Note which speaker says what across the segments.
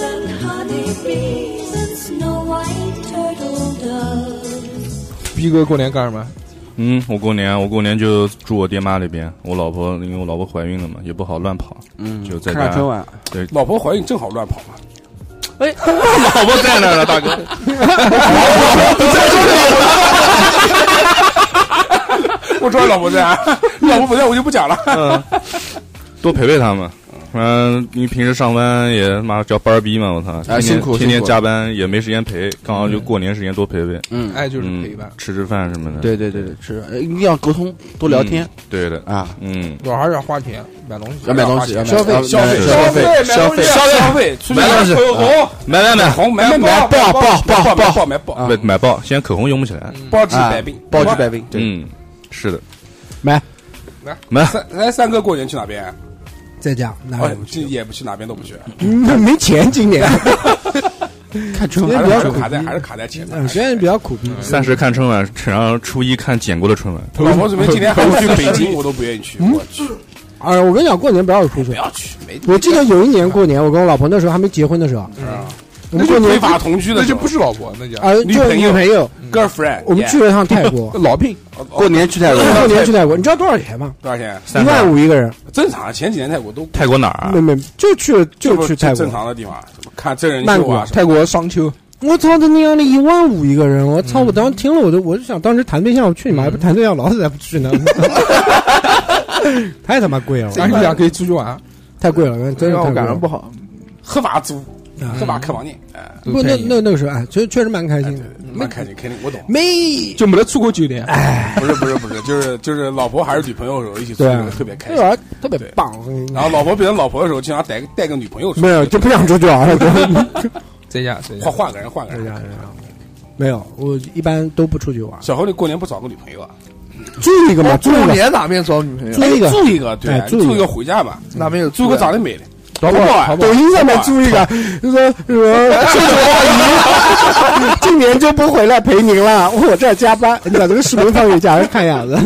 Speaker 1: and honey bees and snow white turtle doves.
Speaker 2: 逼哥过年干什么？
Speaker 3: 嗯，我过年我过年就住我爹妈那边，我老婆因为我老婆怀孕了嘛，也不好乱跑，嗯，就在
Speaker 4: 看看
Speaker 3: 家。
Speaker 4: 春晚。
Speaker 5: 老婆怀孕正好乱跑 嘛，
Speaker 3: 老婆在那儿呢，大哥。
Speaker 5: 我知道老婆在啊，老婆不在我就不讲了。
Speaker 3: 多陪陪他们。嗯，你平时上班也妈叫班儿逼嘛，我操，天天
Speaker 4: 辛苦
Speaker 3: 天
Speaker 4: 辛
Speaker 3: 天
Speaker 4: 苦
Speaker 3: 加班也没时间陪，刚好就过年时间多陪陪，
Speaker 4: 嗯，
Speaker 2: 哎，就是
Speaker 3: 嗯，
Speaker 2: 陪伴。
Speaker 3: 吃吃饭什么的，
Speaker 4: 对对对对，是呃一定要沟通，多聊天
Speaker 3: 嗯，对的，
Speaker 4: 啊，
Speaker 3: 嗯，
Speaker 2: 我还是要花钱买东西，
Speaker 4: 要买东西，
Speaker 2: 花
Speaker 4: 要
Speaker 2: 钱
Speaker 4: 买要买消
Speaker 5: 嗯消费
Speaker 4: 费，
Speaker 5: 消
Speaker 4: 消费，
Speaker 5: 消费，出去
Speaker 4: 买东西
Speaker 5: 口红，
Speaker 3: 买买买，
Speaker 5: 红买
Speaker 4: 买买
Speaker 5: 爆
Speaker 4: 爆爆爆
Speaker 5: 爆爆买爆，
Speaker 3: 买买爆，现在口红用不起来，
Speaker 6: 嗯
Speaker 5: 包治
Speaker 4: 啊
Speaker 5: 百病，
Speaker 4: 包治百病，对，
Speaker 3: 嗯，是的，
Speaker 4: 买
Speaker 3: 买，
Speaker 5: 三来三哥过年去哪边？
Speaker 7: 哎在家哪
Speaker 5: 哎嗯
Speaker 7: 有？，
Speaker 5: 今也不去，哪边都不去，
Speaker 7: 那没钱今 年，
Speaker 4: 看春
Speaker 7: 哎
Speaker 5: 还
Speaker 4: 晚
Speaker 5: 是还是
Speaker 7: 不要苦
Speaker 5: 卡在
Speaker 7: 逼
Speaker 5: 还是卡在哎钱上
Speaker 7: 嗯，。现在比较苦逼。
Speaker 3: 三十看春晚，然后初一看剪过的春晚，
Speaker 5: 老婆准备今天还要去北京，我都不愿意去。
Speaker 7: 嗯
Speaker 5: 我去，
Speaker 7: 啊，我跟你讲，过年不要出去
Speaker 5: 不。要去，没
Speaker 7: 我记得有一年过年，我跟我老婆那时候还没结婚的时候，我
Speaker 5: 嗯那
Speaker 7: 们
Speaker 5: 就非
Speaker 7: 过年
Speaker 5: 法同居
Speaker 2: 那
Speaker 5: 的时
Speaker 2: 就
Speaker 5: 候，
Speaker 2: 不是老婆，那叫，
Speaker 7: 啊，
Speaker 5: 女
Speaker 7: 就
Speaker 5: 朋
Speaker 7: 女
Speaker 5: 友
Speaker 7: 朋友，
Speaker 5: girlfriend。
Speaker 7: 嗯我们去了一趟 泰国
Speaker 2: 老聘，
Speaker 4: 过年去泰国，
Speaker 7: 过年去泰国，你知道多少钱吗？
Speaker 5: 多少钱？
Speaker 7: 一
Speaker 3: 三
Speaker 7: 万五一个人，
Speaker 5: 正常，啊前几年泰国都
Speaker 3: 泰国哪儿啊
Speaker 7: 没？没就去
Speaker 5: 这
Speaker 7: 就
Speaker 5: 不
Speaker 7: 去泰
Speaker 5: 正
Speaker 7: 国，
Speaker 5: 常的地方，啊什么看真人
Speaker 7: 曼
Speaker 5: 秀
Speaker 7: 谷
Speaker 5: 啊什么。
Speaker 2: 泰国商丘，
Speaker 7: 我操，他娘的一万五一个人，我
Speaker 5: 嗯
Speaker 7: 操！我当时听了我都，我就想当时谈对象，我去你妈，不谈对象老子才不 去呢， 太他妈贵了，
Speaker 5: 哎
Speaker 2: 咱们俩可以出去玩，
Speaker 7: 太贵了，真是
Speaker 4: 让
Speaker 7: 太
Speaker 4: 我
Speaker 7: 贵
Speaker 4: 赶上
Speaker 7: 了
Speaker 4: 不。好。
Speaker 5: 喝法租，
Speaker 7: 嗯
Speaker 5: 喝法客房店，哎，
Speaker 7: 不，那那那个时候，哎，确确实蛮开
Speaker 5: 哎
Speaker 7: 心
Speaker 5: 对
Speaker 7: 的，，
Speaker 5: 蛮开
Speaker 7: 嗯
Speaker 5: 心，肯定我懂。
Speaker 7: 没。
Speaker 2: 就没得出国酒店，
Speaker 5: 不是不是不是，就是就是老婆还是女朋友的时候一起出
Speaker 7: 对
Speaker 5: 去
Speaker 7: 啊
Speaker 5: 特别开
Speaker 7: 那
Speaker 5: 心。
Speaker 7: 玩意儿特别棒，
Speaker 5: 然后老婆变成老婆的时候，经常带个带个女朋友出去，
Speaker 7: 没有就不想出去 玩了，对
Speaker 2: 在家在家
Speaker 5: 换。换个人换个人。
Speaker 7: 没有，我一般都不出去玩，
Speaker 5: 小侯，你过年不找个女朋友啊？
Speaker 7: 租一个嘛，租一个，
Speaker 4: 年哪边找女朋
Speaker 7: 租一个，
Speaker 5: 租一个，对啊，
Speaker 7: 哎
Speaker 5: 你
Speaker 7: 租一个
Speaker 5: 租一个回家吧，
Speaker 4: 哪边有
Speaker 5: 租个长得美的，
Speaker 7: 淘
Speaker 5: 淘宝啊
Speaker 7: 抖音上面租一个，就说什 么今年就不回来陪您了，我这儿加班。你把这个视频放给家人看一下子。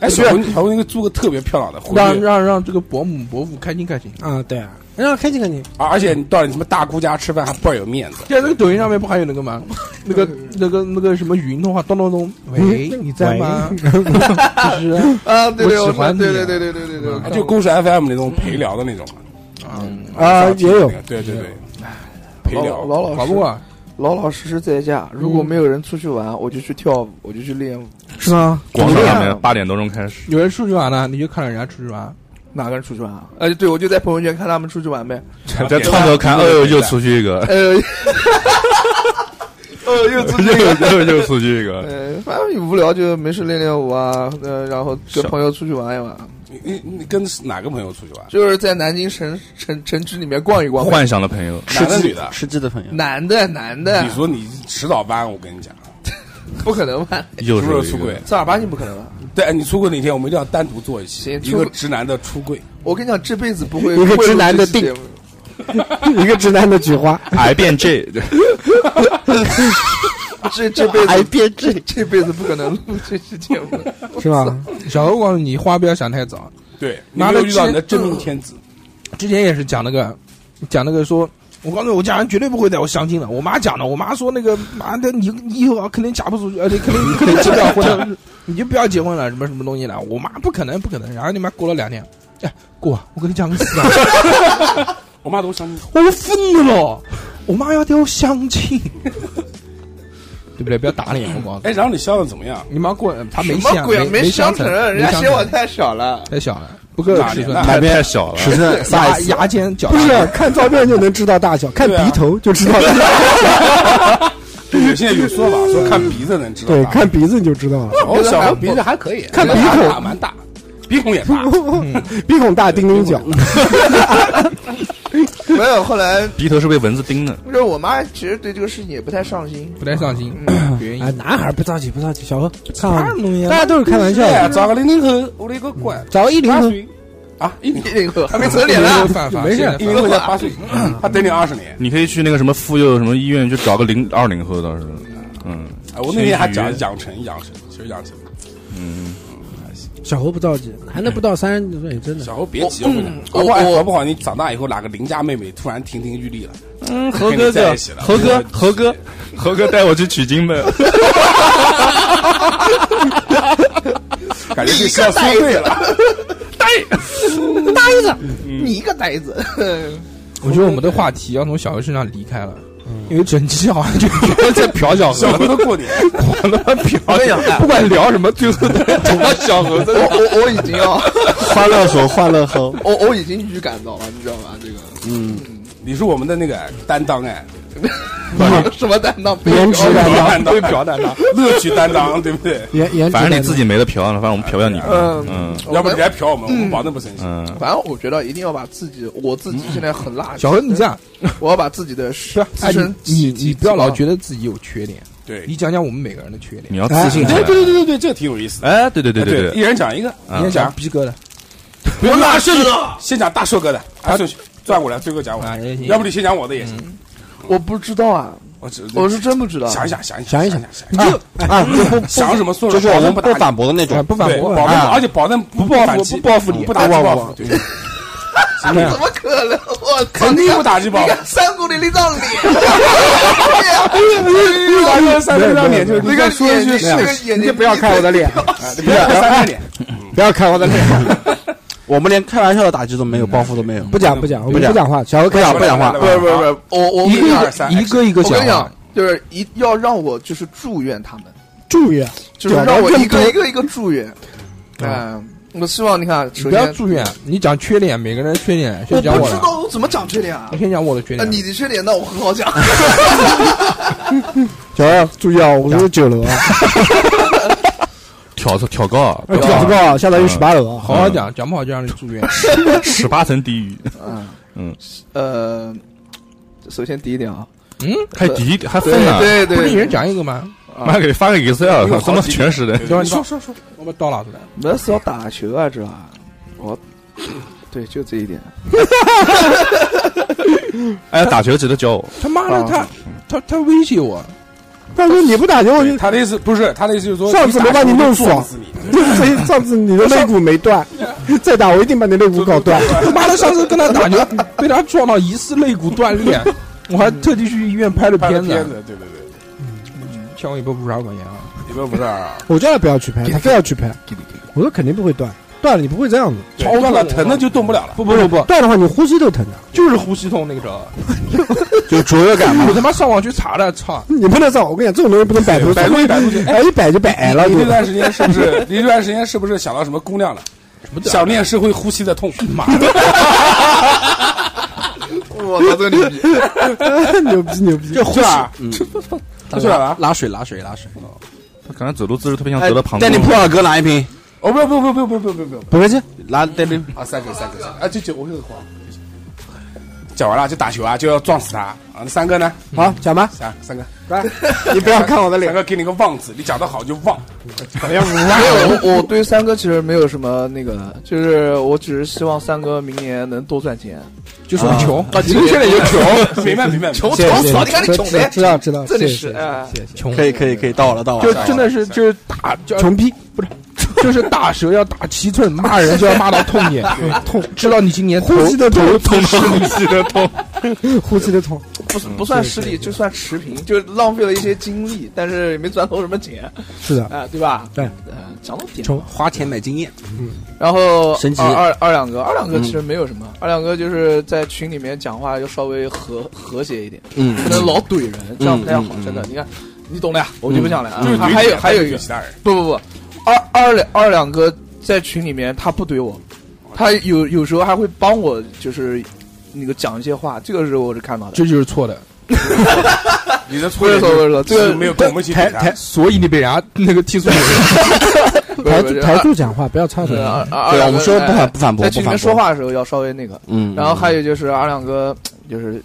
Speaker 5: 哎，小侯，小侯应该租个特别漂亮的，回
Speaker 4: 让
Speaker 5: 去
Speaker 4: 让让这个伯母伯父开心开心。
Speaker 7: 啊，对啊，让开心开心。
Speaker 5: 而而且你到你什么大姑家吃饭还倍儿有面子，
Speaker 4: 现在那个抖音上面不还有那个吗？那个那个那个什么语音通话，咚咚咚，喂，你在吗？就是啊，对对，我喜欢对对对对对对对，
Speaker 5: 就公式 FM 那种陪聊的那种嘛
Speaker 7: 啊
Speaker 5: 上期
Speaker 7: 也有
Speaker 5: 那个对对对，陪
Speaker 6: 老
Speaker 5: 聊啊
Speaker 6: 老哦老
Speaker 4: 搞
Speaker 6: 实
Speaker 4: 不过，
Speaker 6: 老老实实在家，如果没有人出去玩，我就去跳舞，我就去练舞。
Speaker 7: 是吗？
Speaker 3: 广场上
Speaker 6: 怎么
Speaker 3: 面
Speaker 6: 样
Speaker 3: 八点多钟开始，
Speaker 4: 有人出去玩呢，你就看着人家出去玩，
Speaker 6: 哪个人出去玩啊？呃，对，我就在朋友圈看他们出去玩呗。
Speaker 3: 在窗口看，哦呦，又出去一个，
Speaker 6: 呃，呃，又出去。
Speaker 3: 又又又出去一个，
Speaker 6: 呃，反正无聊就没事练练舞啊，呃，然后跟朋友出去玩一玩，
Speaker 5: 你你你跟哪个朋友出去玩？
Speaker 6: 就是在南京城城城区里面逛一逛。
Speaker 3: 幻想的朋友，
Speaker 5: 男的女
Speaker 6: 啊
Speaker 5: 的？
Speaker 4: 吃鸡的朋友，
Speaker 6: 男的，男的
Speaker 5: 你，说你迟早弯，我跟你讲，
Speaker 6: 不可能吧？
Speaker 3: 又
Speaker 5: 是不
Speaker 3: 是
Speaker 5: 是
Speaker 3: 一
Speaker 5: 出
Speaker 3: 个
Speaker 5: 轨？
Speaker 6: 正儿八经不可能吧？
Speaker 5: 对，哎你出轨那天，我们一定要单独做一期
Speaker 6: 行
Speaker 5: 一个
Speaker 6: 出
Speaker 5: 直男的出轨。
Speaker 6: 我跟你讲，这辈子不会
Speaker 7: 一个
Speaker 6: 不会
Speaker 7: 直
Speaker 6: 录
Speaker 7: 男
Speaker 6: 这
Speaker 7: 的
Speaker 6: 期
Speaker 7: 定
Speaker 6: 节目
Speaker 7: 一个直男的菊 花，
Speaker 3: 癌变 J，
Speaker 6: 这这辈
Speaker 4: 还
Speaker 7: 哎
Speaker 6: 子
Speaker 4: 编制。
Speaker 6: 这辈子不可能录这期节目。
Speaker 7: 是吧？
Speaker 4: 小何，我告诉你，话不要想太早。
Speaker 5: 对，你
Speaker 4: 妈
Speaker 5: 没
Speaker 4: 的
Speaker 5: 有遇到你的
Speaker 4: 真
Speaker 5: 真命天子，
Speaker 4: 之前也是讲那个，讲那个说，我告诉你，我家人绝对不会带我相亲的。我妈讲的，我妈说那个妈的，你你以后啊肯定嫁不出去，呃，你肯 定你肯定结不了婚了，你就不要结婚了，什么什么东西的。我妈不可能，不可能。然后你妈过了两天，哎，过，我跟你讲个事啊，
Speaker 5: 我妈都相信。
Speaker 4: 我疯了，我妈要带我相亲，对不对？不要打脸，我告诉你。
Speaker 5: 哎，然后你相的怎么样？
Speaker 4: 你妈过，她没
Speaker 6: 什么
Speaker 4: 相，
Speaker 6: 鬼啊？
Speaker 4: 没
Speaker 6: 相成，
Speaker 4: 相没
Speaker 6: 人家
Speaker 4: 相
Speaker 6: 嫌我
Speaker 4: 成
Speaker 6: 太小了。
Speaker 4: 太小了，不够
Speaker 5: 哪里
Speaker 4: 尺寸
Speaker 5: 哪，
Speaker 3: 太太小 了，
Speaker 4: 尺寸牙牙尖角
Speaker 7: 不
Speaker 4: 大
Speaker 7: 是看照片就能知道大小，看
Speaker 5: 对啊
Speaker 7: 鼻头就知道大小，
Speaker 5: 对，现在有说法说看鼻子能知道
Speaker 7: 对，
Speaker 5: 大。
Speaker 7: 看鼻子你就知道了。
Speaker 5: 我小孩鼻子还可以，
Speaker 7: 看鼻
Speaker 5: 还
Speaker 7: 孔
Speaker 5: 大蛮大，鼻孔也大。
Speaker 7: 鼻孔大，丁丁角，
Speaker 6: 没有，后来
Speaker 3: 鼻头是被蚊子叮的。
Speaker 6: 就是我妈其实对这个事情也不太上心，
Speaker 7: 不太上心， 不愿意
Speaker 8: 哎，。男孩儿不着急，不着急，小何，看啊
Speaker 9: 东西
Speaker 8: 大家都是开玩笑
Speaker 5: 哎，
Speaker 8: 的，
Speaker 5: 找个零零后，我的个乖，
Speaker 8: 找个一零
Speaker 5: 八
Speaker 8: 后，
Speaker 5: 岁啊，一零
Speaker 6: 一零后还没成年
Speaker 7: 都
Speaker 6: 呢，
Speaker 7: 犯法，
Speaker 8: 没事
Speaker 7: 现在
Speaker 5: 一
Speaker 7: 犯
Speaker 5: 零后才八岁，他等你二十年。
Speaker 3: 你可以去那个什么妇幼什么医院去找个零二零后倒是，嗯
Speaker 5: 哎我那天还讲
Speaker 3: 先
Speaker 5: 养成养成，其实养成。
Speaker 3: 嗯，
Speaker 8: 小何不着急，男的不到三十岁，真的。
Speaker 5: 小时候别急，嗯我跟你讲搞不好哎搞不好你长大以后哪个邻家妹妹突然亭亭玉立了，
Speaker 8: 嗯，
Speaker 5: 何哥哥何哥何哥，
Speaker 3: 何哥带我去取经呗，
Speaker 5: 感觉这是要说对了。
Speaker 6: 呆子，你一个呆子，
Speaker 7: 我觉得我们的话题要从小何身上离开了，因为整期好像就一直在瞟小
Speaker 5: 小
Speaker 7: 何，
Speaker 5: 何都过年，
Speaker 7: 狂他妈
Speaker 6: 我跟你
Speaker 7: 瞟，
Speaker 6: 讲，
Speaker 3: 哎
Speaker 7: 不管聊什么，最后都在讲到小何
Speaker 6: 我
Speaker 7: 身上。
Speaker 6: 我我已经哦要，
Speaker 4: 欢乐猴，欢乐猴，
Speaker 6: 我我已经预感到了，你知道吗？这个
Speaker 5: 你是我们的那个担当哎，
Speaker 6: 什么担当？
Speaker 8: 颜值担
Speaker 5: 当，
Speaker 8: 当，
Speaker 5: 对表担当，乐趣担当，对不对？
Speaker 8: 颜颜值
Speaker 3: 反
Speaker 8: 担
Speaker 3: 正
Speaker 8: 当
Speaker 3: 你自己没得嫖，反正我们嫖 不了你。
Speaker 6: 嗯
Speaker 3: 嗯
Speaker 5: 要不你来嫖我们，我们保证不生气。
Speaker 3: 嗯，
Speaker 6: 反正我觉得一定要把自己，我自己现在很垃圾。
Speaker 7: 嗯小何，你这样
Speaker 6: 我要把自己的
Speaker 7: 不
Speaker 6: 自
Speaker 7: 是？哎，
Speaker 6: 身
Speaker 7: 你你你不要老觉
Speaker 6: 得
Speaker 7: 得自己有缺点，
Speaker 5: 对，哎
Speaker 7: 你讲讲我们每个人的缺点
Speaker 3: 哎你。要自信起来
Speaker 5: 对对。对对对，这个挺有意思的。
Speaker 3: 哎，对对对对
Speaker 5: 一
Speaker 3: 对，
Speaker 5: 人讲一个，
Speaker 3: 啊
Speaker 7: 你先讲逼哥的，
Speaker 5: 不用那是先讲大硕哥的，啊，顺序转过来，最后讲我
Speaker 7: 啊也
Speaker 5: 的，
Speaker 7: 行
Speaker 5: 要不你先讲我的也行。
Speaker 6: 我不知道啊，
Speaker 5: 我只
Speaker 6: 我是真不知道。
Speaker 5: 想一想，想一
Speaker 8: 想一
Speaker 5: 想
Speaker 8: 想
Speaker 5: 想
Speaker 8: 你就
Speaker 4: 啊，就不
Speaker 5: 想什么算
Speaker 4: 就
Speaker 5: 什
Speaker 4: 是
Speaker 5: 么，
Speaker 4: 我
Speaker 5: 保
Speaker 4: 们
Speaker 5: 证不
Speaker 4: 不
Speaker 5: 打
Speaker 4: 反驳的那
Speaker 7: 啊，
Speaker 4: 种。
Speaker 7: 不反
Speaker 5: 对，
Speaker 7: 驳，
Speaker 5: 保证
Speaker 4: 啊
Speaker 5: 而且保证不
Speaker 7: 不报
Speaker 5: 反
Speaker 7: 复
Speaker 5: 击
Speaker 7: 不报复你
Speaker 5: 不，打击
Speaker 4: 不
Speaker 5: 报
Speaker 4: 报
Speaker 5: 复，
Speaker 4: 复
Speaker 5: 对，
Speaker 7: 哎
Speaker 6: 怎么可能？我操
Speaker 5: 肯定不打击报
Speaker 6: 你
Speaker 5: 复。
Speaker 6: 看三国的那张脸，
Speaker 5: 三个三个张脸就
Speaker 6: 那个眼睛，那个眼睛，
Speaker 8: 不要看我的脸，
Speaker 5: 你不要看三张脸，
Speaker 8: 不要看我的脸，
Speaker 4: 我们连开玩笑的打击都没有，报复都没有。
Speaker 8: 不讲不讲，我们
Speaker 4: 不讲
Speaker 8: 不讲话，小何
Speaker 4: 不
Speaker 8: 开
Speaker 4: 讲
Speaker 8: 始
Speaker 4: 不讲话
Speaker 5: 来
Speaker 6: 不是不是不是，我我
Speaker 7: 啊一
Speaker 6: 跟你讲
Speaker 7: 个一个一个
Speaker 6: 我跟你
Speaker 7: 讲
Speaker 6: 讲
Speaker 7: 啊，，
Speaker 6: 就是一要让我就是祝愿他们，
Speaker 8: 住院，
Speaker 6: 就是
Speaker 7: 啊
Speaker 6: 让我一个一个一个祝愿。嗯，我希望你看，
Speaker 7: 你
Speaker 6: 首
Speaker 7: 不要
Speaker 6: 先
Speaker 7: 住院，你讲缺点，每个人的缺点，
Speaker 6: 我
Speaker 7: 先讲
Speaker 6: 不
Speaker 7: 我
Speaker 6: 知
Speaker 7: 的，
Speaker 6: 道我怎么讲缺点啊
Speaker 7: 你。先讲我的
Speaker 6: 啊，
Speaker 7: 缺点。
Speaker 6: 你的缺点那我很好讲，
Speaker 8: 小何注意啊，我是九楼啊，
Speaker 3: 挑挑高啊，
Speaker 8: 九十高，下来有十八楼啊，
Speaker 7: 好好讲，讲不好就让你住院。
Speaker 3: 十八层地狱。嗯，
Speaker 6: 呃，首先第一点啊，
Speaker 7: 嗯，
Speaker 3: 还第一还分呢，
Speaker 6: 对
Speaker 7: 不是一
Speaker 6: 对
Speaker 7: 人，讲一个吗？
Speaker 3: 妈给发个 Excel，他妈全是的。
Speaker 7: 说说说说，我们到哪出来？
Speaker 6: 那是要打球啊，知道吧？我， 对，就这一点。
Speaker 3: 哎，打球记得教我。
Speaker 7: 他妈的，
Speaker 6: 啊
Speaker 7: 他他他威胁我，
Speaker 8: 到时候你不打球，我就
Speaker 5: 他的意思不是他的意思就是说，
Speaker 8: 上次没把你弄爽
Speaker 5: 撞死你，
Speaker 8: 这上次你的肋骨没断，再打我一定把你肋骨搞断。
Speaker 7: 他妈的上次跟他打球被他撞到疑似肋骨断裂，我还
Speaker 4: 嗯
Speaker 7: 特地去医院拍了
Speaker 5: 拍了
Speaker 7: 片
Speaker 5: 片
Speaker 7: 子，
Speaker 5: 子，对对对，
Speaker 7: 欠我一百五十二块钱啊！
Speaker 5: 你们不是啊，
Speaker 8: 我叫他不要去拍，他非要去拍，我说肯定不会断，断了你不会这样子，
Speaker 5: 超断了疼的就动不了了，
Speaker 7: 不不不不，
Speaker 8: 断的话你呼吸都疼的，
Speaker 7: 就是呼吸痛那个时候，
Speaker 4: 就卓越感嘛。
Speaker 7: 我他妈上网去查的，操！
Speaker 8: 你不能上，我跟你讲，这种东西不能百度，
Speaker 5: 百度百度去
Speaker 8: 哎，一摆就摆了，
Speaker 5: 你
Speaker 8: 就
Speaker 5: 这段时间是不是？你这段时间是不是想到什么啊姑娘了？想念是会呼吸的痛， 妈的！
Speaker 6: 我操，这个牛逼！
Speaker 8: 牛逼牛逼，
Speaker 5: 去哪儿？ 去哪儿了？
Speaker 4: 拉水，拉水，拉水。
Speaker 3: 他刚才哎走路姿势特别像得了膀
Speaker 4: 带你
Speaker 3: 胱
Speaker 4: 破。 小哥拿一瓶，
Speaker 5: 哦，不要不要不要不要不要不要不要！
Speaker 8: 不回去，
Speaker 4: 拿带你
Speaker 5: 啊，三个三个三个！啊，就就我给你晃。讲完了就打球啊，就要撞死他啊！那三哥呢？
Speaker 8: 好讲吧，
Speaker 5: 三三哥，
Speaker 8: 你不要看我的
Speaker 5: 三
Speaker 8: 脸，
Speaker 5: 哥给你个望字，你讲的好就望。
Speaker 6: 没有，哎我我对三哥其实没有什么那个，就是我只是希望三哥明年能多赚钱。
Speaker 7: 就是
Speaker 8: 啊
Speaker 7: 我穷，
Speaker 6: 你啊们现在也
Speaker 5: 穷， 明白明白。
Speaker 6: 穷
Speaker 8: 谢谢谢谢
Speaker 6: 死了！你看你穷
Speaker 8: 知道
Speaker 6: 的，
Speaker 8: 知道知道，
Speaker 6: 这里
Speaker 8: 谢谢
Speaker 6: 是
Speaker 8: 谢谢
Speaker 6: 哎
Speaker 8: 谢谢，
Speaker 7: 穷
Speaker 4: 可以，可以，可以，到了，到了。
Speaker 7: 就
Speaker 4: 到了
Speaker 7: 真的是就是打就
Speaker 8: 穷逼，
Speaker 7: 就是打蛇要打七寸，骂人就要骂到痛 点，痛知道你今年头
Speaker 8: 呼吸的痛，
Speaker 3: 痛到呼吸的痛，
Speaker 8: 呼吸的痛，
Speaker 6: 不是不算失利，就算持平，就浪费了一些精力，但是也没赚头什么钱啊、
Speaker 8: 是的，
Speaker 6: 对吧？
Speaker 8: 对
Speaker 6: 呃，讲到点。
Speaker 8: 穷
Speaker 4: 花钱买经验，
Speaker 6: 然后
Speaker 4: 升级
Speaker 6: 二
Speaker 4: 嗯
Speaker 6: 二二两哥，二两哥其实没有什么，二两哥就是在群里面讲话要稍微和和谐一点，
Speaker 4: 嗯
Speaker 6: 不能老怼人，这样不太好
Speaker 4: 嗯嗯，嗯嗯
Speaker 6: 真的。你看，你懂的呀，我就不讲了啊。
Speaker 5: 就是
Speaker 6: 还
Speaker 5: 女
Speaker 6: 还有还有一个
Speaker 5: 女，其他人，
Speaker 6: 不不不，二二两二两哥在群里面他不怼我，他有有时候还会帮我，就是那个讲一些话，这个是我是看到的。
Speaker 7: 这就是错的。
Speaker 5: 你的错
Speaker 6: 不是说不是说，这
Speaker 5: 这
Speaker 6: 个
Speaker 5: 个没有跟我们一起比
Speaker 7: 抬
Speaker 5: 赛
Speaker 7: 抬，所以你被人家那个踢出去，
Speaker 8: 台
Speaker 6: 不是呃
Speaker 8: 柱台柱讲话，不要插嘴
Speaker 6: 对。啊，啊
Speaker 4: 对啊，我们说不反不反驳，
Speaker 6: 在
Speaker 4: 不
Speaker 6: 群里
Speaker 4: 反
Speaker 6: 面说
Speaker 4: 驳。
Speaker 6: 话的时候要稍微那个。
Speaker 4: 嗯，
Speaker 6: 然后还有就是二两哥，就是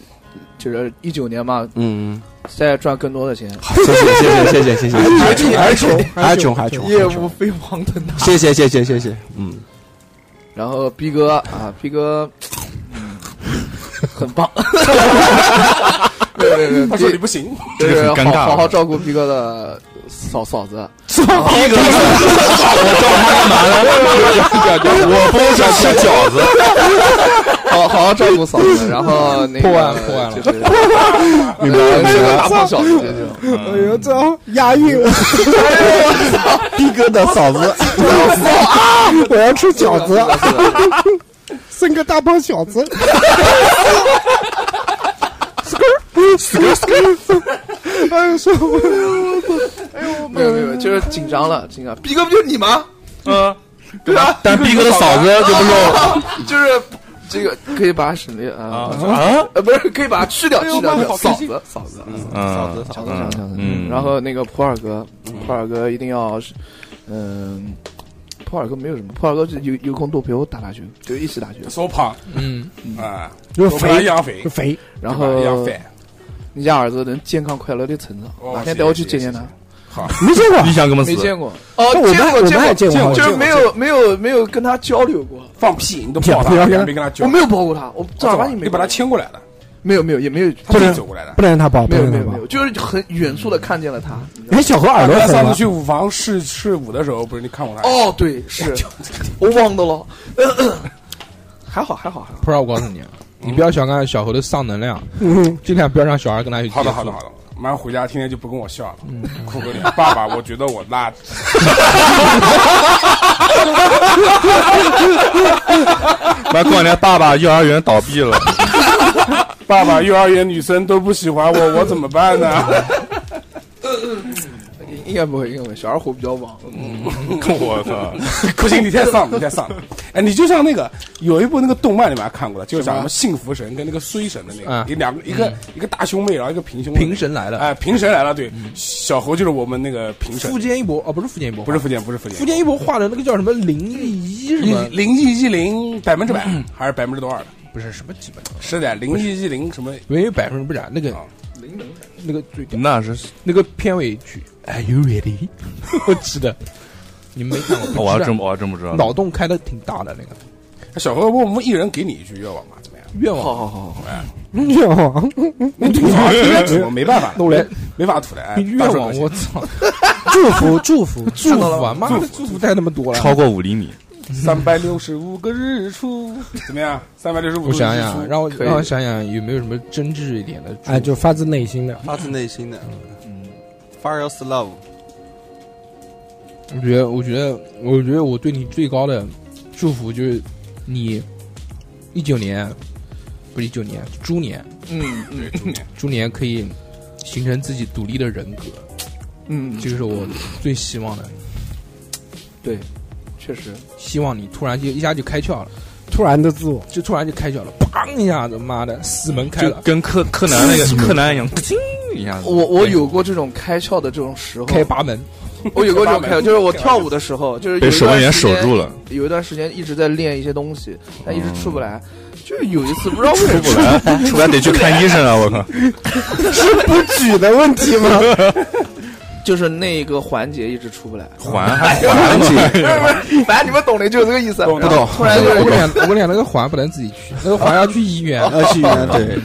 Speaker 6: 就是一九年嘛，
Speaker 4: 嗯，嗯
Speaker 6: 再赚更多的钱，
Speaker 4: 好谢谢谢谢谢谢谢 谢，
Speaker 5: 还穷还穷，
Speaker 8: 哎
Speaker 4: 还穷还穷，
Speaker 6: 业务飞黄腾达。
Speaker 4: 谢谢谢谢谢谢，嗯，
Speaker 6: 然后逼哥啊，逼哥，嗯，很棒。 没有没有没有，
Speaker 5: 他说你不行，
Speaker 6: 就
Speaker 3: 这
Speaker 6: 是
Speaker 3: 个很尴尬
Speaker 6: 好好好照顾逼哥的嫂嫂子。
Speaker 4: 逼哥，我不想吃饺子，
Speaker 6: 好好好照顾嫂子，然后那个
Speaker 7: 破案破案了
Speaker 6: 就是是个大胖小子这种。
Speaker 8: 哎呦，这押韵！
Speaker 4: 逼哥的嫂子，
Speaker 8: 我要吃饺
Speaker 6: 是
Speaker 8: 子，
Speaker 6: 的，是的是的
Speaker 8: 生个大胖小子。哎呦，说
Speaker 6: 没有没有，没有就是紧张了，紧张。逼哥不就是你吗？
Speaker 3: 嗯，
Speaker 6: 对吧？
Speaker 3: 但逼哥的嫂子就不用
Speaker 6: 就是这个可以把它省略啊，
Speaker 3: 啊，
Speaker 6: 呃，不是可以把它去掉，去
Speaker 5: 妈
Speaker 6: 掉。
Speaker 5: 好
Speaker 6: 嫂
Speaker 5: 开
Speaker 6: 子
Speaker 5: 心，
Speaker 6: 嫂子，
Speaker 3: 嗯
Speaker 6: 嫂子，嫂子，
Speaker 3: 嗯
Speaker 6: 然后那个普洱哥，普洱哥一定要，嗯。普洱哥没有什么，普洱哥就有有空多陪我打打球，就一起打球。
Speaker 5: 说胖
Speaker 7: 嗯，
Speaker 5: 啊，
Speaker 8: 就
Speaker 5: 我们一
Speaker 8: 肥，
Speaker 5: 样肥
Speaker 8: 就，肥，
Speaker 6: 然
Speaker 5: 一样
Speaker 6: 后
Speaker 5: 肥，
Speaker 6: 你家儿子能健康快乐的成长，
Speaker 5: 哦
Speaker 6: 哪天带我去见见他。
Speaker 8: 没见过
Speaker 3: 你。想跟我们
Speaker 6: 没
Speaker 3: 死？
Speaker 6: 见过，哦，
Speaker 8: 我们
Speaker 6: 见
Speaker 8: 我
Speaker 6: 过，
Speaker 8: 们还
Speaker 6: 见
Speaker 8: 见过好
Speaker 6: 就
Speaker 8: 像，
Speaker 6: 是没有没有没有跟他交流过，
Speaker 5: 放屁，你都抱他，
Speaker 8: 不要
Speaker 5: 你
Speaker 8: 跟他
Speaker 5: 还没跟他交
Speaker 6: 我没
Speaker 5: 流，
Speaker 6: 有抱过他，我正儿八经没
Speaker 5: 你把他牵过来的，
Speaker 6: 没有没有也没有，
Speaker 5: 他自己走过来的。
Speaker 8: 不能让他抱，不
Speaker 6: 没有
Speaker 8: 能
Speaker 6: 没有
Speaker 8: 让
Speaker 6: 没
Speaker 8: 他抱
Speaker 6: 有，。就是很远处的看见了他。
Speaker 8: 哎，小何耳朵
Speaker 5: 他
Speaker 8: 红
Speaker 5: 上
Speaker 8: 了
Speaker 5: 次，去舞房试试舞的时候，不是你看过他？
Speaker 6: 哦，对，是 我忘掉了， 还好还好还好，
Speaker 7: 不知道我告诉你，你不要小看小猴的丧能量，
Speaker 8: 嗯，
Speaker 7: 尽量不要让小孩跟他去接触。
Speaker 5: 哎好的，好的，好的。马上回家，天天就不跟我笑了，哭个脸。爸爸，我觉得我拉，
Speaker 3: 妈，过两年爸爸幼儿园倒闭了，
Speaker 5: 爸爸，幼儿园女生都不喜欢我，我怎么办呢？
Speaker 6: 应该不会，应该不会，小孩活比较旺，
Speaker 3: 我操！
Speaker 5: 不行，你太丧了，你太丧了。哎，你就像那个有一部那个动漫，你们还看过的，就是讲什么幸福神跟那个衰神的那
Speaker 7: 啊
Speaker 5: 个，一两个一个一个大胸妹，然后一个平胸妹
Speaker 7: 平神来了，
Speaker 5: 哎，平神来了，对，小猴就是我们那个平神
Speaker 7: 富，坚义博哦，不是富坚义博，
Speaker 5: 不是福建，不是福建，
Speaker 7: 福建一博画的那个叫什么零一一什么？
Speaker 5: 零一一零百分之百还是百分之多少的？
Speaker 7: 不是什么基本，
Speaker 5: 是的，零一一零什么？
Speaker 7: 没有百分之不然那个
Speaker 8: 哦
Speaker 5: 啊
Speaker 7: 那个最屌
Speaker 3: 那是
Speaker 7: 那个片尾曲，Are you ready？我 记得，你们没看过，不知道
Speaker 3: 我还真我还真不知道。
Speaker 7: 脑洞开的挺大的那个
Speaker 5: 小何，我们一人给你一句愿望吧，怎么样？
Speaker 7: 愿望。
Speaker 6: 好好好好，
Speaker 8: 愿望
Speaker 5: 那吐槽应该吐，没办法，
Speaker 7: 那我来
Speaker 5: 没法吐的。哎
Speaker 7: 愿
Speaker 5: 大顺
Speaker 7: 望，
Speaker 5: 哥
Speaker 7: 我操！
Speaker 8: 祝福祝福，
Speaker 7: 祝福啊，妈的，祝福太他妈多了。
Speaker 3: 超过五厘米，
Speaker 5: 三百六十五个日出，怎么样？三百六十五
Speaker 7: 我
Speaker 5: 个日出，
Speaker 7: 想啊想，让我
Speaker 6: 可以
Speaker 7: 让我想想有没有什么真挚一点的祝福？
Speaker 8: 哎，就发自内心的。
Speaker 4: 发自内心的，Far your 嗯 love，
Speaker 7: 我觉得，我觉得，我觉得我对你最高的祝福就是你一九年，不是一九年，猪年，
Speaker 6: 嗯嗯
Speaker 7: 猪年可以形成自己独立的人格，
Speaker 6: 嗯，
Speaker 7: 这个是我最希望的。
Speaker 6: 对，确实，
Speaker 7: 希望你突然就一下就开窍了，
Speaker 8: 突然的自我，
Speaker 7: 就突然就开窍了，砰一下子，妈的，死门开
Speaker 3: 就
Speaker 7: 了，
Speaker 3: 跟柯柯南那个柯南一样，叮一下 子。
Speaker 6: 我我有过这种开窍的这种时候，
Speaker 7: 开八门，
Speaker 6: 我有过这种开窍，就是我跳舞的时候，就是
Speaker 3: 被
Speaker 6: 有一
Speaker 3: 守
Speaker 6: 段
Speaker 3: 门员
Speaker 6: 时
Speaker 3: 守
Speaker 6: 间
Speaker 3: 住了，
Speaker 6: 有一段时间一直在练一些东西，但一直出不来。就有一次不知道为什
Speaker 3: 出不
Speaker 6: 么，
Speaker 3: 来，出不来得去看医生啊！我靠，
Speaker 8: 不举的问题 吗？
Speaker 6: 就是那个环节一直出不来。
Speaker 3: 还 还
Speaker 4: 环
Speaker 6: 不
Speaker 4: 节，
Speaker 6: 是不是，反正你们懂的，就是这个意思。
Speaker 5: 懂
Speaker 6: 然后
Speaker 4: 懂
Speaker 6: 突然就
Speaker 7: 我跟你
Speaker 6: 是
Speaker 7: 讲，我跟你讲，那个环不能自己去，那个环要去医 院。
Speaker 4: 要去医院呃对，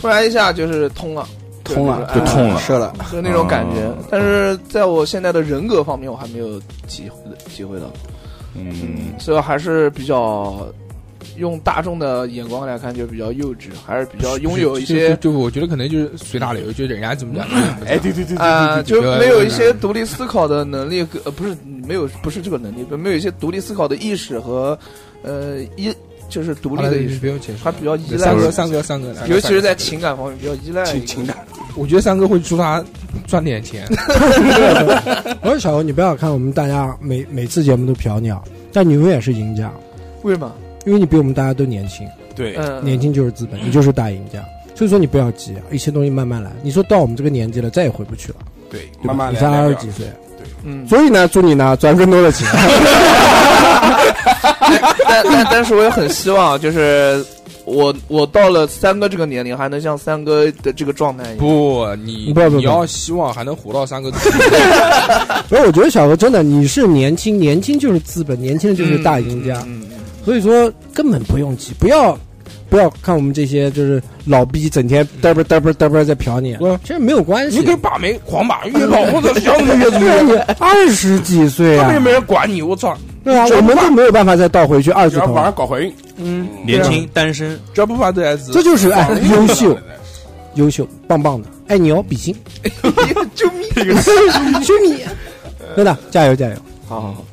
Speaker 6: 突然一下就是通了，
Speaker 4: 通了
Speaker 6: 就
Speaker 3: 就痛了。
Speaker 4: 是了，
Speaker 6: 就那种感觉
Speaker 3: 啊。
Speaker 6: 但是在我现在的人格方面，我还没有体会体会到，
Speaker 3: 嗯，
Speaker 6: 所以还是比较用大众的眼光来看，就比较幼稚，还是比较拥有一
Speaker 7: 就
Speaker 6: 些
Speaker 7: 就就我觉得可能就是随大流，就人家怎么讲，
Speaker 5: 哎，对对对对
Speaker 6: 啊，
Speaker 5: 对
Speaker 6: 就
Speaker 5: 对，
Speaker 6: 没有一些独立思考的能力，呃，不是没有，不是这个能力，没有一些独立思考的意识和呃一就是独立
Speaker 7: 好了
Speaker 6: 的意识，
Speaker 7: 不用解释
Speaker 6: 还。比较依赖
Speaker 7: 三
Speaker 6: 于
Speaker 7: 哥，，三哥，三哥，三哥
Speaker 6: 尤其是在情感方面比较依赖于
Speaker 5: 情情感，
Speaker 7: 我觉得三哥会助他赚点钱。
Speaker 8: 我说小欧，你不要看我们大家每每次节目都瞟鸟，但你永远是赢家，
Speaker 6: 为什么？
Speaker 8: 因为你比我们大家都年轻，
Speaker 5: 对，
Speaker 6: 嗯，
Speaker 8: 年轻就是资本，你就是大赢家。所以说你不要急啊，一切东西慢慢来。你说到我们这个年纪了，再也回不去了，
Speaker 5: 对，
Speaker 8: 对吧
Speaker 5: 慢慢
Speaker 8: 你
Speaker 5: 来，
Speaker 8: 才
Speaker 5: 聊
Speaker 8: 二十
Speaker 5: 聊
Speaker 8: 几岁，
Speaker 5: 对，
Speaker 6: 嗯，
Speaker 8: 所以呢，祝你呢赚更多 的钱。
Speaker 6: 但但但是我也很希望，就是我我到了三哥这个年龄，还能像三哥的这个状态一样。
Speaker 7: 不，你
Speaker 8: 不不不
Speaker 7: 你要希望还能活到三个字，
Speaker 8: 所以我觉得小何真的，你是年轻，年轻就是资本，年轻的就是大赢家。
Speaker 6: 嗯，
Speaker 8: 所以说根本不用急，不要不要看我们这些就是老逼整天嘚啵嘚啵嘚啵在嫖你
Speaker 7: 不，
Speaker 8: 其实没有关系
Speaker 7: 你。可以把妹狂把，越搞或者想你越
Speaker 8: 对啊，你二十几岁
Speaker 7: 根本就
Speaker 8: 啊，
Speaker 7: 没人管你，我操！
Speaker 8: 对啊，我们都没有办法再倒回去二
Speaker 5: 只
Speaker 8: 字
Speaker 5: 要
Speaker 8: 头
Speaker 5: 晚，上搞怀孕，
Speaker 7: 嗯，
Speaker 3: 年轻单身，
Speaker 7: 只要不发这 S，
Speaker 8: 这就是哎
Speaker 5: 绑定
Speaker 8: 优
Speaker 5: 上
Speaker 8: 秀
Speaker 5: 了的
Speaker 8: 优秀棒棒的，爱你哦，比心，
Speaker 6: 哎救命！啊
Speaker 8: 兄弟，真的加油加油！
Speaker 4: 好好好。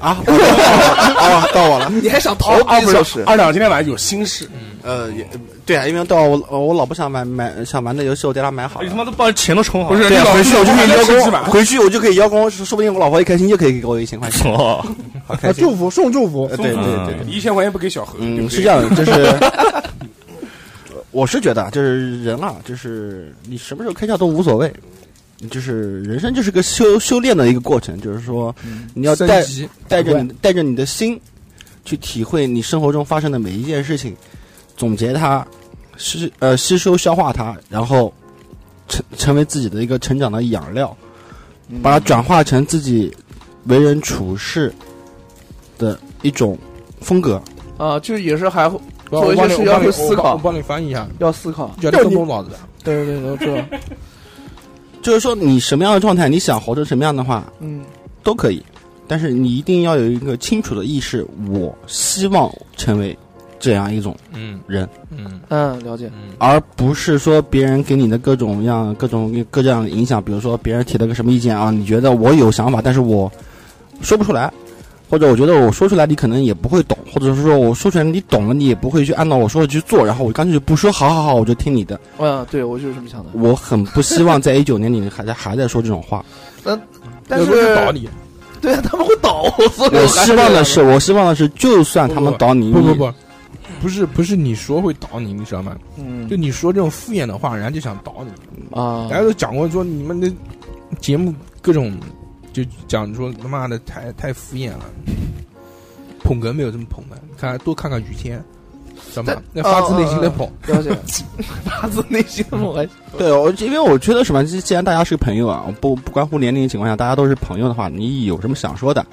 Speaker 4: 啊，啊，到我了。
Speaker 6: 你还想逃
Speaker 5: 二
Speaker 6: 避
Speaker 5: 二
Speaker 6: 小时？
Speaker 5: 二两今天晚上有心事，
Speaker 4: 呃，也对啊，因为到我我老婆想买买想玩的游戏，我给她买好
Speaker 3: 你他
Speaker 4: 了。
Speaker 3: 妈都把钱都充好
Speaker 5: 不
Speaker 3: 了。
Speaker 5: 是
Speaker 4: 对
Speaker 5: 你
Speaker 4: 啊，
Speaker 5: 老
Speaker 4: 回去我就可以邀
Speaker 5: 你老婆
Speaker 4: 功，回去我就可以邀功，说说不定我老婆一开心又可以给我一千块钱，
Speaker 3: 哦，
Speaker 4: 好开
Speaker 8: 啊，
Speaker 4: 心。
Speaker 8: 祝福送祝福
Speaker 4: 呃，对对对对，
Speaker 5: 一千块钱不给小何，对不
Speaker 4: 嗯，
Speaker 5: 对
Speaker 4: 是这样， 的，就是呃我是觉得啊，就是人啊，就是你什么时候开窍都无所谓，就是人生就是个修修炼的一个过程，就是说你要带
Speaker 7: 升级，
Speaker 4: 带着你的带着你的心，去体会你生活中发生的每一件事情，总结它，吸呃吸收消化它，然后成成为自己的一个成长的养料，把它转化成自己为人处事的一种风格。
Speaker 6: 啊，就是也是还会
Speaker 7: 我
Speaker 6: 做一
Speaker 7: 帮
Speaker 6: 些
Speaker 7: 你
Speaker 6: 事
Speaker 7: 我
Speaker 6: 要
Speaker 7: 帮你
Speaker 6: 会思
Speaker 7: 我帮我
Speaker 6: 考，
Speaker 7: 帮你翻译一下，
Speaker 6: 要思考。
Speaker 7: 叫你动动脑子。
Speaker 6: 对对对，我知道。
Speaker 4: 就是说，你什么样的状态，你想活成什么样的话
Speaker 6: 嗯，
Speaker 4: 都可以，但是你一定要有一个清楚的意识，我希望成为这样一种
Speaker 7: 嗯
Speaker 4: 人。
Speaker 7: 嗯
Speaker 6: 嗯，了解。
Speaker 7: 嗯，
Speaker 4: 而不是说别人给你的各种样、各种各样的影响，比如说别人提了个什么意见啊，你觉得我有想法，但是我说不出来，或者我觉得我说出来你可能也不会懂，或者是说我说出来你懂了，你也不会去按照我说的去做，然后我干脆就不说，好好好，我就听你的。
Speaker 6: 嗯，对我就是这么想的。
Speaker 4: 我很不希望在一九年里还在还在说这种话。
Speaker 6: 但
Speaker 7: 有时候
Speaker 6: 是
Speaker 7: 倒你，
Speaker 6: 对啊，他们会倒，所以
Speaker 4: 我
Speaker 6: 还
Speaker 4: 希望的是，我希望的是，就算他们倒你，
Speaker 7: 不不
Speaker 4: 你，
Speaker 7: 不，不是不是你说会倒你，你知道吗？
Speaker 6: 嗯
Speaker 7: 就你说这种敷衍的话，人家就想倒你。
Speaker 6: 啊
Speaker 7: 大，家都讲过说你们的节目各种就讲说他妈的太太敷衍了，捧哏没有这么捧的，看多看看于谦，知道吗？那
Speaker 6: 但
Speaker 7: 发自内心的
Speaker 5: 呃
Speaker 7: 捧，
Speaker 6: 了解， 发自内心的我还
Speaker 4: 对，我因为我觉得什么，既既然大家是朋友啊，不不关乎年龄的情况下，大家都是朋友的话，你有什么想说的，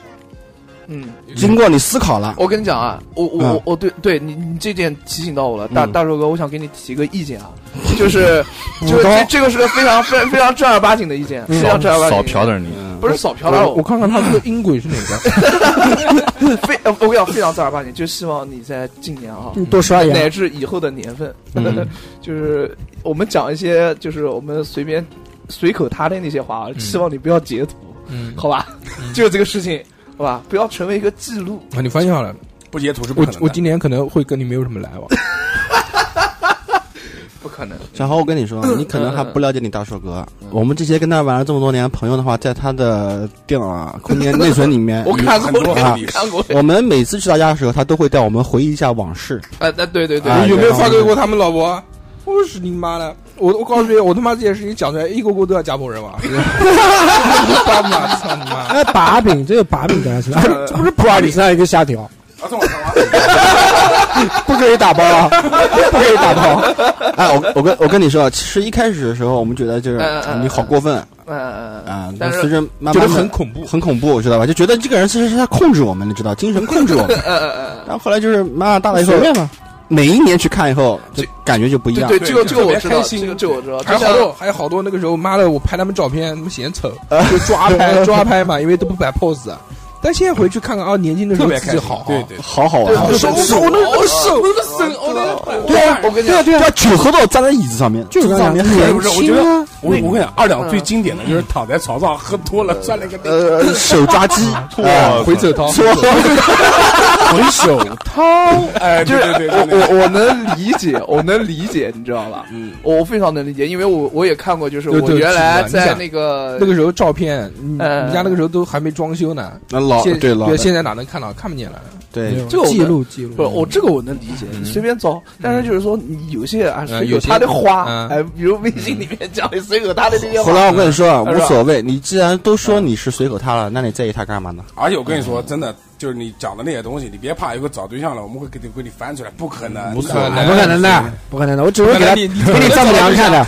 Speaker 6: 嗯，
Speaker 4: 经过你思考了，
Speaker 6: 我跟你讲啊，我我、
Speaker 4: 嗯
Speaker 6: 我我对对你你这点提醒到我了，大、
Speaker 4: 嗯
Speaker 6: 大硕哥，我想给你提个意见啊，就是就是这这个是个非常非非常正儿八经的意见，
Speaker 3: 嗯
Speaker 6: 非常正儿八经的意见，
Speaker 3: 少嫖点你。
Speaker 4: 嗯
Speaker 6: 不是少嫖点
Speaker 7: 我
Speaker 5: 哦
Speaker 6: 我
Speaker 7: 我，看看他这个音轨是哪个。
Speaker 6: 非呃我跟你讲非常正儿八经，就希望你在今年啊，
Speaker 8: 你多刷牙
Speaker 6: 乃。至以后的年份，
Speaker 7: 嗯
Speaker 6: 就是我们讲一些就是我们随便随口搭的那些话啊，希望你不要截图，
Speaker 7: 嗯，
Speaker 6: 好吧？ 就这个事情，好吧？不要成为一个记录。
Speaker 7: 啊，你发现好了，
Speaker 5: 不截图是不
Speaker 7: 我
Speaker 5: 可能的。
Speaker 7: 我今年可能会跟你没有什么来往。
Speaker 6: 不可能，
Speaker 4: 小豪，我跟你说，你可能还不了解你大硕哥
Speaker 6: 嗯。
Speaker 4: 我们这些跟他玩了这么多年的朋友的话，在他的电脑啊空间内存里面，
Speaker 6: 我看
Speaker 5: 很
Speaker 6: 过，
Speaker 5: 多
Speaker 4: 啊
Speaker 6: 我看过，
Speaker 4: 我们每次去他家的时候，他都会带我们回忆一下往事。
Speaker 6: 哎，那对对对，
Speaker 4: 啊
Speaker 7: 有没有
Speaker 4: 对
Speaker 7: 发给过他们老婆？我说是你妈的！我我告诉你，我他妈这件事情讲出来，一个个都要家破 人亡。他妈操你妈！
Speaker 8: 哎，把柄，这个把柄给 他吃，哎这不是普洱里上一个哦虾条，
Speaker 5: 啊，送我送我
Speaker 4: 不可以打包啊，不可以打包。哎，我我跟我跟你说，其实一开始的时候，我们觉得就是
Speaker 6: 嗯嗯嗯
Speaker 4: 你好过分
Speaker 6: 嗯嗯
Speaker 4: 啊，
Speaker 6: 但
Speaker 4: 随
Speaker 6: 是
Speaker 4: 着慢
Speaker 7: 觉得
Speaker 4: 慢
Speaker 7: 很
Speaker 4: 很
Speaker 7: 恐怖，
Speaker 4: 很恐怖，知道吧？就觉得这个人其实是在控制我们，你知道，精神控制我们。
Speaker 6: 呃呃
Speaker 4: 然后后来就是慢慢大了以后
Speaker 8: 随，便吧。
Speaker 4: 每一年去看以后，就感觉就不一
Speaker 6: 对
Speaker 4: 样。
Speaker 6: 对，这个这个我知
Speaker 5: 特别
Speaker 6: 道，
Speaker 5: 开心
Speaker 6: 这个这个我知道，
Speaker 7: 还有
Speaker 6: 就
Speaker 7: 好
Speaker 6: 像
Speaker 7: 多，还有好多那个时候，妈的，我拍他们照片，他们嫌丑， 就抓 拍抓拍嘛，因为都不摆 pose 啊。但现在回去看看啊，年轻的时
Speaker 5: 特
Speaker 7: 候
Speaker 5: 别
Speaker 7: 自
Speaker 5: 开
Speaker 7: 己
Speaker 5: 心，
Speaker 7: 好，哦
Speaker 5: 对， 对，
Speaker 4: 好好玩，
Speaker 6: 对，好
Speaker 7: 我
Speaker 6: 瘦，
Speaker 7: 我那我瘦，
Speaker 6: 我那瘦，我那
Speaker 4: 对啊
Speaker 6: 我跟你
Speaker 4: 对啊
Speaker 6: 讲，
Speaker 4: 对啊，他酒喝到站在椅子上面，
Speaker 8: 就是
Speaker 4: 上面
Speaker 8: 这样
Speaker 4: 很
Speaker 5: 不
Speaker 4: 啊
Speaker 5: 是？我觉得我
Speaker 6: 嗯
Speaker 5: 我跟你讲，二两最经典的就是躺在 床上喝多了，钻了一个
Speaker 3: 嗯
Speaker 4: 呃手抓鸡，
Speaker 3: 我
Speaker 4: 哎
Speaker 7: 回走涛，
Speaker 4: 说
Speaker 5: 回首掏，哎，
Speaker 6: 呃就
Speaker 5: 对
Speaker 6: 是
Speaker 5: 对对，
Speaker 6: 我
Speaker 5: 对对
Speaker 6: 我我能理解，我能理解，你知道吧？
Speaker 4: 嗯，
Speaker 6: 我非常能理解，因为我我也看过，就是
Speaker 7: 对
Speaker 6: 我
Speaker 7: 对
Speaker 6: 原来
Speaker 7: 是的你
Speaker 6: 在
Speaker 7: 想
Speaker 6: 那个
Speaker 7: 那个时候照片，你你
Speaker 6: 呃
Speaker 7: 家那个时候都还没装修呢，
Speaker 4: 那老
Speaker 7: 现
Speaker 4: 对老
Speaker 7: 对现在哪能看到？看不见了。
Speaker 8: 哎
Speaker 4: 对，
Speaker 6: 这个我
Speaker 8: 记
Speaker 6: 能
Speaker 8: 录记录，
Speaker 6: 不是我这个我能理解，你随便找，但是就是说你有些啊
Speaker 7: 嗯
Speaker 6: 随口
Speaker 7: 有些
Speaker 6: 他的花，
Speaker 7: 嗯
Speaker 6: 哎，比如微信里面讲的随口他的那些
Speaker 4: 后
Speaker 6: 花，
Speaker 4: 来我跟你说啊，
Speaker 6: 是
Speaker 4: 无
Speaker 6: 吧
Speaker 4: 所谓，你既然都说你是随口他了，那你在意他干嘛呢？
Speaker 5: 而且我跟你说，真的就是你讲的那些东西，你别怕，以后找对象了，我们会给你给你翻出来，不可能，不
Speaker 7: 可
Speaker 8: 哎不可能的，不可能的，我只会给他
Speaker 7: 你
Speaker 8: 给你丈母娘看的。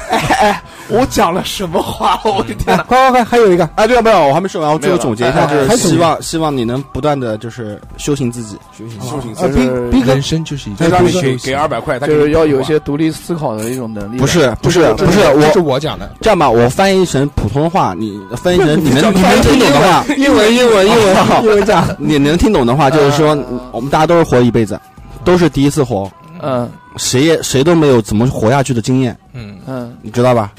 Speaker 6: 我讲了什么话？我的天
Speaker 8: 哎，
Speaker 6: 哪！
Speaker 8: 快快快，还有一个，
Speaker 4: 哎，对了，没有，我还没说完，我最后
Speaker 6: 没有了
Speaker 4: 总结一下，就
Speaker 8: 哎还
Speaker 4: 是
Speaker 8: 总结
Speaker 4: 希望希望你能不断的就是修行自己，
Speaker 5: 修行
Speaker 8: 呃，
Speaker 5: 僧，
Speaker 8: 斌斌哥
Speaker 7: 人生就是一
Speaker 5: 就
Speaker 7: 件
Speaker 5: 让你给给二百块，他
Speaker 6: 就是要有一些独立思考的一种能力。
Speaker 4: 不是不是不是
Speaker 7: 这是
Speaker 4: 我。
Speaker 7: 我讲的，
Speaker 4: 这样吧，我翻译成普通话，你翻译成你能你能听懂的 话，
Speaker 8: 英文英文英文英文讲，
Speaker 4: 你能听懂的话，就是说我们大家都是活一辈子，都是第一次活，
Speaker 6: 嗯
Speaker 4: 谁也谁都没有怎么活下去的经验，
Speaker 7: 嗯，
Speaker 6: 嗯，
Speaker 4: 你知道吧？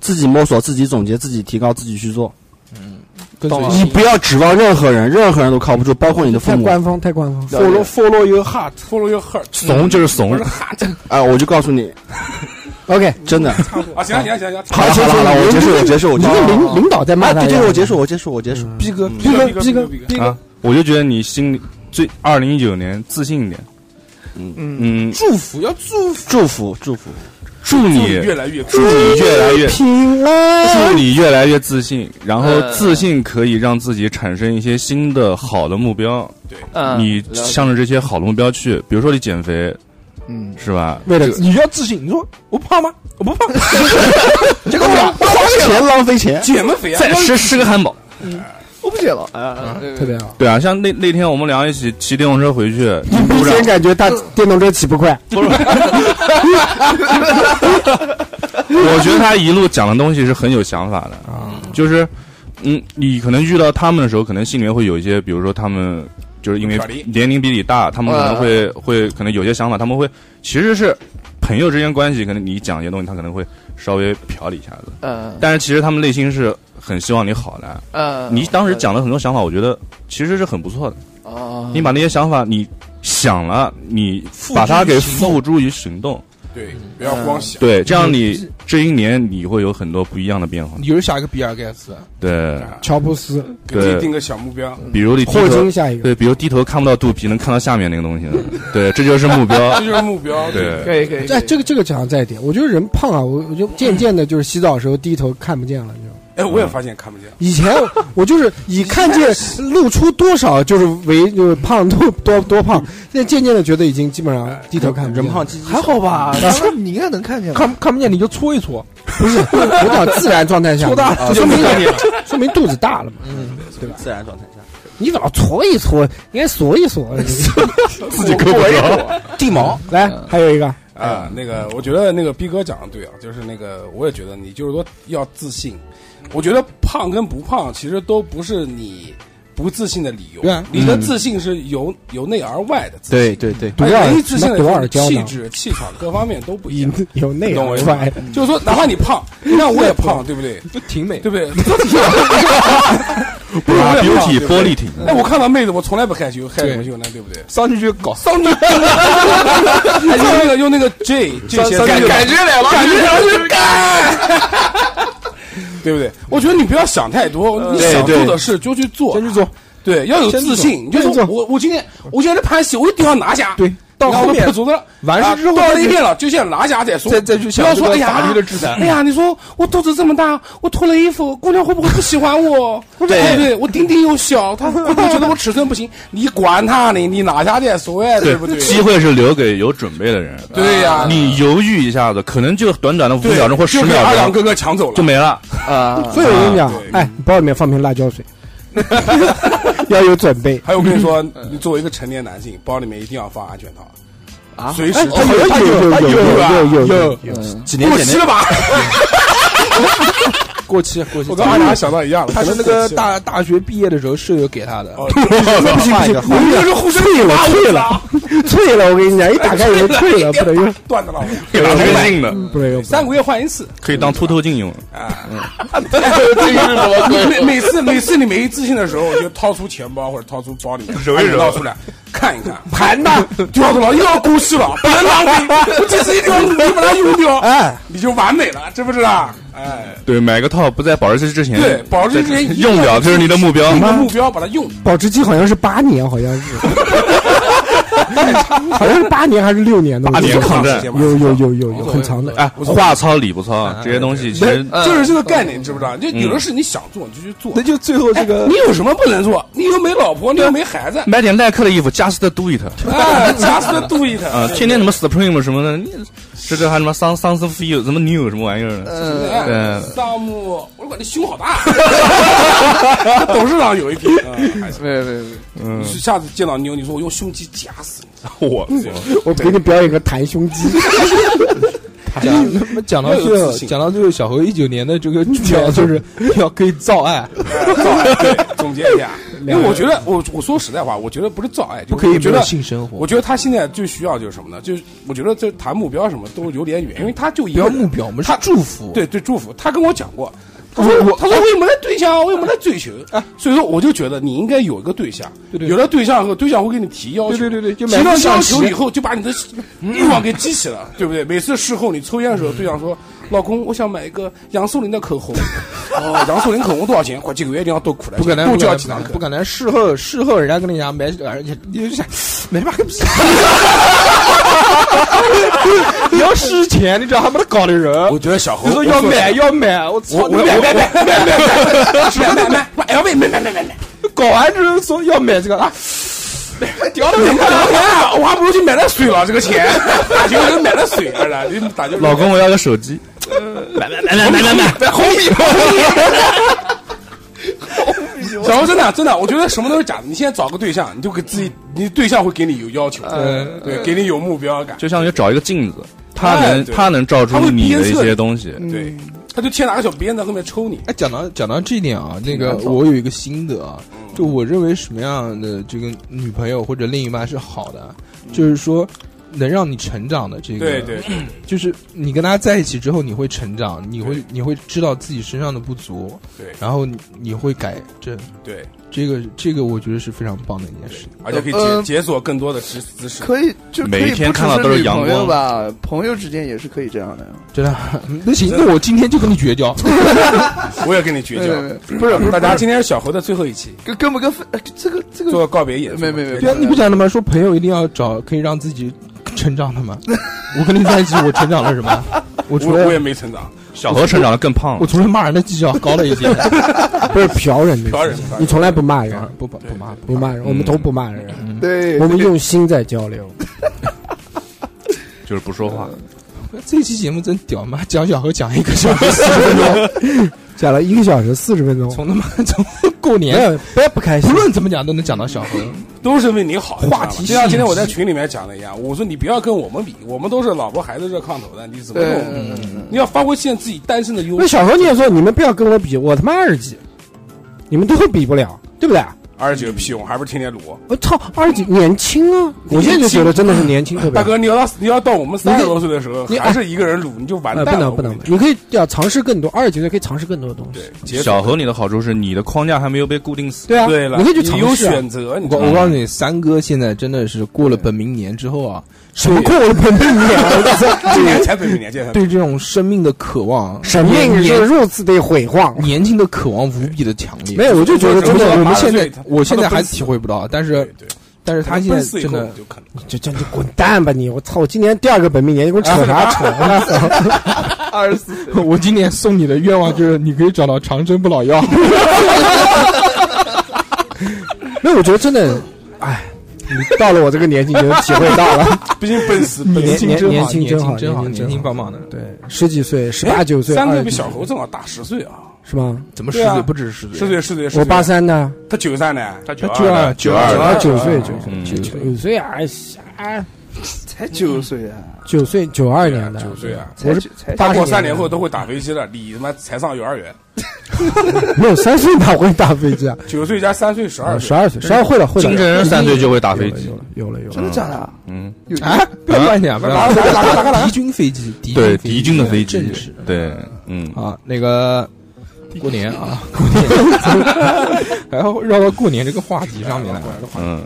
Speaker 4: 自己摸索，自己总结，自己提高，自己去做。
Speaker 7: 跟随
Speaker 6: 懂了
Speaker 4: 你不要指望任何人，任何人都靠不住，包括你的父
Speaker 8: 太
Speaker 4: 母。
Speaker 8: 官方太官方，
Speaker 5: follow follow your heart follow your heart
Speaker 3: 怂就是怂，
Speaker 4: 哎，我就告诉你，
Speaker 8: OK，
Speaker 4: 真的。
Speaker 5: 啊，行行行行行，
Speaker 4: 好了好了好了，我结束我结束我
Speaker 8: 你
Speaker 4: 结
Speaker 8: 个
Speaker 4: 束。
Speaker 8: 领领导在骂
Speaker 4: 啊，
Speaker 8: 他
Speaker 4: 对
Speaker 8: 一样，
Speaker 4: 对，我结束我结束我结束。
Speaker 7: 逼哥，
Speaker 5: 逼
Speaker 8: 哥
Speaker 5: 哥
Speaker 8: 逼哥
Speaker 5: 逼哥，
Speaker 8: 逼哥
Speaker 3: 啊，我就觉得你心里最二零一九年自信一点，嗯嗯，
Speaker 7: 祝福要祝福，
Speaker 4: 祝福祝福，
Speaker 3: 祝
Speaker 5: 祝
Speaker 3: 你
Speaker 5: 你越来越
Speaker 3: 祝你越来越
Speaker 8: 拼了，
Speaker 3: 祝你越嗯来越自信，然后自信可以让自己产生一些新的好的目标，
Speaker 6: 嗯，
Speaker 3: 你向着这些好的目标去，比如说你减肥，
Speaker 6: 嗯，
Speaker 3: 是吧？
Speaker 8: 为了
Speaker 7: 你要自信。你说我胖吗？我不胖，
Speaker 6: 这个我
Speaker 4: 花钱浪费钱。
Speaker 5: 减了肥啊，
Speaker 3: 再吃吃个汉堡。
Speaker 6: 我不写了，啊，
Speaker 8: 特别好，
Speaker 3: 对啊，像那那天我们俩一起骑电动车回去，
Speaker 8: 明
Speaker 3: 路上
Speaker 8: 显感觉他电动车骑不快，
Speaker 3: 我觉得他一路讲的东西是很有想法的，就是，嗯，你可能遇到他们的时候，可能心里面会有一些，比如说他们就是因为
Speaker 5: 挑剔
Speaker 3: 年龄比你大，他们可能会、会可能有些想法，他们会其实是朋友之间关系，可能你讲一些东西，他可能会稍微瞟你一下子，
Speaker 6: 嗯
Speaker 3: 但是其实他们内心是很希望你好的。
Speaker 6: 嗯，
Speaker 3: 你当时讲的很多想法，我觉得其实是很不错的。
Speaker 6: 啊，
Speaker 3: 你把那些想法你想了，你把它给付诸于行动，
Speaker 5: 对，不要光想，
Speaker 3: 对，这样你这一年你会有很多不一样的变化。
Speaker 5: 嗯
Speaker 7: 你就是下一个比尔盖茨，
Speaker 3: 对，
Speaker 8: 乔布 斯
Speaker 5: 给自己定个小目标，
Speaker 3: 比如你低
Speaker 8: 霍
Speaker 3: 头
Speaker 8: 金，下一个，
Speaker 3: 对，比如低头看不到肚皮，能看到下面那个 东西的，对，这就是目标
Speaker 5: 这。就是目标，
Speaker 3: 对
Speaker 6: 可以可以，
Speaker 8: 哎，这个这个讲在一点，我觉得人胖啊，我我就渐渐的就是洗澡的时候低头看不见了，你知道吗？
Speaker 5: 哎，我也发现看不见，
Speaker 8: 以前我我 就是以看见露出多少就是为就是胖多多多胖，现在渐渐的觉得已经基本上低头看不见
Speaker 4: 人胖
Speaker 8: 了
Speaker 4: 鸡鸡
Speaker 6: 还好吧？ 你应该能看见吧，
Speaker 7: 看看不见你就搓一搓，
Speaker 8: 不是我讲自然状态下，
Speaker 7: 搓大
Speaker 8: 啊说明说明肚子大了嘛，
Speaker 4: 嗯自然状态下，
Speaker 8: 你老搓一搓，应该锁一锁。啊
Speaker 3: 自己够不着。
Speaker 7: 地毛
Speaker 8: 来，还有一个，
Speaker 5: 啊，那个我觉得那个逼哥讲的对啊，就是那个我也觉得你就是说要自信，我觉得胖跟不胖其实都不是你不自信的理由
Speaker 7: 对啊，
Speaker 5: 你的自信是由由内而外的自
Speaker 4: 对
Speaker 5: 信，
Speaker 4: 对对，
Speaker 8: 独
Speaker 5: 而
Speaker 8: 耳
Speaker 5: 你自信的
Speaker 8: 什么独耳胶
Speaker 5: 哎气
Speaker 8: 囊
Speaker 5: 质、气场各方面都不一
Speaker 8: 有
Speaker 5: 样。
Speaker 8: 有内
Speaker 5: 懂我意思吗
Speaker 8: 外，？
Speaker 5: 就是说，哪怕你胖，你看我也胖，对不对？
Speaker 7: 挺美，
Speaker 5: 对不对？
Speaker 3: 啊
Speaker 5: 我也胖
Speaker 3: ，beauty
Speaker 5: 对不
Speaker 3: 玻
Speaker 5: 对
Speaker 3: 璃体，
Speaker 5: 哎，我看到妹子，我从来不害羞，害什么羞呢？对不对？
Speaker 7: 上去就搞上
Speaker 5: 哎用那个用那个 J J 先
Speaker 7: 上去就
Speaker 5: 觉来了，感觉来了，干， 对不对？我觉得你不要想太
Speaker 7: 呃
Speaker 5: 多，你想做的事就去做
Speaker 7: 先，去做，
Speaker 5: 对，要有
Speaker 7: 先去
Speaker 5: 自信。你就
Speaker 7: 先去
Speaker 5: 说
Speaker 7: 做
Speaker 5: 我我今天我今天的盘戏，我一定要拿下。
Speaker 7: 对到后面
Speaker 5: 走的啊
Speaker 7: 完事之后
Speaker 5: 到了一遍了，就先拿下再说，
Speaker 7: 再再去想
Speaker 5: 不要说哎
Speaker 7: 这个
Speaker 5: 呀
Speaker 7: 法律的制裁
Speaker 5: 哎呀，你说我肚子这么大，我脱了衣服，姑娘会不会不喜欢 我？对
Speaker 7: 哎
Speaker 5: 不对？我丁丁又小，她会不会觉得我尺寸不行？你管她呢，你拿下再说呀，对不对？
Speaker 3: 机会是留给有准备的人。
Speaker 5: 对呀
Speaker 3: 你犹豫一下子，可能就短短的五
Speaker 5: 对
Speaker 3: 秒钟或
Speaker 5: 就
Speaker 3: 十
Speaker 5: 给二
Speaker 3: 秒
Speaker 5: 两
Speaker 3: 钟
Speaker 5: 哥哥抢走了
Speaker 3: 就。没了。
Speaker 8: 所以我跟你讲
Speaker 5: 对，
Speaker 8: 哎，包里面放瓶辣椒水，要有准备。
Speaker 5: 还有，我跟你说，你作为一个成年男性，包里面一定要放安全套啊，随时
Speaker 8: 哎，
Speaker 5: 注意。
Speaker 8: 有有有有有有有有，
Speaker 4: 几年
Speaker 5: 过
Speaker 4: 前
Speaker 5: 期
Speaker 4: 的
Speaker 5: 了吧？
Speaker 7: 过期过期
Speaker 5: 我。跟阿达想到一样了，
Speaker 7: 他是那
Speaker 5: 过
Speaker 7: 个
Speaker 5: 期了
Speaker 7: 大大学毕业的时候舍友给他的，
Speaker 5: 哦
Speaker 8: 不行不行，我跟你讲，脆了脆了脆了，我跟你讲，一打开以后脆了，不能用，
Speaker 5: 断的了，
Speaker 3: 给拿个硬的，
Speaker 8: 不能用。
Speaker 5: 三个月换一次。
Speaker 3: 可以当凸透镜用。
Speaker 5: 每每次每次你没自信的时候，就掏出钱包或者掏出包里面，揉一揉，掏出来，看一看，盘它，掉的了，又要过去了，不能浪费，我这次一定要努力把它用 掉，哎，你就完美了，知不知道？哎，
Speaker 3: 对，买个套不在保质期之前，
Speaker 5: 对，保质之前一定要
Speaker 3: 用掉，这是你的目标。
Speaker 5: 你的目标把它用，
Speaker 8: 保质期好像是八年，好像是， 好像是八年还是六年的，
Speaker 3: 八年抗
Speaker 5: 时
Speaker 3: 战
Speaker 5: 间吧
Speaker 8: 有有有有有很长的，
Speaker 3: 哎，话糙理不糙，这些东西其实
Speaker 5: 啊对就是这个概念，知不知道？就
Speaker 3: 嗯
Speaker 5: 有的事你想做你就去做
Speaker 7: 那，就最后这个
Speaker 6: 哎
Speaker 5: 你有什么不能做？你又没老婆，你又没孩子，
Speaker 3: 买点耐克的衣服，just do it。
Speaker 5: 哎，just do it
Speaker 3: 啊，天天什么 Supreme 什么的，你这个还什么 Sun Sun for You 什么 New 什么玩意儿的，
Speaker 5: 哎
Speaker 3: 对
Speaker 5: 萨姆，我管你胸好大，啊董事长有一瓶，嗯还行
Speaker 6: 没有没有没有，
Speaker 3: 嗯，
Speaker 5: 你下次见到妞，你说我用胸肌夹死你，
Speaker 3: 我
Speaker 5: 嗯
Speaker 8: 我给你表演个弹胸肌，
Speaker 7: 讲那么讲到
Speaker 5: 要有
Speaker 7: 最后
Speaker 5: 自，信
Speaker 7: 讲到最后，小何一九年的这个目标就是要可以造爱，
Speaker 5: 哎造爱对总结 一下，因为我觉得我我说实在话，我觉得不是造爱，就
Speaker 7: 不可以
Speaker 5: 我觉
Speaker 7: 没有
Speaker 5: 得
Speaker 7: 性生活
Speaker 5: 我觉得他现在最需要就是什么呢？就是我觉得这谈目标什么都有点远，因为他就一
Speaker 7: 不
Speaker 5: 个
Speaker 7: 要
Speaker 5: 人
Speaker 7: 目标，我们是
Speaker 5: 他
Speaker 7: 祝福。
Speaker 5: 对对，祝福。他跟我讲过，他说我他说我也没得对象，我也没得追求，所以说我就觉得你应该有一个对象，
Speaker 7: 啊对对
Speaker 5: 有了对象后，对象会给你提要求，
Speaker 7: 对对对对就买
Speaker 5: 提
Speaker 7: 个
Speaker 5: 到
Speaker 7: 象
Speaker 5: 要求
Speaker 7: 棋
Speaker 5: 以后，就把你的欲望给激起了，对不对？每次事后你抽烟的时候，对象说。老公，我想买一个杨树林的口红。哦，杨树林口红多少钱？快，这个月一定要多苦了，
Speaker 7: 不可能，
Speaker 5: 多
Speaker 7: 不可
Speaker 5: 交
Speaker 7: 能
Speaker 5: 几堂课
Speaker 7: 不。可能。事后，事后人家跟你讲买，而且你就想买妈个屁！ 你要事前，你知道他妈的搞的人，
Speaker 5: 我觉得小猴
Speaker 7: 你说要买，要买，我
Speaker 5: 我
Speaker 7: 操！
Speaker 5: 我
Speaker 7: 你
Speaker 5: 我
Speaker 7: 买
Speaker 5: 买
Speaker 7: 买
Speaker 5: 买
Speaker 7: 买
Speaker 5: 买买 买买买买买 LV 买买买买买。
Speaker 7: 搞完之后说要买这个啊，
Speaker 5: 屌的，我还不如去买点水了，这个钱， 打球人买点水了啦，你打球
Speaker 3: 老公，我要个手机，
Speaker 5: 来来来来来，红米，小欧真的真的，我觉得什么都是假的。你现在找个对象，你就给自己，你对象会给你有要求，
Speaker 7: 嗯
Speaker 5: 对，给你有目标感，
Speaker 3: 就相当于找一个镜子，它
Speaker 5: 哎
Speaker 3: 能
Speaker 5: 对
Speaker 3: 它能照
Speaker 5: 它
Speaker 3: 出
Speaker 5: 会嗯
Speaker 3: 你的
Speaker 5: 鞭
Speaker 3: 一
Speaker 5: 策
Speaker 3: 些
Speaker 5: 你
Speaker 3: 东西，
Speaker 5: 对，他就贴拿个小鞭子在后面抽你，
Speaker 7: 哎，讲到讲到这一点啊，那个我有一个心得啊，
Speaker 5: 嗯
Speaker 7: 就我认为什么样的这个女朋友或者另一半是好的，啊就是说能让你成长的这个，
Speaker 5: 对对，
Speaker 7: 就是你跟他在一起之后，你会成长，你会你会知道自己身上的不足，
Speaker 5: 对
Speaker 7: 然后你你会改正，
Speaker 5: 对，
Speaker 7: 这个这个我觉得是非常棒的一件事情。
Speaker 5: 而且可以解解锁更多的姿姿势。
Speaker 6: 可以就可以
Speaker 3: 每一天
Speaker 6: 不只
Speaker 3: 看到都是
Speaker 6: 女
Speaker 3: 阳
Speaker 6: 朋友
Speaker 3: 光
Speaker 6: 吧，朋友之间也是可以这样的。
Speaker 7: 真的， 嗯那行，那我今天就跟你绝交。
Speaker 5: 我也跟你绝
Speaker 6: 对
Speaker 5: 交，
Speaker 6: 对对，不是不是，
Speaker 5: 大家今天是小猴的最后一期，
Speaker 6: 跟跟不跟分呃这个这
Speaker 5: 做
Speaker 6: 个
Speaker 5: 个告别演出。
Speaker 6: 没没没
Speaker 5: 对
Speaker 7: 对啊，你不讲的吗？说朋友一定要找可以让自己成长的吗？ 我跟你在一起，我成长了什么？我除
Speaker 5: 我我也
Speaker 7: 了
Speaker 5: 没成长，
Speaker 3: 小何成长的更胖
Speaker 7: 我
Speaker 3: 了。
Speaker 7: 除了骂人的技巧高了一些，
Speaker 8: 不是嫖人的，
Speaker 5: 嫖人嫖人
Speaker 8: 你从来不骂人，
Speaker 7: 不不不骂
Speaker 8: 不骂人，我们都不骂人，
Speaker 7: 嗯
Speaker 6: 对
Speaker 8: 我们用心在交 流。
Speaker 3: 就是不说
Speaker 5: 呃
Speaker 3: 话，
Speaker 7: 这期节目真屌妈，讲小何讲一个小时，
Speaker 8: 讲了一个小时四十分钟，
Speaker 7: 从他妈从过
Speaker 8: 没
Speaker 7: 年，
Speaker 8: 有，不要不开心
Speaker 7: 不。论怎么讲都能讲到小何。
Speaker 5: 都是为你好。
Speaker 7: 话题
Speaker 5: 你知道吗就像今天我在
Speaker 7: 性
Speaker 5: 群里面讲的一样，我说你不要跟我们比，我们都是老婆孩子热炕头的，你怎么
Speaker 6: 对
Speaker 5: 跟我们
Speaker 6: 嗯嗯
Speaker 5: 比？你要发挥现在自己单身的优
Speaker 8: 那
Speaker 5: 势。
Speaker 8: 小何你也说，你们不要跟我比，我他妈二级，你们都比不了，对不对？
Speaker 5: 二十九屁用，还不是天天裸？
Speaker 8: 我操，二级年轻啊！我现在就觉得真的是年轻，特别
Speaker 5: 大
Speaker 8: 好。
Speaker 5: 哥，你要到你要到我们三十多岁的时候，
Speaker 8: 你
Speaker 5: 还是一个人撸，你就完
Speaker 8: 呃，
Speaker 5: 蛋
Speaker 8: 不
Speaker 5: 了。
Speaker 8: 能不能，你可以要尝试更多，二级的可以尝试更多的东西。
Speaker 5: 对，解
Speaker 3: 小何你的好处是你的框架还没有被固定死，
Speaker 8: 对啊，
Speaker 5: 对了，
Speaker 8: 你可以去
Speaker 5: 有
Speaker 8: 尝试啊。
Speaker 5: 选择，你知
Speaker 7: 我
Speaker 5: 道
Speaker 7: 我
Speaker 5: 吗？
Speaker 7: 告诉你，三哥现在真的是过了本命年之后啊，
Speaker 8: 什么过了本命 年？我操
Speaker 5: 今年才本命年，今年才
Speaker 7: 对这种生命的渴望，
Speaker 8: 神命是
Speaker 7: 年
Speaker 8: 如此的毁谤。
Speaker 7: 年轻的渴望无比的强烈。
Speaker 8: 没有，我就觉得真的，
Speaker 5: 我
Speaker 8: 我
Speaker 7: 我
Speaker 8: 们
Speaker 7: 们
Speaker 5: 八十
Speaker 7: 现
Speaker 5: 岁
Speaker 7: 在
Speaker 5: 他
Speaker 7: 我现在
Speaker 5: 他都
Speaker 7: 还
Speaker 5: 奔四
Speaker 7: 体会不到，但
Speaker 5: 对
Speaker 7: 是
Speaker 5: 对，
Speaker 7: 但是他现
Speaker 5: 奔
Speaker 7: 在
Speaker 5: 四以
Speaker 7: 真
Speaker 5: 后
Speaker 7: 的
Speaker 5: 我就可能
Speaker 8: 就这样就滚蛋吧你！我操，我今年第二个本命年，你给我扯啥扯？啊我操！
Speaker 6: 二十四岁，
Speaker 7: 我今年送你的愿望就是你可以找到长生不老药。
Speaker 8: 没有，我觉得真的，哎，你到了我这个年纪，你就体会到了，
Speaker 5: 毕竟奔 死奔
Speaker 8: 年
Speaker 5: 死。
Speaker 7: 轻真
Speaker 8: 年
Speaker 7: 好
Speaker 8: 轻
Speaker 7: 年
Speaker 8: 真
Speaker 7: 轻
Speaker 8: 好，
Speaker 7: 真好
Speaker 8: 年
Speaker 7: 年轻
Speaker 8: 好
Speaker 7: 棒棒的
Speaker 8: 对，十几岁，十八
Speaker 5: 哎
Speaker 8: 九岁，
Speaker 5: 三
Speaker 8: 二
Speaker 5: 哥
Speaker 8: 十
Speaker 5: 比小猴正好大十岁啊，
Speaker 8: 是吗？
Speaker 7: 怎么十
Speaker 5: 对啊
Speaker 7: 岁不止十岁？
Speaker 5: 十岁十岁十岁。
Speaker 8: 我八，三的，
Speaker 5: 他九三的，
Speaker 3: 他九
Speaker 7: 二的
Speaker 3: 九
Speaker 8: 九
Speaker 3: 二
Speaker 8: 二
Speaker 3: 的
Speaker 8: 九岁，九
Speaker 3: 嗯
Speaker 8: 岁，九九岁啊，哎
Speaker 6: 才九岁啊，
Speaker 8: 九岁九二年的，
Speaker 5: 九岁啊
Speaker 6: 才
Speaker 8: 我
Speaker 6: 九
Speaker 8: 是
Speaker 6: 才
Speaker 8: 八
Speaker 5: 他
Speaker 8: 十
Speaker 5: 过
Speaker 8: 年
Speaker 5: 三年
Speaker 8: 的
Speaker 5: 后都会打飞机了，你他妈才上幼儿园，
Speaker 8: 没有三岁哪会打飞机啊？
Speaker 5: 九岁加三岁十二
Speaker 8: 十
Speaker 5: 岁，
Speaker 8: 二岁，十二会了，会了。
Speaker 3: 金正恩三岁就会打飞机
Speaker 8: 有，了，有了，有了有了。
Speaker 6: 真的假的？
Speaker 3: 嗯，
Speaker 6: 有
Speaker 7: 啊！不要乱讲，不要乱
Speaker 5: 打打打打
Speaker 7: 讲。
Speaker 5: 打
Speaker 7: 敌军飞机，敌
Speaker 3: 对敌军的飞机
Speaker 7: 正是，
Speaker 3: 对，嗯，
Speaker 7: 啊，那个过年啊，过 年，还要绕到过年这个话题上面来。
Speaker 3: 嗯，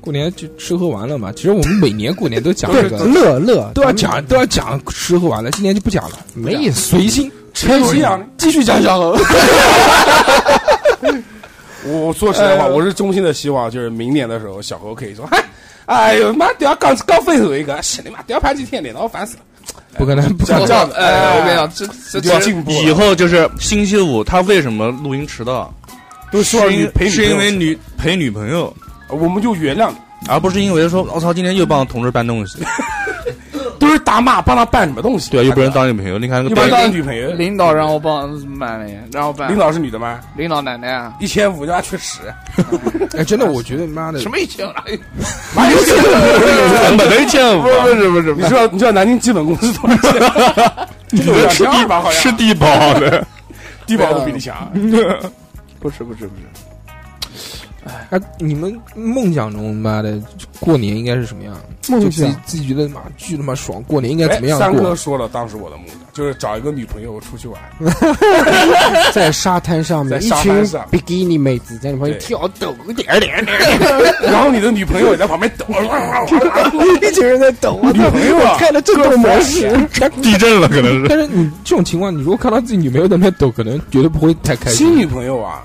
Speaker 7: 过年就吃喝玩乐嘛。其实我们每年过年都讲这
Speaker 8: 对
Speaker 7: 个，
Speaker 8: 乐乐
Speaker 7: 都要讲都要讲吃喝玩乐，今年就不讲了，没意思，随心
Speaker 5: 开心啊！
Speaker 7: 继续 讲小何。
Speaker 5: 我说实在话，我是衷心的希望，就是明年的时候，小猴可以说，嗨，哎呦妈，屌，刚刚分手一个，哎是你妈，屌盘几天脸，我烦死了。
Speaker 7: 不可能，不可
Speaker 5: 这
Speaker 7: 能，
Speaker 5: 样子，
Speaker 6: 哎，我跟你讲，这这
Speaker 5: 就要进步了
Speaker 3: 以后就是星期五，他为什么录音迟到？
Speaker 5: 都
Speaker 3: 是
Speaker 5: 希望你
Speaker 3: 因
Speaker 5: 陪你
Speaker 3: 是因为
Speaker 5: 朋友
Speaker 3: 女陪女朋友，
Speaker 5: 我们就原谅你，
Speaker 3: 而不是因为说我操，今天又帮同志搬东西，
Speaker 5: 都是大骂，帮他办什么东西？
Speaker 3: 对啊，又不能当女朋友。你看那
Speaker 5: 又
Speaker 3: 个
Speaker 5: 不能
Speaker 3: 短
Speaker 5: 当女朋友，
Speaker 6: 领导让我帮嗯买了，让我办
Speaker 5: 领导是女的吗？
Speaker 6: 领导奶奶啊，
Speaker 5: 一千五要缺十，
Speaker 7: 哎，真的，我觉得妈的，
Speaker 6: 什么一千啊？
Speaker 5: 哪有这个？
Speaker 3: 怎么能这样吧？
Speaker 6: 不是不是
Speaker 5: 你知道你知道南京基本工资多少 钱？这个
Speaker 3: 吃
Speaker 5: 两千二吧，好
Speaker 3: 吃
Speaker 5: 像
Speaker 3: 地堡的，
Speaker 5: 低保都比你强。
Speaker 6: 不是不是不是，
Speaker 7: 哎，你们梦想中妈的过年应该是什么样？就
Speaker 8: 梦
Speaker 7: 自
Speaker 8: 想
Speaker 7: 己。自己觉得妈巨他妈爽，过年应该
Speaker 5: 哎
Speaker 7: 怎么样
Speaker 5: 三哥
Speaker 7: 过？
Speaker 5: 说了，当时我的梦想就是找一个女朋友出去玩，
Speaker 8: 在沙滩上面，
Speaker 5: 在
Speaker 8: 一
Speaker 5: 沙滩
Speaker 8: 群
Speaker 5: 上
Speaker 8: 比基尼妹子在你旁边
Speaker 5: 对
Speaker 8: 跳抖 点点点，
Speaker 5: 然后你的女朋友也在旁边抖，
Speaker 8: 一群人在抖，我
Speaker 5: 女
Speaker 8: 操
Speaker 5: 朋友啊，
Speaker 8: 开了震动模式，
Speaker 3: 地震了可能是。
Speaker 7: 但是你这种情况，你如果看到自己女朋友在那边抖，可能绝对不会太开
Speaker 5: 新
Speaker 7: 心，
Speaker 5: 女朋友啊，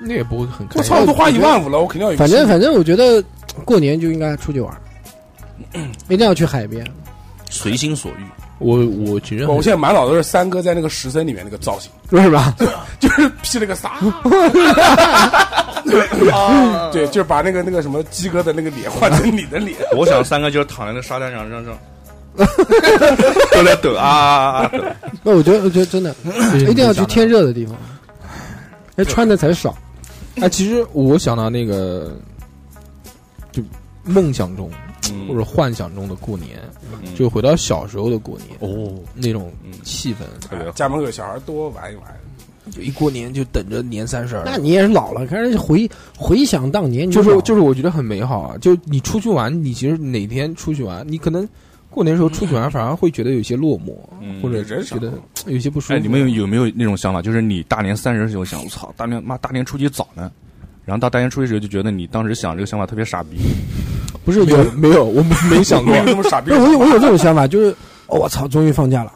Speaker 7: 那也不会很开
Speaker 5: 我
Speaker 7: 心。
Speaker 5: 操，都花一万五了，我肯定要有个
Speaker 8: 反正
Speaker 5: 新
Speaker 8: 反正我觉得过年就应该出去玩，一定要去海边。
Speaker 3: 随心所欲，
Speaker 7: 我我其实
Speaker 5: 我现在满脑子都是三哥在那个石森里面那个造型，
Speaker 8: 为什么？
Speaker 5: 就是披了个纱，对，就是把那个那个什么鸡哥的那个脸换成你的脸，
Speaker 3: 我想三个就是躺在那沙滩 上，让让，都在抖啊啊啊！啊抖
Speaker 8: 那我觉得，我觉得真的
Speaker 7: 嗯
Speaker 8: 一定要去天热的地方，那穿的才少。
Speaker 7: 哎，其实我想到那个，就梦想中或者
Speaker 3: 嗯
Speaker 7: 幻想中的过年，
Speaker 3: 嗯
Speaker 7: 就回到小时候的过年
Speaker 3: 哦，
Speaker 7: 那种
Speaker 3: 嗯
Speaker 7: 气氛，
Speaker 3: 特别好。
Speaker 5: 家门口小孩多玩一玩，
Speaker 7: 就一过年就等着年三十儿。
Speaker 8: 那你也是老了，开始回回想当年，你
Speaker 7: 就是
Speaker 8: 老了
Speaker 7: 就是我觉得很美好啊！就你出去玩，你其实哪天出去玩，你可能过年时候出去玩，反而会觉得有些落寞，
Speaker 3: 嗯
Speaker 7: 或者
Speaker 5: 人少
Speaker 7: 觉得有些不舒服。
Speaker 3: 哎，你们有有没有那种想法？就是你大年三十的时候想，我操，大年妈大年初几早呢？然后到大年初一的时候就觉得你当时想这个想法特别傻逼，
Speaker 7: 不是有没有？我没想过
Speaker 5: 没有那么傻逼
Speaker 8: 那。我有我有这种想法，就是哦我操，终于放假了。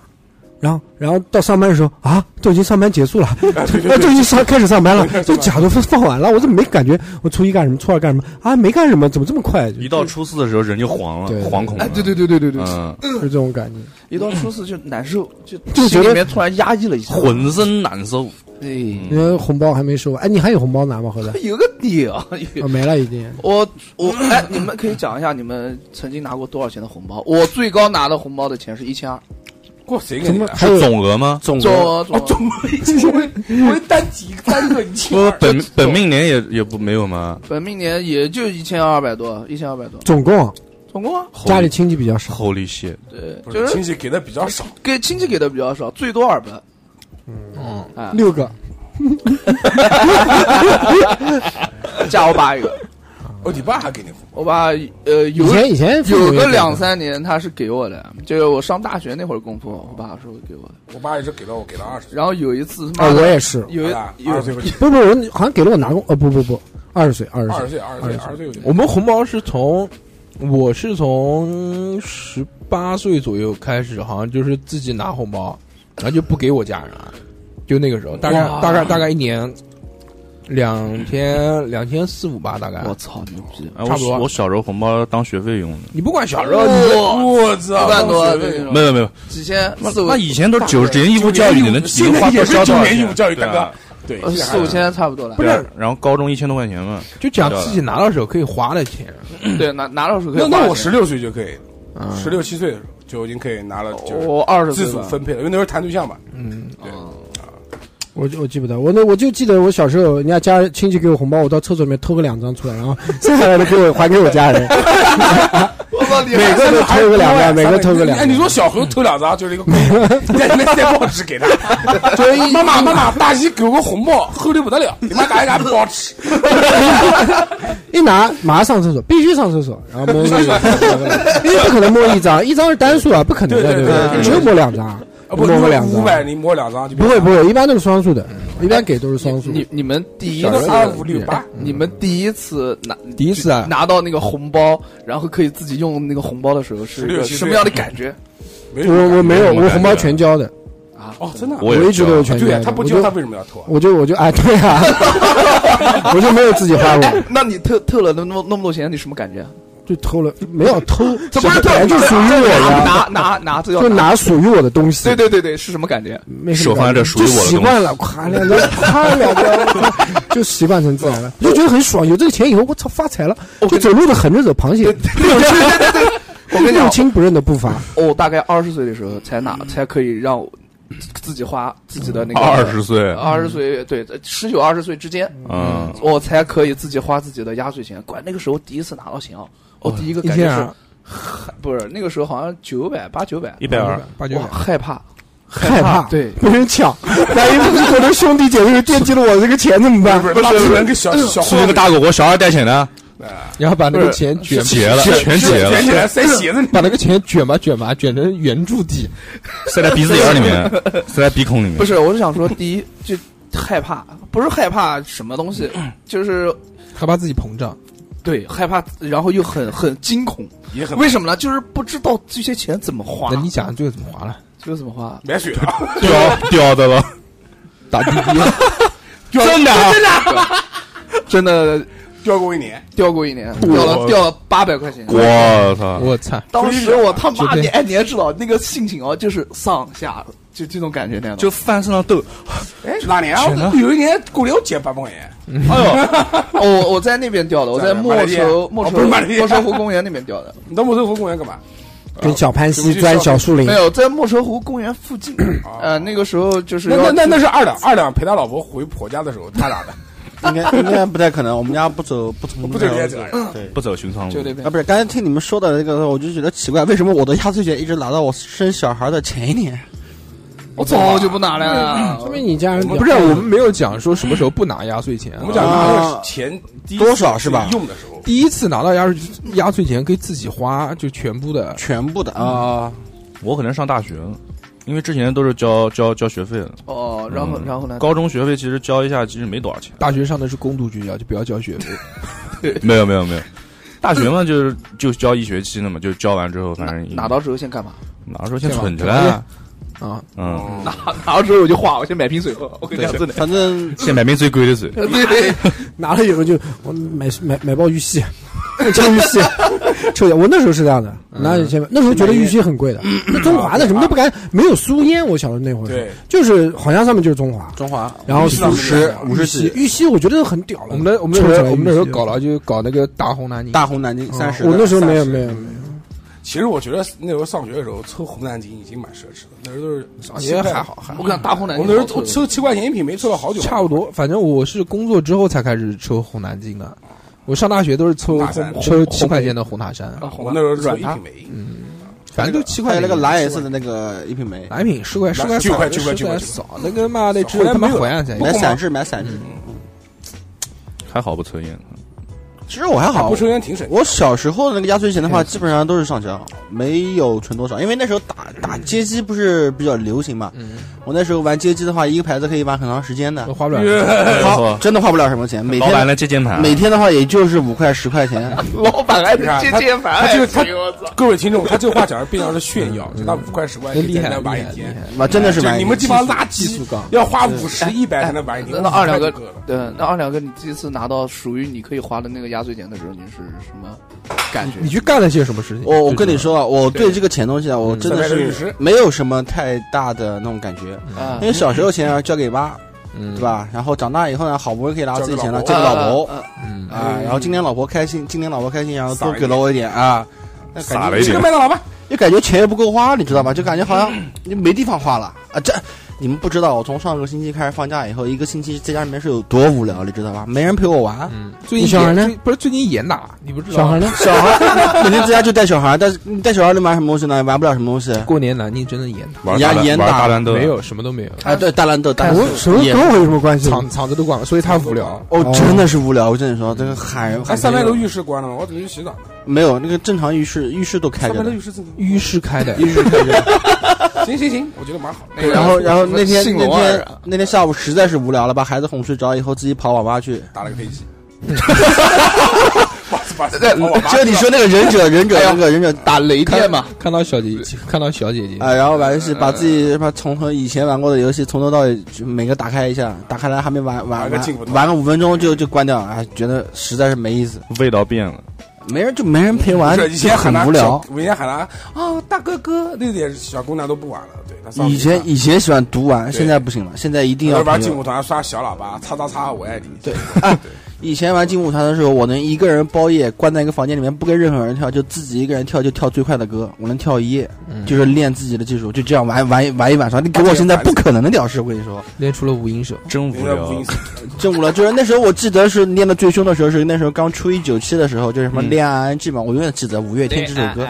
Speaker 8: 然后，然后到上班的时候啊，都已经上班结束了， 啊 都已经上开始上班了，就假都放完了，我怎么没感觉？我初一干什么，初二干什么啊？没干什么，怎么这么快？就
Speaker 7: 嗯
Speaker 3: 一到初四的时候人就黄了，
Speaker 8: 对对
Speaker 3: 惶恐了。
Speaker 6: 哎，对对对对对对，
Speaker 3: 嗯，
Speaker 8: 就这种感觉。
Speaker 6: 一到初四就难受，就
Speaker 8: 就
Speaker 6: 心
Speaker 8: 觉得
Speaker 6: 里面突然压抑了一下，
Speaker 3: 浑身难受。
Speaker 6: 对，
Speaker 8: 因为红包还没收，哎，你还有红包拿吗？
Speaker 7: 嗯
Speaker 8: 何子？
Speaker 6: 有个屌，
Speaker 8: 啊，没了已经。
Speaker 6: 我我哎，你们可以讲一下你们曾经拿过多少钱的红包？我最高拿的红包的钱是一千二，
Speaker 5: 过谁
Speaker 7: 嗯
Speaker 5: 给
Speaker 8: 怎
Speaker 5: 你
Speaker 8: 么
Speaker 5: 啊？
Speaker 8: 还
Speaker 3: 是
Speaker 8: 有？
Speaker 3: 总额吗？
Speaker 4: 总
Speaker 6: 总
Speaker 4: 额
Speaker 8: 哦
Speaker 6: 额总额
Speaker 5: 总不会不会单几单个一千
Speaker 3: 不
Speaker 5: 二，
Speaker 3: 本本命年也也不没有吗？
Speaker 6: 本命年也就一千二百多，一千二百多，
Speaker 8: 总共
Speaker 6: 总共啊，
Speaker 8: 家里亲戚比较少，
Speaker 3: Holy shit！
Speaker 6: 对，
Speaker 5: 不
Speaker 6: 就是是
Speaker 5: 亲戚给的比较少，
Speaker 6: 给亲戚给的比较少，最多二百。
Speaker 8: 六个。
Speaker 6: 加我爸一个，
Speaker 5: 哦，你爸还给你红
Speaker 6: 我爸呃有
Speaker 8: 以前以前父母
Speaker 6: 有
Speaker 8: 也
Speaker 6: 个
Speaker 8: 给啊
Speaker 6: 两三年他是给我的，就是我上大学那会儿功夫，我爸说给我的。
Speaker 5: 包，我爸也是给了我，给了二十，
Speaker 6: 然后有一次他
Speaker 8: 啊，
Speaker 6: 妈
Speaker 8: 我
Speaker 6: 的
Speaker 8: 也是，
Speaker 6: 有一
Speaker 5: 二
Speaker 6: 有
Speaker 5: 十岁吧，
Speaker 8: 不不，我好像给了我拿过，呃，不不不，二十岁，二十
Speaker 5: 二
Speaker 8: 岁
Speaker 5: 十，岁，二十岁，二十岁有点
Speaker 7: 我们红包是从，我是从十八岁左右开始，好像就是自己拿红包，然后就不给我家人了，就那个时候，大概
Speaker 6: 哇
Speaker 7: 大概大概一年，两千两千四五吧，大概。
Speaker 6: 我操牛逼，
Speaker 3: 哎我
Speaker 7: 差不多
Speaker 3: 我小时候红包当学费用的，
Speaker 7: 你不管小时候，你
Speaker 5: 我操，
Speaker 6: 一万多
Speaker 5: 当时
Speaker 6: 那种
Speaker 3: 没有没有，
Speaker 6: 几千
Speaker 3: 那
Speaker 6: 四五
Speaker 3: 那以前都是九十年义务教育，你能
Speaker 5: 现
Speaker 3: 你
Speaker 5: 在
Speaker 3: 能花多
Speaker 5: 也是
Speaker 3: 交多
Speaker 5: 九
Speaker 3: 少
Speaker 5: 年义
Speaker 3: 钱
Speaker 5: 务教育，
Speaker 3: 对
Speaker 5: 大
Speaker 3: 啊
Speaker 5: 哥，对，
Speaker 6: 呃四五千差不多了
Speaker 7: 不。
Speaker 3: 对啊
Speaker 7: 是，
Speaker 3: 然后高中一千多块钱嘛，
Speaker 7: 就讲自己拿到手可以花的钱，
Speaker 6: 对，拿拿到手可以
Speaker 5: 那
Speaker 6: 花钱。
Speaker 5: 那我十六岁就可以，
Speaker 7: 嗯
Speaker 5: 十六七岁的时候就已经可以拿了，就是
Speaker 6: 我二十
Speaker 5: 自
Speaker 6: 岁
Speaker 5: 主
Speaker 6: 吧
Speaker 5: 分配了，因为那时候谈对象嘛。
Speaker 7: 嗯，
Speaker 8: 我我记不得，我那我就记得我小时候，人家家亲戚给我红包，我到厕所里面偷个两张出来，然后剩下来的给我还给我家人，
Speaker 6: 我操，你
Speaker 8: 每
Speaker 6: 还
Speaker 8: 个都偷个两张，每
Speaker 5: 三
Speaker 8: 个偷个两
Speaker 5: 哎，你
Speaker 8: 张。
Speaker 5: 说小猴偷两张就是一个规矩， 你在那塞报纸给他，妈妈妈妈，大姨给我个红包，厚的不得了，你妈拿一拿包吃，
Speaker 8: 一拿马上上厕所，必须上厕所，然后摸那
Speaker 5: 啊
Speaker 8: 个，因为不可能摸一张，一张是单数啊，不可能的，
Speaker 5: 对对
Speaker 8: 不
Speaker 5: 对
Speaker 8: 对？
Speaker 5: 对
Speaker 8: 只有摸两张，
Speaker 5: 啊不，
Speaker 8: 摸个两
Speaker 5: 五
Speaker 8: 张，
Speaker 5: 百你摸两张就
Speaker 8: 不会不会，一般都是双数的，一般给都是双数。
Speaker 6: 你你们第一
Speaker 7: 小
Speaker 6: 次
Speaker 7: 时候
Speaker 5: 二五六八，
Speaker 6: 你们第一次拿
Speaker 7: 第一次啊
Speaker 6: 拿到那个红包，然后可以自己用那个红包的时候是一个
Speaker 5: 16
Speaker 6: 什么样的感觉
Speaker 5: 没有
Speaker 8: 我我没有，
Speaker 3: 没有
Speaker 8: 我红包全交的，
Speaker 6: 啊？
Speaker 5: 哦，真的啊，
Speaker 3: 我也
Speaker 8: 一直都是
Speaker 3: 交
Speaker 8: 全交
Speaker 5: 对
Speaker 8: 的。
Speaker 5: 他不
Speaker 8: 我
Speaker 5: 交
Speaker 8: 就
Speaker 5: 他为什么要偷啊？
Speaker 8: 我就我就哎，对啊， 我就没有自己花过，
Speaker 6: 哎，那你偷偷了那么多那么多钱，你什么感觉？
Speaker 8: 就偷了，没有偷，
Speaker 6: 这不是
Speaker 8: 本来
Speaker 6: 偷
Speaker 8: 就属于我
Speaker 6: 拿拿拿拿这
Speaker 8: 的，
Speaker 6: 要
Speaker 8: 就拿属于我的东西。
Speaker 6: 对对对对，是什么感觉？
Speaker 8: 没什
Speaker 3: 手
Speaker 8: 么
Speaker 3: 放在
Speaker 8: 感觉
Speaker 3: 这属于我的
Speaker 8: 就习惯了，夸两个，夸两个，就 习惯成自然了，就觉得很爽。有这个钱以后，我操，发财了！就走路都横着走，螃蟹
Speaker 6: 我跟你
Speaker 8: 六
Speaker 6: 讲，
Speaker 8: 亲不认的步伐，
Speaker 6: 我哦大概二十岁的时候才拿，才可以让我自己花自己的那个
Speaker 3: 二十岁，
Speaker 6: 二十岁，对，十九二十岁之间，
Speaker 3: 嗯，
Speaker 6: 我才可以自己花自己的压岁钱。管那个时候第一次拿到钱啊，我第一个
Speaker 7: 一
Speaker 6: 感觉
Speaker 7: 天
Speaker 6: 是
Speaker 7: 啊，
Speaker 6: 不是那个时候好像九百八九百，
Speaker 3: 一百二，
Speaker 7: 八九
Speaker 6: 哇，害怕，啊
Speaker 8: 害怕
Speaker 6: 对，
Speaker 8: 被人抢，万一我的兄弟姐妹惦记了我这个钱怎么办？
Speaker 5: 不是，垃圾人跟小小
Speaker 3: 是
Speaker 5: 黄
Speaker 3: 那个大狗狗小二带钱的，
Speaker 7: 然后把那个钱卷
Speaker 3: 结 了，全结了
Speaker 5: 卷，起来塞鞋子里，
Speaker 7: 把那个钱卷吧卷吧，卷成圆柱体。
Speaker 3: 塞在鼻子眼儿里 面，塞在鼻孔里面
Speaker 6: 不。是，我是想说，第一就害怕，不是害怕什么东西，
Speaker 3: 嗯
Speaker 6: 就是
Speaker 7: 害怕自己膨胀，
Speaker 6: 对害怕，然后又很很惊恐，
Speaker 5: 也很
Speaker 6: 为什么呢？就是不知道这些钱怎么花
Speaker 7: 那，你讲最后怎么划了？
Speaker 6: 这个怎么花？
Speaker 5: 买水了。
Speaker 3: 掉掉的了，
Speaker 7: 打滴滴，
Speaker 3: 真的啊，
Speaker 6: 真的
Speaker 5: 掉过一年，
Speaker 6: 掉过一年，掉了掉了八百块钱。
Speaker 3: 我操！
Speaker 7: 我操！
Speaker 6: 当时我他妈
Speaker 7: 就
Speaker 6: 你
Speaker 7: 这
Speaker 6: 哎，你还知道那个心情哦，就是上下就这种感觉那样的。
Speaker 3: 就翻身上斗，
Speaker 5: 哎，哪年啊？我有一年过年我捡八百块钱，
Speaker 6: 哦我我在那边掉的，我 在
Speaker 5: 在
Speaker 6: 莫
Speaker 5: 马来西亚
Speaker 6: 愁莫
Speaker 5: 哦
Speaker 6: 愁
Speaker 5: 不是马来西亚
Speaker 6: 莫愁湖公园那边掉的，
Speaker 5: 你到木头湖公园干嘛？
Speaker 8: 跟小潘西钻小树林
Speaker 6: 没，有在莫愁湖公园附 近。呃，那个时候就是
Speaker 5: 那
Speaker 6: 要
Speaker 5: 那那那是二两，二两陪他老婆回婆家的时候他打的，
Speaker 4: 应该应该不太可能，我们家不走不从
Speaker 5: 不走这个
Speaker 4: 对。
Speaker 3: 不走寻常
Speaker 6: 就那
Speaker 3: 路。
Speaker 6: 边
Speaker 4: 啊，不是，刚才听你们说的那个，我就觉得奇怪，为什么我的压岁钱一直拿到我生小孩的前一年？
Speaker 6: 我早就不拿了。
Speaker 8: 说明你家人
Speaker 7: 不是，啊我们没有讲说什么时候不拿压岁钱
Speaker 5: 我
Speaker 7: 啊
Speaker 5: 们。讲拿的是钱第一次
Speaker 4: 多少是吧
Speaker 5: 用的时候，
Speaker 7: 第一次拿到压岁压岁钱给自己花，就全部的。。
Speaker 4: 全部的啊，
Speaker 3: 我可能上大学了，因为之前都是交交交学费的。
Speaker 6: 哦，然后
Speaker 3: 嗯
Speaker 6: 然后呢？
Speaker 3: 高中学费其实交一下，其实没多少钱
Speaker 7: 大学上的是公读学校，就不要交学费。
Speaker 3: 没有没有没有，大学嘛就是就交一学期的嘛，就交完之后反正
Speaker 6: 拿到之后先干嘛？
Speaker 3: 拿到时候先存起来
Speaker 7: 啊。
Speaker 3: 嗯，
Speaker 6: 拿拿到之后我就花，我先买瓶水喝。我跟你讲真的。
Speaker 4: 反正
Speaker 3: 先买瓶最贵的水，
Speaker 6: 对，
Speaker 8: 拿了以后就我买买买包玉溪， 抽玉溪，抽烟。我那时候是这样的，
Speaker 4: 嗯
Speaker 8: 拿有钱那时候觉得玉溪很贵的，那中华的什么都不敢，没有苏烟。我小时候那会儿
Speaker 5: 对，
Speaker 8: 就是好像上面就是中华，
Speaker 4: 中华
Speaker 8: 然后苏
Speaker 5: 五十
Speaker 4: 五十
Speaker 8: 溪
Speaker 4: 几，
Speaker 8: 玉溪我觉得很屌了。
Speaker 7: 我们那我们
Speaker 8: 抽
Speaker 7: 那时
Speaker 8: 起
Speaker 7: 候
Speaker 8: 来
Speaker 7: 我们那时候
Speaker 8: 玉溪哦
Speaker 7: 搞了，就搞那个大红南京。
Speaker 4: 大红南京三十的，
Speaker 8: 我那时候没有
Speaker 5: 30
Speaker 8: 没有没有，
Speaker 5: 其实我觉得那时候上学的时候抽红蓝金已经蛮奢侈的，那时候都是上
Speaker 7: 啊也还好，还
Speaker 6: 我
Speaker 7: 好
Speaker 6: 跟你讲，大红南
Speaker 5: 我
Speaker 6: 京
Speaker 5: 那时
Speaker 6: 好
Speaker 5: 候
Speaker 6: 抽
Speaker 5: 抽抽七块钱一瓶，没抽了好久。
Speaker 7: 差不多。反正我是工作之后才开始抽红南京啊的。我上大学都是抽
Speaker 5: 红塔山
Speaker 7: 抽七块钱的红塔山，
Speaker 6: 啊，红
Speaker 5: 我
Speaker 6: 蓝
Speaker 5: 那时候软一
Speaker 6: 它
Speaker 5: 瓶梅，
Speaker 7: 反正都七块
Speaker 4: 还有
Speaker 7: 钱。嗯
Speaker 4: 那个蓝颜色的那个一品梅，
Speaker 7: 奶品十块十哎块
Speaker 5: 9
Speaker 7: 少
Speaker 5: 块
Speaker 7: 的
Speaker 5: 9块
Speaker 7: 10
Speaker 5: 9块
Speaker 7: 少，那个妈的只有
Speaker 5: 后来
Speaker 7: 他妈
Speaker 5: 没有
Speaker 7: 淮安才有
Speaker 4: 买散质买散质。
Speaker 3: 还好不抽烟。
Speaker 4: 其实我还好
Speaker 5: 啊不，抽烟挺省。
Speaker 4: 哦我小时候的那个压岁钱的话，基本上都是上交，没有存多少，因为那时候打打街机不是比较流行嘛。我那时候玩街机的话，一个牌子可以玩很长时间的
Speaker 7: 都，花不了。
Speaker 4: 花真的花不了什么钱，每
Speaker 3: 老板
Speaker 4: 天
Speaker 3: 来接键盘，啊
Speaker 4: 每天的话也就是五块十块钱。
Speaker 6: 老板还得
Speaker 5: 啊
Speaker 6: 接
Speaker 5: 他
Speaker 6: 接盘，
Speaker 5: 他就他
Speaker 6: 哎呦我操！
Speaker 5: 各位听众，他这话讲的非常是炫耀，就拿五块十块
Speaker 7: 厉
Speaker 5: 钱
Speaker 7: 害
Speaker 5: 才能
Speaker 7: 厉
Speaker 5: 玩
Speaker 7: 害
Speaker 5: 一
Speaker 7: 厉
Speaker 5: 天。
Speaker 7: 害！
Speaker 4: 啊哇，真的是
Speaker 5: 就
Speaker 4: 蛮
Speaker 5: 你们这帮垃
Speaker 7: 技术
Speaker 5: 圾
Speaker 7: 岗，
Speaker 5: 要花五十一百才能玩 一天。
Speaker 6: 那二两
Speaker 5: 个
Speaker 6: 哥，对，那二两哥，你第一次拿到属于你可以花的那个压岁钱的时候，你是什么感觉
Speaker 7: 你？去干了些什么事情？
Speaker 4: 我我
Speaker 7: 就
Speaker 4: 跟
Speaker 7: 是
Speaker 4: 你，说啊，我对这个钱东西啊，我真的
Speaker 5: 三百六十
Speaker 4: 是没有什么太大的那种感觉，
Speaker 6: 啊
Speaker 4: 因为小时候钱啊交给妈，
Speaker 7: 嗯
Speaker 4: 对？吧？然后长大以后呢，好不容易可以拿到自己钱了，交
Speaker 5: 交
Speaker 4: 给
Speaker 5: 给
Speaker 4: 老婆
Speaker 6: 啊啊啊
Speaker 7: 嗯，
Speaker 4: 啊，然后今天老婆开心，今天老婆开心，然后
Speaker 5: 撒
Speaker 4: 多
Speaker 5: 一点
Speaker 4: 给了我一点啊，那感
Speaker 3: 撒
Speaker 4: 觉
Speaker 3: 了一
Speaker 5: 这
Speaker 3: 点
Speaker 5: 个，麦当劳吧，
Speaker 4: 就感觉钱又不够花，你知道吧？就感觉好像你没地方花了啊！这你们不知道，我从上个星期开始放假以后，一个星期在家里面是有多无聊，你知道吧？没人陪我玩，
Speaker 7: 嗯，最近
Speaker 8: 小孩
Speaker 7: 严
Speaker 8: 呢
Speaker 7: 最不是最近严打，你不知道？
Speaker 8: 小孩呢？
Speaker 4: 小孩每天在家就带小孩，但是你带小孩能玩什么东西呢？玩不了什么东西。
Speaker 7: 过年南京真的严打，
Speaker 3: 玩大
Speaker 4: 压
Speaker 3: 玩
Speaker 4: 烟
Speaker 3: 大
Speaker 4: 大
Speaker 3: 乱斗，
Speaker 7: 没有什么都没有，
Speaker 4: 啊，对，大乱斗，大乱斗
Speaker 8: 我什么
Speaker 4: 也
Speaker 8: 跟我有什么关系？
Speaker 7: 厂厂子都关了，所以他无聊。
Speaker 4: 哦，真的是无聊。我跟你说，这个海
Speaker 5: 哎，
Speaker 4: 海
Speaker 5: 三百楼浴室关了吗？我准备去洗澡呢。
Speaker 4: 没有那个正常浴室，浴室都开
Speaker 5: 上
Speaker 4: 着
Speaker 5: 班
Speaker 4: 的
Speaker 5: 的浴，室怎么？
Speaker 7: 浴室开的，
Speaker 4: 浴室开着 的。
Speaker 5: 行行行，我觉得蛮好。
Speaker 6: 那个
Speaker 4: 然后，然后那天
Speaker 6: 信
Speaker 4: 那
Speaker 6: 龙二
Speaker 4: 天
Speaker 6: 啊
Speaker 4: 那天下午实在是无聊了，把孩子哄睡着以后，自己跑网吧去。
Speaker 5: 打了个飞机， 哎
Speaker 4: 就你说那个忍者，忍者那个忍者打雷
Speaker 6: 电嘛，
Speaker 7: 看到小姐姐，看到小姐
Speaker 3: 哎
Speaker 7: 姐，
Speaker 4: 啊，然后玩游戏，把自己把从头以前玩过的游戏从头到尾就每个打开一下，打开来还没玩
Speaker 5: 玩
Speaker 4: 玩
Speaker 5: 个
Speaker 4: 玩
Speaker 5: 进不到
Speaker 4: 玩个五分钟就就关掉，啊，觉得实在是没意思，
Speaker 3: 味道变了。
Speaker 4: 没人就没人陪玩，
Speaker 5: 是以前喊
Speaker 4: 啊很
Speaker 5: 他
Speaker 4: 无聊。
Speaker 5: 小我以前喊他哦大哥哥，那点小姑娘都不玩了。对，他上
Speaker 4: 以前以前喜欢独玩，
Speaker 5: 对
Speaker 4: 现在不行了，现在一定要
Speaker 5: 玩
Speaker 4: 朋
Speaker 5: 劲
Speaker 4: 友
Speaker 5: 舞团刷小喇叭，叉叉叉，我爱你。 对，
Speaker 4: 以前玩劲舞团的时候，我能一个人包夜，关在一个房间里面，不跟任何人跳，就自己一个人跳，就跳最快的歌，我能跳一夜，就是练自己的技术，就这样玩玩一嗯玩一晚上。你给我现在不可能的屌事，我跟你说，
Speaker 7: 练出了五音手，
Speaker 3: 真
Speaker 5: 那
Speaker 3: 无
Speaker 5: 个无
Speaker 3: 聊
Speaker 5: 影。
Speaker 4: 正午了。就是那时候我记得是练的最凶的时候，是那时候刚初一九七的时候，就是什么《恋爱 ING》嘛，我永远记得五月天这首歌，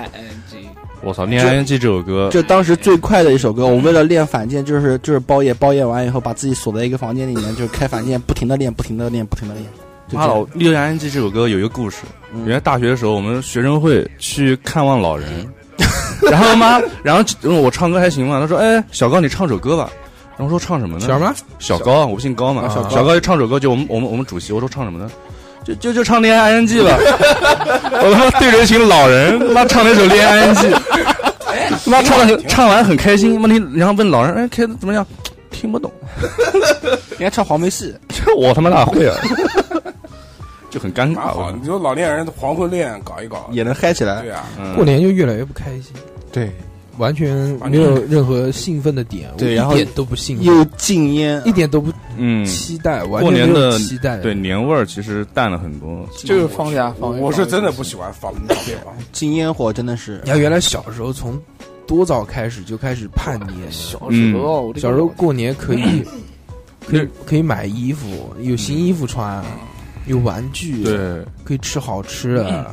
Speaker 3: 我操，《恋爱 ING》这首歌，
Speaker 4: 就当时最快的一首歌。我为了练反键，就是就是包夜，包夜完以后把自己锁在一个房间里面，就是开反键，不停的练，不停的练，不停的练。就
Speaker 3: 妈
Speaker 4: 这样
Speaker 3: 老，《恋爱 ING》这首歌有一个故事。
Speaker 4: 嗯
Speaker 3: 原来大学的时候，我们学生会去看望老人， 然后妈，然后嗯我唱歌还行嘛，他说：“哎，小高你唱首歌吧。”然后我说唱什么呢？
Speaker 7: 小什么？
Speaker 3: 小高，我不姓高嘛。
Speaker 7: 啊
Speaker 3: 小高就唱首歌，就我们我们我们主席，我说唱什么呢？就就就唱《恋爱 ING》吧。我他妈对着一群老人，妈唱了一首《恋爱 ING》，妈唱的唱完很开心，问题然后问老人：“哎，开得怎么样？”听不懂，
Speaker 4: 人家唱黄梅戏，
Speaker 3: 这我他妈哪会啊？就很尴
Speaker 5: 蛮
Speaker 3: 尬。
Speaker 5: 好。
Speaker 3: 我
Speaker 5: 你说老年人黄昏恋搞一搞，
Speaker 4: 也能嗨起来
Speaker 5: 对。啊，
Speaker 3: 嗯
Speaker 7: 过年就越来越不开心，对，完全没有任何兴奋的点，
Speaker 4: 对
Speaker 7: 我
Speaker 4: 然后
Speaker 7: 一点都不兴奋，
Speaker 4: 又禁烟，
Speaker 7: 一点都不
Speaker 3: 嗯，
Speaker 7: 期待，完
Speaker 3: 过
Speaker 7: 全
Speaker 3: 年
Speaker 7: 没有
Speaker 3: 的
Speaker 7: 期待，
Speaker 3: 对，年味儿其实淡了很多。
Speaker 6: 就是放假，放
Speaker 5: 我是真的不喜欢放鞭炮。
Speaker 4: 禁烟火真的是
Speaker 7: 你看，原来小时候从多早开始就开始叛逆，
Speaker 6: 小
Speaker 3: 嗯
Speaker 6: 时候，我这个
Speaker 7: 小时候过年可以可以可以买哎衣服，有
Speaker 3: 嗯
Speaker 7: 新衣服穿，有玩具，
Speaker 3: 对
Speaker 7: 可以吃好吃
Speaker 3: 嗯
Speaker 7: 的，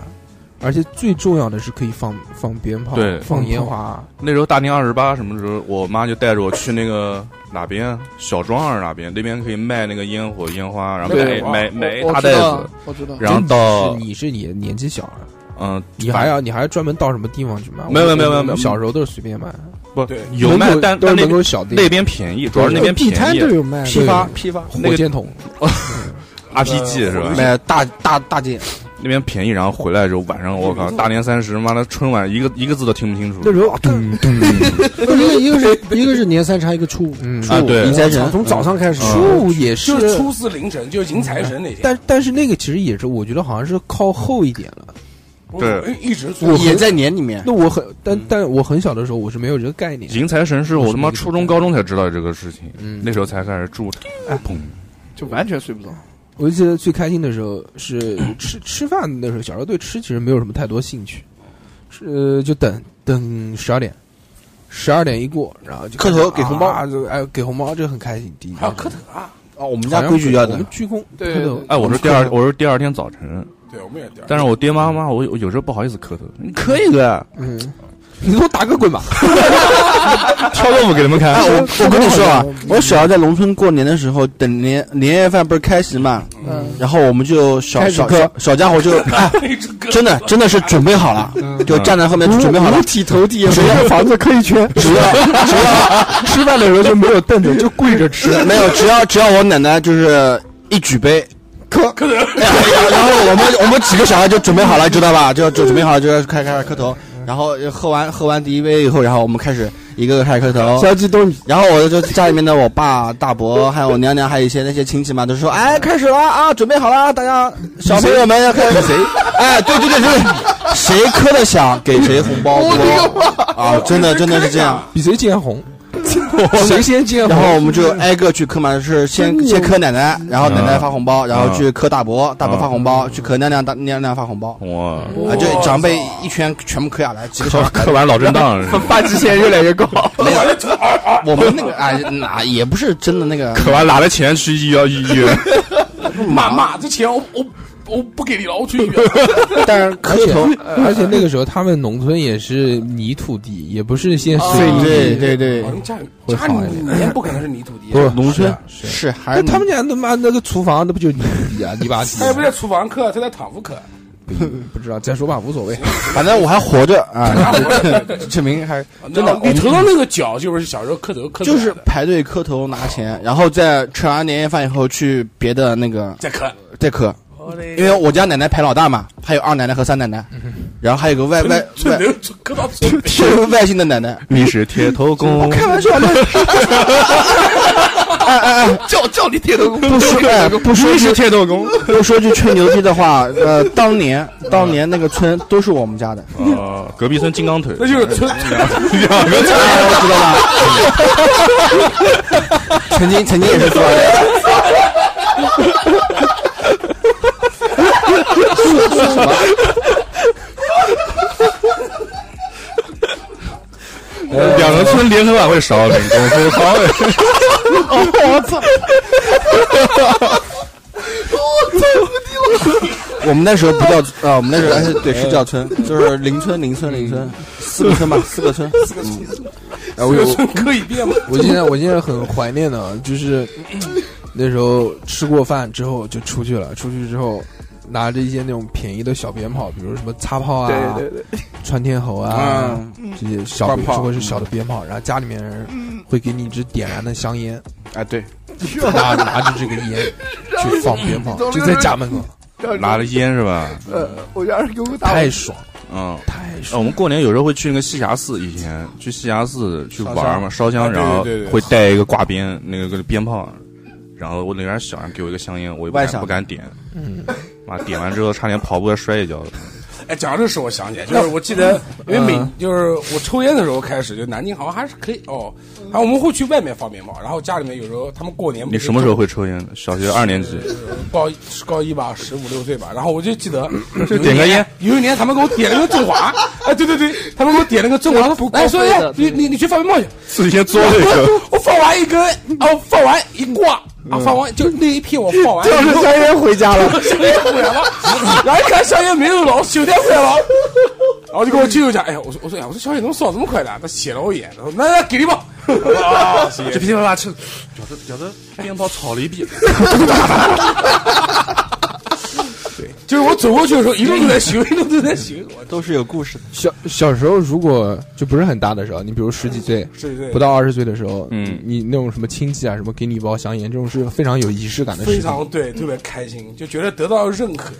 Speaker 7: 而且最重要的是可以放放鞭炮
Speaker 3: 对、
Speaker 7: 放烟花，
Speaker 3: 那时候大年二十八什么时候，我妈就带着我去那个哪边啊小庄还是哪边，那边可以卖那个烟火烟花，然后买
Speaker 5: 对
Speaker 3: 买
Speaker 5: 我
Speaker 3: 买一
Speaker 6: 我
Speaker 3: 大
Speaker 6: 知
Speaker 3: 袋
Speaker 6: 道
Speaker 3: 子，，
Speaker 6: 我知道，
Speaker 3: 然后
Speaker 7: 就是
Speaker 3: 到
Speaker 7: 你是你年纪小啊，
Speaker 3: 嗯，
Speaker 7: 你还要你还要专门到什么地方去买？
Speaker 3: 没有
Speaker 7: 我
Speaker 3: 没有
Speaker 7: 我
Speaker 3: 没有
Speaker 7: 我
Speaker 3: 没有
Speaker 7: 小时候都是随便买，
Speaker 3: 不
Speaker 5: 对
Speaker 3: 有卖
Speaker 7: 门口，
Speaker 3: 但
Speaker 7: 都
Speaker 3: 但那
Speaker 7: 是门
Speaker 3: 边
Speaker 7: 口小
Speaker 3: 那
Speaker 7: 店
Speaker 3: 边便宜，主要是那边
Speaker 8: 地
Speaker 3: 便
Speaker 8: 呃摊都
Speaker 3: 宜啊
Speaker 8: 有卖，
Speaker 7: 批发
Speaker 4: 批发
Speaker 7: 火箭筒，
Speaker 3: RPG 是吧？
Speaker 4: 买大大大件，
Speaker 3: 那边便宜，然后回来之后晚上我靠，大年三十妈的春晚一个一个字都听不清楚
Speaker 8: 那时候啊咚咚，不一个一个是一个是年三十，还有一个初五，
Speaker 7: 嗯，
Speaker 3: 啊，对
Speaker 4: 迎财神，
Speaker 8: 从早上开始，
Speaker 7: 初五哦也是
Speaker 5: 就是初四凌晨，就是迎财神那天。
Speaker 7: 但但是那个其实也是，我觉得好像是靠后一点了。
Speaker 5: 我哎
Speaker 3: 对
Speaker 5: 一直
Speaker 4: 嗯
Speaker 5: 做
Speaker 4: 也在年里面。
Speaker 7: 那我很，
Speaker 3: 嗯
Speaker 7: 但但我很小的时候，我是没有这个概念。
Speaker 3: 迎财神是我他妈初中高中才知道这个事情，
Speaker 7: 嗯
Speaker 3: 那时候才开始住，砰，
Speaker 6: 就完全睡不着。
Speaker 7: 我就记得最开心的时候是吃吃饭的时候，小时候对吃其实没有什么太多兴趣，是呃就等等十二点，十二点一过，然后就
Speaker 4: 磕头给红包
Speaker 7: 啊，就哎给红包这个很开心。第一
Speaker 5: 还要磕头啊！
Speaker 4: 哦，我
Speaker 7: 我
Speaker 4: 们家规矩要
Speaker 7: 我
Speaker 4: 的
Speaker 7: 们，鞠躬
Speaker 6: 对
Speaker 7: 磕头
Speaker 6: 对，
Speaker 3: 哎，我是第 二，我是第二天早晨，
Speaker 5: 对，我们也掉。
Speaker 3: 但是我爹妈妈，我我有时候不好意思磕头，你磕一个，
Speaker 7: 嗯，你给我打个滚吧！
Speaker 3: 挑豆腐给你们看
Speaker 4: 哎，我我跟你说啊，我小时候在农村过年的时候，等年年夜饭不是开席嘛，
Speaker 6: 嗯，
Speaker 4: 然后我们就小
Speaker 8: 开始
Speaker 4: 小
Speaker 8: 磕
Speaker 4: 小小家伙就， 哎，真的真的是准备好了，
Speaker 8: 嗯
Speaker 4: 就站在后面准备好了
Speaker 8: 五，体投地，围着房子磕一圈，
Speaker 4: 只要只要
Speaker 7: 啊吃饭的时候就没有瞪着，就跪着吃。
Speaker 4: 没有只要只要我奶奶就是一举杯。磕磕，然后然后我们我们几个小孩就准备好了，知道吧？就就准备好了，就要开开始磕头。然后喝完喝完第一杯以后，然后我们开始一个个开始磕头。
Speaker 8: 小鸡都
Speaker 4: 然后我就家里面的我爸、大伯，还有我娘娘，还有一些那些亲戚嘛，都说：“哎，开始了啊，准备好了，大家小朋友们要开始谁？哎，对对对对，谁磕的响给谁红包多啊！真的真的是这样。
Speaker 7: 比谁见红，谁先见红。嗯
Speaker 4: 然后我们就挨个去磕嘛，是先先磕奶奶，然后奶奶发红包，然后去磕大伯，大伯发红包，去磕娘娘，大娘娘发红包。
Speaker 3: 哇，
Speaker 4: 啊，就长辈一圈全部磕下来，几个小孩
Speaker 3: 磕完老震 荡，
Speaker 6: 发际线越来越高，
Speaker 4: 没有。我们那个 哎，哪也不是真的那个
Speaker 3: 磕完拿了钱去医药医 院，
Speaker 5: 妈妈，这钱我我我不给你了，我去医院。
Speaker 7: 但是磕头，而且那个时候他们农村也是泥土地，也不是先水泥
Speaker 4: 啊对
Speaker 7: 地。
Speaker 4: 对对
Speaker 6: 哦
Speaker 5: 我，们家里
Speaker 7: 会
Speaker 5: 家
Speaker 7: 好一
Speaker 5: 里
Speaker 7: 点
Speaker 5: 年不可能是泥土地，
Speaker 7: 不是农村，
Speaker 4: 是还
Speaker 7: 那
Speaker 4: 是
Speaker 5: 哎
Speaker 7: 他们家他妈那个厨房，那不就是泥地啊，泥巴地
Speaker 5: 他也不在厨房磕，他在躺屋磕。
Speaker 7: 不不知道，再说吧，无所谓。
Speaker 4: 反正我还活着啊， 证明还真的
Speaker 5: 那你头上那个角就是小时候磕头磕出
Speaker 4: 就
Speaker 5: 来
Speaker 4: 是
Speaker 5: 的
Speaker 4: 排队磕头拿钱，然后在吃完年夜饭以后去别的那个
Speaker 5: 再磕，
Speaker 4: 再磕。因为我家奶奶排老大嘛，还有二奶奶和三奶奶，然后还有个外外
Speaker 5: 最
Speaker 4: 外，
Speaker 5: 能磕到最后
Speaker 4: 是个外姓的奶奶。
Speaker 3: 你是铁头功，
Speaker 4: 玩笑，
Speaker 6: 叫叫你铁头功，
Speaker 4: 哎不说哎不说句
Speaker 3: 铁头功。
Speaker 4: 不说句吹牛逼的话，呃，当 年当年那个村都是我们 家的，
Speaker 3: 啊，隔壁村金刚腿，
Speaker 5: 那就是村
Speaker 3: 两个村
Speaker 4: 知道吧？曾经曾经也是富二代。
Speaker 3: 两个村联合晚会 少林功夫好。
Speaker 4: 我们那时候不叫啊，我们那时候还是对是叫村，就是邻村邻村邻村，四个村吧，四个村，嗯四个村。
Speaker 7: 哎，我有
Speaker 5: 村磕一遍嘛。
Speaker 7: 我现在我现在很怀念的，就是那时候吃过饭之后就出去了，出去之后拿着一些那种便宜的小鞭炮，比如什么擦炮啊、
Speaker 6: 对对对，
Speaker 7: 穿天猴啊、这些小
Speaker 4: 罐炮
Speaker 7: 或者是小的鞭炮，然后家里面人
Speaker 5: 嗯
Speaker 7: 会给你一支点燃的香烟，
Speaker 3: 哎
Speaker 4: 啊，对，
Speaker 7: 拿拿着这个烟去放 鞭炮，就在家门口，
Speaker 3: 拿着烟是吧？
Speaker 6: 呃，我家人给我打我
Speaker 7: 太爽
Speaker 3: 嗯。
Speaker 7: 太爽
Speaker 3: 呃，我们过年有时候会去那个西峡寺，以前去西峡寺去玩儿嘛，烧香，
Speaker 5: 啊对
Speaker 3: 然后
Speaker 5: 对对对
Speaker 3: 会带一个挂鞭，那个个鞭炮，然后我那边小人给我一个香烟，我也不
Speaker 4: 外
Speaker 3: 敢
Speaker 4: 向
Speaker 3: 不敢点，妈点完之后差点跑步摔一跤了，
Speaker 5: 哎，讲到这事我想起来，就是我记得，因为每就是我抽烟的时候开始，就南京好像还是可以哦。然后我们会去外面放鞭炮，然后家里面有时候他们过年不
Speaker 3: 你
Speaker 5: 是
Speaker 3: 什么时候会抽烟？小学二年级，
Speaker 5: 高一高一吧，十五六岁吧，然后我就记得就
Speaker 3: 点个烟。
Speaker 5: 有一年他们给我点了个中华， 哎，对对对，他们给我点了个中华，他说哎，说
Speaker 6: 高飞
Speaker 5: 哎
Speaker 6: 的，
Speaker 5: 你你你去放鞭炮去，
Speaker 3: 自己先嘬了一口，
Speaker 5: 我放完一根，哦，放完一挂，啊，放完就那一片我放完，
Speaker 4: 叼着香烟回家了。
Speaker 5: 香烟回来了，然后一看香烟没有了，酒店回来了， 然后就跟我舅舅讲，哎呀，我说我说哎呀，我说小野怎么少这么快的？他斜了我一眼，他说来来给力吧，啊，谢谢
Speaker 3: 就噼里啪啦吃，觉得觉得鞭炮吵了一 逼，
Speaker 5: 就是我走过去的时候，一路都在寻，一路都在寻，我
Speaker 4: 都是有故事的。
Speaker 7: 小小时候如果就不是很大的时候，你比如十几岁。
Speaker 5: 对对，
Speaker 7: 不到二十岁的时候，
Speaker 3: 嗯
Speaker 7: 你那种什么亲戚啊，什么给你一包香烟，这种是非常有仪式感的事
Speaker 5: 非
Speaker 7: 情。
Speaker 5: 常对，特别开心，就觉得得到认可。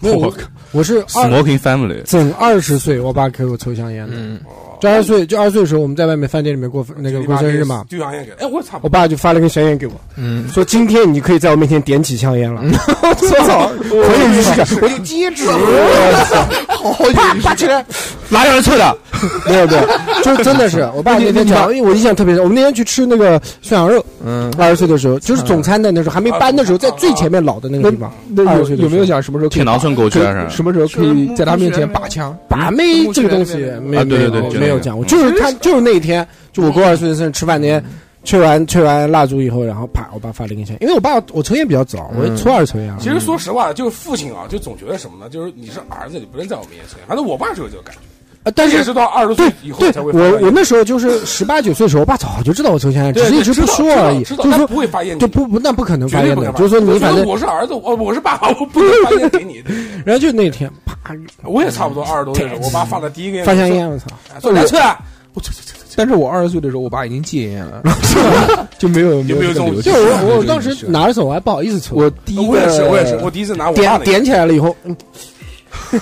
Speaker 8: 没有，我我是二
Speaker 3: smoking family，
Speaker 8: 整二十岁，我爸给我抽香烟的。
Speaker 7: 嗯
Speaker 8: 就二十岁，就二十岁的时候，我们在外面饭店里面过那个过生日嘛，
Speaker 5: 就香烟给，哎，我操
Speaker 8: 我，爸就发了根香烟给我，
Speaker 7: 嗯，
Speaker 8: 说今天你可以在我面前点起香烟了。我操，很有仪式感。我就
Speaker 6: 戒指，
Speaker 8: 好啪啪起来，
Speaker 3: 哪有人抽的？
Speaker 8: 没有没有，就真的是我爸那天讲，因为我印象特别深。我们那天去吃那个涮羊肉，
Speaker 7: 嗯，
Speaker 8: 二十岁的时候，就是总餐的那时候还没搬的时候，在最前面老的那个地方，
Speaker 7: 那
Speaker 8: 二
Speaker 7: 有
Speaker 8: 十岁的时
Speaker 7: 有
Speaker 8: 候
Speaker 7: 没有想什么时候可以
Speaker 3: 铁囊村狗
Speaker 7: 可
Speaker 3: 圈
Speaker 7: 以
Speaker 3: 啊是
Speaker 7: 什么时候可以在他面前拔枪？
Speaker 8: 把
Speaker 5: 嗯
Speaker 8: 妹啊这个东西没有
Speaker 3: 啊对
Speaker 8: 没
Speaker 3: 对
Speaker 8: 有
Speaker 3: 对就那个
Speaker 8: 没有讲过，就是他就是那一天，就我
Speaker 5: 嗯
Speaker 8: 过二十岁的生日吃饭那天，吹完吹完蜡烛以后，然后啪，我爸发了一根香，因为我爸我抽烟比较早，我初二抽烟啊。
Speaker 5: 嗯其实说实话，就是父亲啊，就总觉得什么呢？就是你是儿子，你不能在我面前抽烟。反正我爸是有这个感觉，
Speaker 8: 啊但
Speaker 5: 也
Speaker 8: 是
Speaker 5: 是到二十
Speaker 8: 对
Speaker 5: 岁以后
Speaker 8: 对
Speaker 5: 才，会发
Speaker 8: 我
Speaker 5: 现
Speaker 8: 我那时候就是十八九岁的时候，我爸早就知道我抽香，只
Speaker 5: 对
Speaker 8: 是一直
Speaker 5: 知
Speaker 8: 不
Speaker 5: 道
Speaker 8: 说
Speaker 5: 知道
Speaker 8: 而已，
Speaker 5: 知道
Speaker 8: 就是
Speaker 5: 但
Speaker 8: 说
Speaker 5: 不会发现你
Speaker 8: 就不不那不可能
Speaker 5: 绝
Speaker 8: 发
Speaker 5: 对
Speaker 8: 现
Speaker 5: 不
Speaker 8: 的
Speaker 5: 敢，发
Speaker 8: 就是说
Speaker 5: 我
Speaker 8: 你
Speaker 5: 觉
Speaker 8: 反
Speaker 5: 得
Speaker 8: 正，
Speaker 5: 我是儿子，我我是爸爸，我不能发烟给你。
Speaker 8: 然后就那天啪
Speaker 5: 我也差不多二十多岁的时候，我爸发的第一根烟
Speaker 8: 发哎香，烟，我操！
Speaker 5: 我说来车啊，我这这这
Speaker 7: 但是我二十岁的时候，我爸已经戒烟了，就没有
Speaker 5: 有没有这种
Speaker 7: 流
Speaker 5: 就
Speaker 8: 就
Speaker 7: 行
Speaker 8: 我我
Speaker 7: 这个
Speaker 8: 当
Speaker 7: 仪
Speaker 8: 时
Speaker 7: 式
Speaker 8: 拿着手，我还不好意思抽，
Speaker 7: 我第
Speaker 5: 这，
Speaker 7: 一
Speaker 5: 我也是
Speaker 7: 个
Speaker 5: 我也是，我第一次拿我爸
Speaker 8: 呃点
Speaker 5: 的烟，
Speaker 8: 点起来了以后，嗯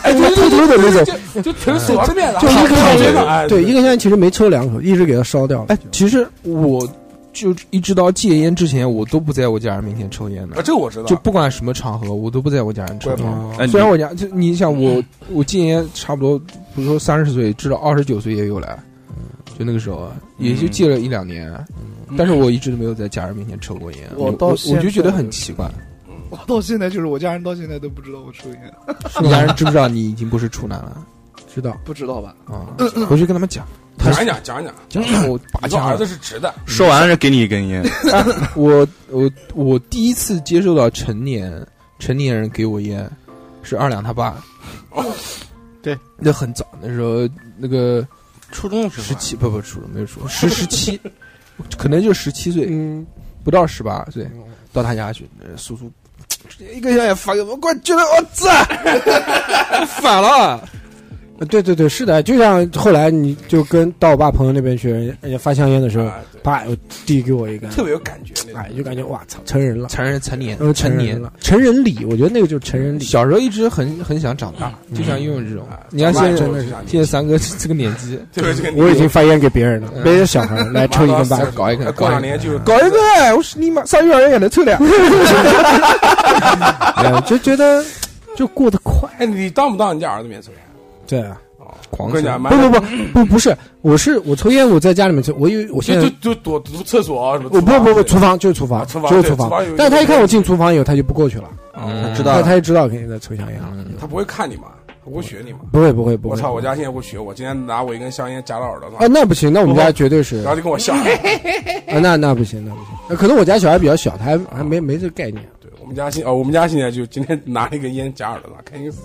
Speaker 5: 哎，
Speaker 8: 我偷偷的那种，
Speaker 5: 就就挺手的面的，
Speaker 8: 就一根
Speaker 5: 躺着
Speaker 8: 香
Speaker 5: 的哎
Speaker 8: 烟，对，一根香烟其实没抽两口，一直给它烧掉了
Speaker 7: 哎。，其实我就一直到戒烟之前，我都不在我家人面前抽烟
Speaker 5: 啊，
Speaker 7: 的，
Speaker 5: 这个我知道
Speaker 7: 就。不管什么场合，我都不在我家人抽
Speaker 5: 怪不
Speaker 7: 烟。
Speaker 3: 哎，你
Speaker 7: 虽然我家就你想
Speaker 8: 嗯
Speaker 7: 我我戒烟差不多，比如说三十岁，至少二十九岁也有了，
Speaker 8: 嗯
Speaker 7: 就那个时候啊，也就戒了一两年，啊
Speaker 8: 嗯
Speaker 7: 但是我一直都没有在家人面前抽过烟，
Speaker 6: 我
Speaker 7: 我
Speaker 6: 到
Speaker 7: 我
Speaker 6: 现
Speaker 7: 就觉得
Speaker 6: 在
Speaker 7: 很奇怪，
Speaker 6: 我到现在就是我家人到现在都不知道我抽烟，
Speaker 7: 你家人知不知道你已经不是处男了
Speaker 8: 嗯知道，
Speaker 6: 不知道吧？
Speaker 7: 啊？回去跟他们讲，
Speaker 5: 讲一讲，讲一讲，
Speaker 7: 讲我拔
Speaker 5: 你说
Speaker 7: 枪
Speaker 5: 儿
Speaker 7: 了
Speaker 5: 子。是直的，
Speaker 3: 说完是给你一根烟，
Speaker 7: 我我我第一次接受到成年成年人给我烟，是二两他爸。
Speaker 4: 对，
Speaker 7: 那很早，那时候那个
Speaker 4: 初中的时
Speaker 7: 十
Speaker 4: 候啊，
Speaker 7: 七不不初中没有初中十十七，可能就十七岁，
Speaker 8: 嗯，
Speaker 4: 嗯
Speaker 7: 不到十八岁，到他家去，呃叔叔一个小眼发给我，我觉得我赞，反了，
Speaker 8: 呃对对对，是的，就像后来你就跟到我爸朋友那边去，人家发香烟的时候，爸又递给我一根，
Speaker 5: 特别有感觉。那种
Speaker 8: 哎，就感觉哇操，成人了，
Speaker 7: 成人成年
Speaker 4: 嗯
Speaker 8: 呃，
Speaker 7: 成
Speaker 8: 成
Speaker 7: 年
Speaker 8: 人。了，成人礼，我觉得那个就是成人礼。
Speaker 7: 小时候一直很很想长大，
Speaker 4: 嗯
Speaker 7: 就想拥有这种。你看
Speaker 5: 长大
Speaker 7: 现在
Speaker 5: 以后就想
Speaker 7: 现在三哥这个年纪，
Speaker 5: 对这个你
Speaker 8: 我已经发烟给别人了，
Speaker 7: 嗯
Speaker 8: 别人小孩儿来抽一根吧嗯
Speaker 5: 妈。呃
Speaker 7: 搞一个，
Speaker 5: 过
Speaker 7: 搞
Speaker 5: 两
Speaker 7: 一个，
Speaker 5: 年就
Speaker 7: 搞一个，哎我是你妈，上幼儿园也能抽
Speaker 4: 嗯
Speaker 7: 了。
Speaker 8: 哎就觉得就过得快。
Speaker 5: 哎，你当不当人家儿子面抽烟？
Speaker 8: 对啊，
Speaker 7: 狂
Speaker 5: 我跟你
Speaker 7: 抽
Speaker 5: 讲，，
Speaker 8: 不不不不不是，我是我抽烟，我在家里面抽，我以为我现
Speaker 5: 就就
Speaker 8: 在。
Speaker 5: 就躲躲厕所啊什么。
Speaker 8: 呃我不不不，厨房就是厨房，
Speaker 5: 啊厨房
Speaker 8: 就是
Speaker 5: 对
Speaker 8: 厨
Speaker 5: 厨房有
Speaker 8: 但是他一看我进厨房以后，他就不过去了，
Speaker 7: 嗯
Speaker 4: 知道
Speaker 8: 那
Speaker 4: 了
Speaker 8: 他就知道肯定在抽香烟了。
Speaker 5: 他不会看你嘛，他不会学你嘛。
Speaker 8: 不会不会不
Speaker 5: 嗯
Speaker 8: 会，
Speaker 5: 我操！我家现在会学我，今天拿我一根香烟夹到耳朵上
Speaker 8: 啊，，那不行，那我们家绝对是
Speaker 5: 然后
Speaker 8: 啊，
Speaker 5: 就跟我笑。
Speaker 8: 那那不行那不行，呃可能我家小孩比较小，他还还没没这个概念。
Speaker 5: 对我们家现哦，我们家现在就今天拿了一根烟夹耳朵上，开心死。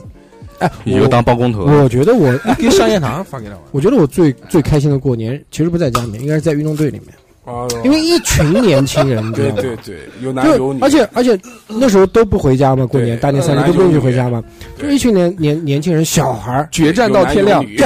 Speaker 8: 哎，
Speaker 3: 以后当包工头，
Speaker 8: 我我觉得我
Speaker 7: 给香烟糖发给他玩。
Speaker 8: 我觉得我最最开心的过年，其实不在家里面，应该是在运动队里面，
Speaker 5: 啊，
Speaker 8: 因为一群年轻人，你知
Speaker 5: 对
Speaker 8: 道吗？
Speaker 5: 对对，有男有
Speaker 8: 就
Speaker 5: 女，
Speaker 8: 而且而且那时候都不回家嘛，过年
Speaker 5: 对
Speaker 8: 大年三十
Speaker 5: 男
Speaker 8: 都不允许
Speaker 5: 有女
Speaker 8: 回家嘛，就一群年年年轻人小孩儿，
Speaker 7: 决战
Speaker 5: 有
Speaker 7: 到
Speaker 5: 男
Speaker 7: 天
Speaker 5: 有
Speaker 7: 亮，
Speaker 5: 女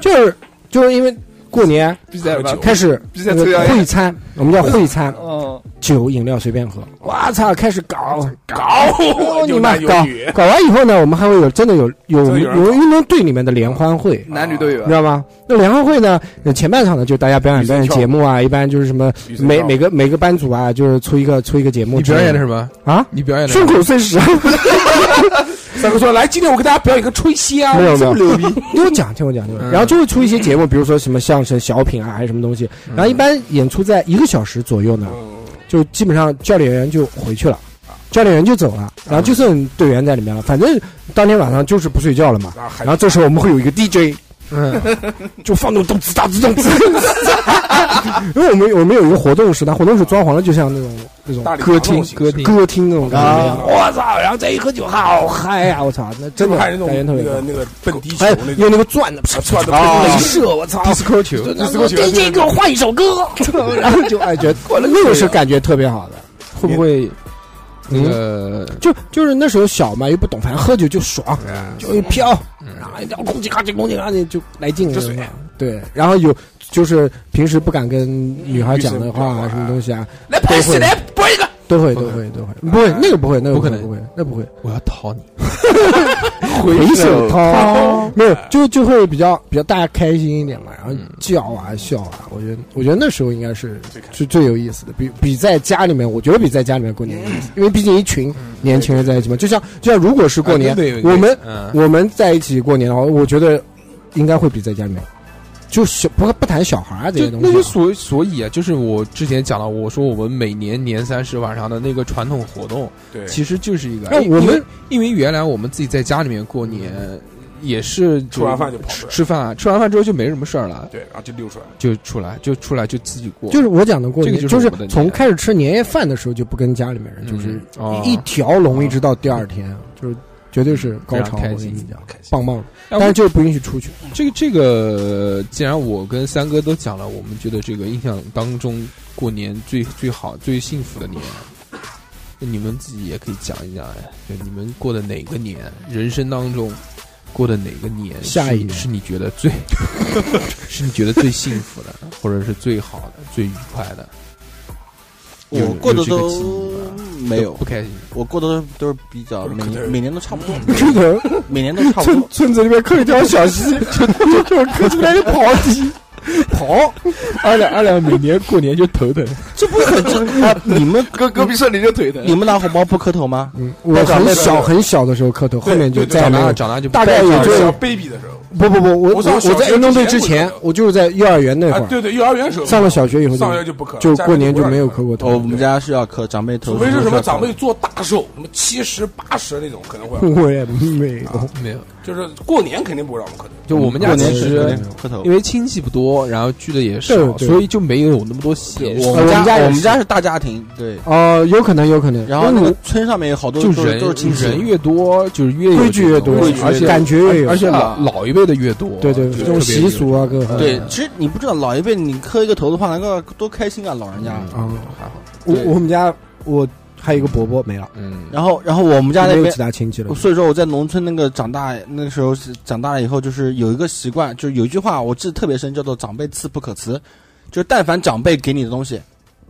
Speaker 8: 就是就是因为过年
Speaker 6: 比赛
Speaker 5: 喝
Speaker 6: 吧
Speaker 5: 酒，
Speaker 8: 开始
Speaker 6: 比赛
Speaker 8: 那
Speaker 6: 抽
Speaker 8: 个
Speaker 6: 香烟
Speaker 8: 会餐，我们叫会餐，
Speaker 6: 嗯，
Speaker 8: 酒饮料随便喝，哇操，开始搞。
Speaker 5: 搞
Speaker 8: 你
Speaker 5: 哦有
Speaker 8: 妈
Speaker 5: 男有
Speaker 8: 搞
Speaker 5: 女，
Speaker 8: 搞完以后呢，我们还会有真的有有
Speaker 5: 真的有人嗯
Speaker 8: 有运动队里面的联欢会，
Speaker 6: 男女都有啊
Speaker 8: 你知。道吗？那联欢会呢，呃前半场呢就大家表演表演节目啊，一般就是什么
Speaker 5: 女生
Speaker 8: 每
Speaker 5: 跳舞
Speaker 8: 每个每个班组啊，就是出一个出一个节目
Speaker 7: 你
Speaker 8: 之
Speaker 7: 表
Speaker 8: 类。
Speaker 7: 演的什么？
Speaker 8: 啊？
Speaker 7: 你表演的什
Speaker 8: 顺
Speaker 7: 么？
Speaker 8: 口碎啊石，
Speaker 5: 三哥说来，今天我给大家表演个吹箫啊，
Speaker 8: 没有没
Speaker 5: 这
Speaker 8: 有
Speaker 5: 么牛逼，
Speaker 8: 听我讲，听我讲，听我讲。
Speaker 7: 嗯
Speaker 8: 然后就会出一些节目，比如说什么相声、小品啊，还是什么东西。
Speaker 5: 嗯
Speaker 8: 然后一般演出在一个小时左右呢，就基本上教练员就回去了，教练员就走了，然后就剩队员在里面了。反正当天晚上就是不睡觉了嘛。
Speaker 5: 啊，还
Speaker 8: 然后这时候我们会有一个 DJ，
Speaker 7: 嗯，
Speaker 8: 就放那种动次打次动次， 因为我们我们有一个活动室，那活动室装潢的就像那种那种
Speaker 5: 大礼堂那
Speaker 8: 歌
Speaker 5: 种形
Speaker 8: 厅
Speaker 5: 式
Speaker 7: 歌厅
Speaker 8: 歌厅那种感觉一样。
Speaker 5: 啊
Speaker 8: 我操！然后再一喝酒，好嗨呀！我操，那真的
Speaker 5: 看那
Speaker 8: 感
Speaker 5: 种
Speaker 8: 觉特
Speaker 5: 那
Speaker 8: 别
Speaker 5: 个
Speaker 8: 棒。
Speaker 5: 那个蹦迪球
Speaker 8: 哎
Speaker 5: 那，种
Speaker 8: 用那个钻的，啪啪
Speaker 5: 窜的
Speaker 8: 啪
Speaker 5: 啊
Speaker 8: 镭射，我操！
Speaker 7: 迪斯科球，
Speaker 5: 迪斯科球对
Speaker 8: DJ 给我换一首歌，然后就哎觉得那个是感觉特别好的，
Speaker 7: 会
Speaker 8: 嗯
Speaker 7: 不会那个？
Speaker 8: 就就是那时候小嘛，又不懂，反正喝酒就爽，
Speaker 7: 嗯
Speaker 8: 就一飘，然后一到空气咔叽空气咔叽就来劲了
Speaker 5: 这水，
Speaker 8: 对，然后有就是平时不敢跟女孩讲
Speaker 5: 女生
Speaker 8: 的话
Speaker 5: 不
Speaker 8: 啊，
Speaker 5: 讲
Speaker 8: 什么东西啊，
Speaker 6: 来拍戏，来播一个。
Speaker 8: 都会都会都会，不会那个不会那个
Speaker 7: 不可
Speaker 8: 会
Speaker 7: 能
Speaker 8: 不会那不会
Speaker 7: 我要讨你，
Speaker 8: 回首掏，
Speaker 7: 哦
Speaker 8: 没
Speaker 7: 哎
Speaker 8: 有就就会比较比较大家开心一点嘛，然后叫啊笑啊，我觉得我觉得那时候应该是是最有意思的，比比在家里面，我觉得比在家里面过年有意思，
Speaker 7: 嗯
Speaker 8: 因为毕竟一群年轻人在一起嘛，就像就像如果是过年
Speaker 7: 啊对对，对
Speaker 8: 我们
Speaker 7: 嗯
Speaker 8: 我们在一起过年的话，我觉得应该会比在家里面，就小不不谈小孩啊这
Speaker 7: 就
Speaker 8: 些东西
Speaker 7: 那
Speaker 8: 啊，
Speaker 7: 就所所以啊，就是我之前讲了，我说我们每年年三十晚上的那个传统活动，
Speaker 5: 对，
Speaker 7: 其实就是一个，
Speaker 8: 哎
Speaker 7: 因
Speaker 8: 我
Speaker 7: 因为
Speaker 8: 们
Speaker 7: 因为原来我们自己在家里面过年，也是
Speaker 5: 吃
Speaker 7: 就
Speaker 5: 完饭就跑出来，
Speaker 7: 吃饭，啊吃完饭之后就没什么事儿了，
Speaker 5: 对，然后就溜出来。
Speaker 7: 就出来就出来就自己过，
Speaker 8: 就是我讲的过年，
Speaker 7: 这个就
Speaker 8: 就是是
Speaker 7: 我的
Speaker 8: 从
Speaker 7: 年
Speaker 8: 开始吃年夜饭的时候就不跟家里面人，
Speaker 7: 嗯
Speaker 8: 就是
Speaker 7: 哦
Speaker 8: 一条龙一直到第二天，就是绝对是高潮，
Speaker 7: 非常开
Speaker 8: 我跟你
Speaker 7: 心
Speaker 8: 讲
Speaker 5: 开心，
Speaker 8: 棒棒的。
Speaker 7: 哎我
Speaker 8: 但是就不允许出去，
Speaker 7: 这个这个，既然我跟三哥都讲了，我们觉得这个印象当中过年最最好、最幸福的年，那你们自己也可以讲一讲，哎，就你们过的哪个年，人生当中过的哪个年是，
Speaker 8: 下一年
Speaker 7: 是你觉得最， 是你觉得最幸福的，或者是最好的、最愉快的？有
Speaker 4: 我过得
Speaker 7: 有这个
Speaker 4: 都
Speaker 7: 记忆吗
Speaker 4: 没有
Speaker 7: 不，开心，
Speaker 4: 我过得都都是比较每年每年都差不多，
Speaker 8: 可能嗯
Speaker 4: 每年都 差不
Speaker 8: 村
Speaker 4: 多。
Speaker 8: 村子里面刻一条小溪，就就就是刻出来的跑题。跑，
Speaker 7: 二两二两每年过年就头疼，
Speaker 4: 这不很正啊？你们
Speaker 6: 隔隔壁村里就腿疼
Speaker 4: 你，们拿红包不磕头吗？
Speaker 8: 嗯，我很小很小的时候磕头，后面就再也
Speaker 7: 长
Speaker 8: 没
Speaker 7: 大
Speaker 8: 有。
Speaker 7: 长大就不
Speaker 8: 大概也
Speaker 5: 小
Speaker 8: 就
Speaker 5: baby 的时候
Speaker 8: 不不不，我
Speaker 5: 我
Speaker 8: 我
Speaker 5: 上小学
Speaker 8: 在运动队之
Speaker 5: 之
Speaker 8: 前
Speaker 5: 前，
Speaker 8: 我就是在幼儿园那会
Speaker 5: 啊，
Speaker 8: 儿，
Speaker 5: 对对，幼儿园时候
Speaker 8: 上了小学以后
Speaker 5: 上学就不磕了，
Speaker 8: 就
Speaker 5: 家里
Speaker 8: 过年
Speaker 5: 不
Speaker 8: 就
Speaker 5: 让
Speaker 8: 没有
Speaker 5: 你
Speaker 8: 磕过头。，
Speaker 4: 哦，我们家是要磕长辈头，
Speaker 5: 除非是什么长辈做大寿，什么七十八十那种可能会
Speaker 8: 我也没有。
Speaker 7: 没有。
Speaker 5: 就是过年肯定不会让我们磕头。
Speaker 7: 就我们
Speaker 4: 嗯
Speaker 7: 家
Speaker 4: 过年
Speaker 7: 其
Speaker 4: 是
Speaker 7: 实
Speaker 4: 过年磕头
Speaker 7: 因。为亲戚不多，然后聚的也少，
Speaker 8: 对对
Speaker 7: 所以就没有那么多习
Speaker 4: 我
Speaker 7: 俗。
Speaker 4: 们
Speaker 8: 我们家也是
Speaker 4: 我们家是大家庭，对。
Speaker 8: 哦，有可能，有可能。
Speaker 4: 然后那个村上面有好多
Speaker 7: 就
Speaker 4: 都是
Speaker 7: 人
Speaker 4: 都是亲戚，
Speaker 7: 人越多，就是越有
Speaker 8: 规矩越多
Speaker 7: 这种
Speaker 4: 规矩越多
Speaker 7: 而且
Speaker 8: 感觉越有
Speaker 7: 而且老老一辈的越多，
Speaker 8: 对对，
Speaker 7: 就
Speaker 8: 这
Speaker 7: 是
Speaker 8: 种
Speaker 7: 特别
Speaker 8: 习俗啊，各方面
Speaker 4: 对，其实你不知道老一
Speaker 8: 嗯
Speaker 4: 辈，你磕一个头的话，那个多开心啊，老人家。
Speaker 8: 啊，
Speaker 7: 还好。
Speaker 8: 我
Speaker 4: 对
Speaker 8: 我们家我还有一个伯伯没了，
Speaker 7: 嗯，
Speaker 4: 然后然后我们家那
Speaker 8: 没有
Speaker 4: 边
Speaker 8: 其，他亲戚了。
Speaker 4: 所以说我在农村那个长大，那个时候是长大了以后，就是有一个习惯，就是有一句话我记得特别深，叫做“长辈自不可辞”，就是但凡长辈给你的东西，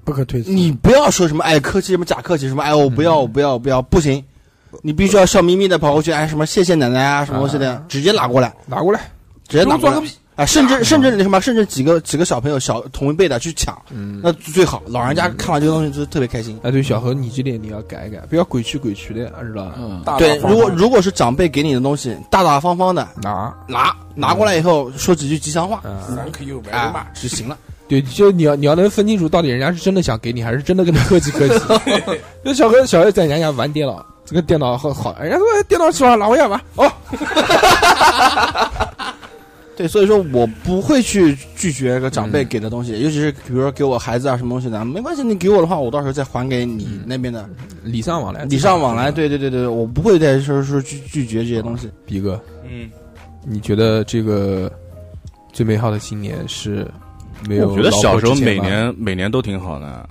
Speaker 8: 不可
Speaker 5: 嗯
Speaker 8: 推辞。
Speaker 4: 你不要说什么哎客气什么假客气什么哎我不要我不
Speaker 5: 嗯
Speaker 4: 要我不要不行，你必须要笑眯眯的跑过去哎什么谢谢奶奶啊什么东西
Speaker 5: 嗯
Speaker 4: 的，直接拿过来
Speaker 9: 拿过来，
Speaker 4: 直接拿过
Speaker 9: 装个
Speaker 4: 来。啊，甚
Speaker 5: 嗯
Speaker 4: 至甚至那什么，甚至几个几个小朋友小同一辈的去抢，
Speaker 5: 嗯
Speaker 4: 那最好。老人家看完这个东西就特别开心。
Speaker 7: 哎，对，小何，你这点你要改一改，不要鬼去鬼去的，知道吧？
Speaker 6: 嗯，
Speaker 5: 大
Speaker 4: 对，
Speaker 5: 方
Speaker 4: 如果如果是长辈给你的东西，大大方方的
Speaker 7: 拿，
Speaker 4: 拿拿过来以后，说几句吉祥话，
Speaker 7: 嗯，
Speaker 5: Thank you very
Speaker 4: 哎
Speaker 5: much，，
Speaker 4: 就行了。
Speaker 7: 对，就你要你要能分清楚，到底人家是真的想给你，还是真的跟你客气客气。就小何，小何在人家玩电脑，这个电脑很好，人家说哎电脑喜欢拿我要玩，哦，
Speaker 4: 对，所以说我不会去拒绝个长辈给的东西，尤其是比如说给我孩子啊什么东西的，没关系，你给我的话，我到时候再嗯还给你那边的，
Speaker 7: 礼尚往来，
Speaker 4: 礼尚往来。，对对对对，我不会再说说拒拒绝这些东西。
Speaker 7: 逼哥，
Speaker 3: 嗯，
Speaker 7: 你觉得这个最美好的新年是没有？
Speaker 3: 我觉得小时候每年每年都挺好的。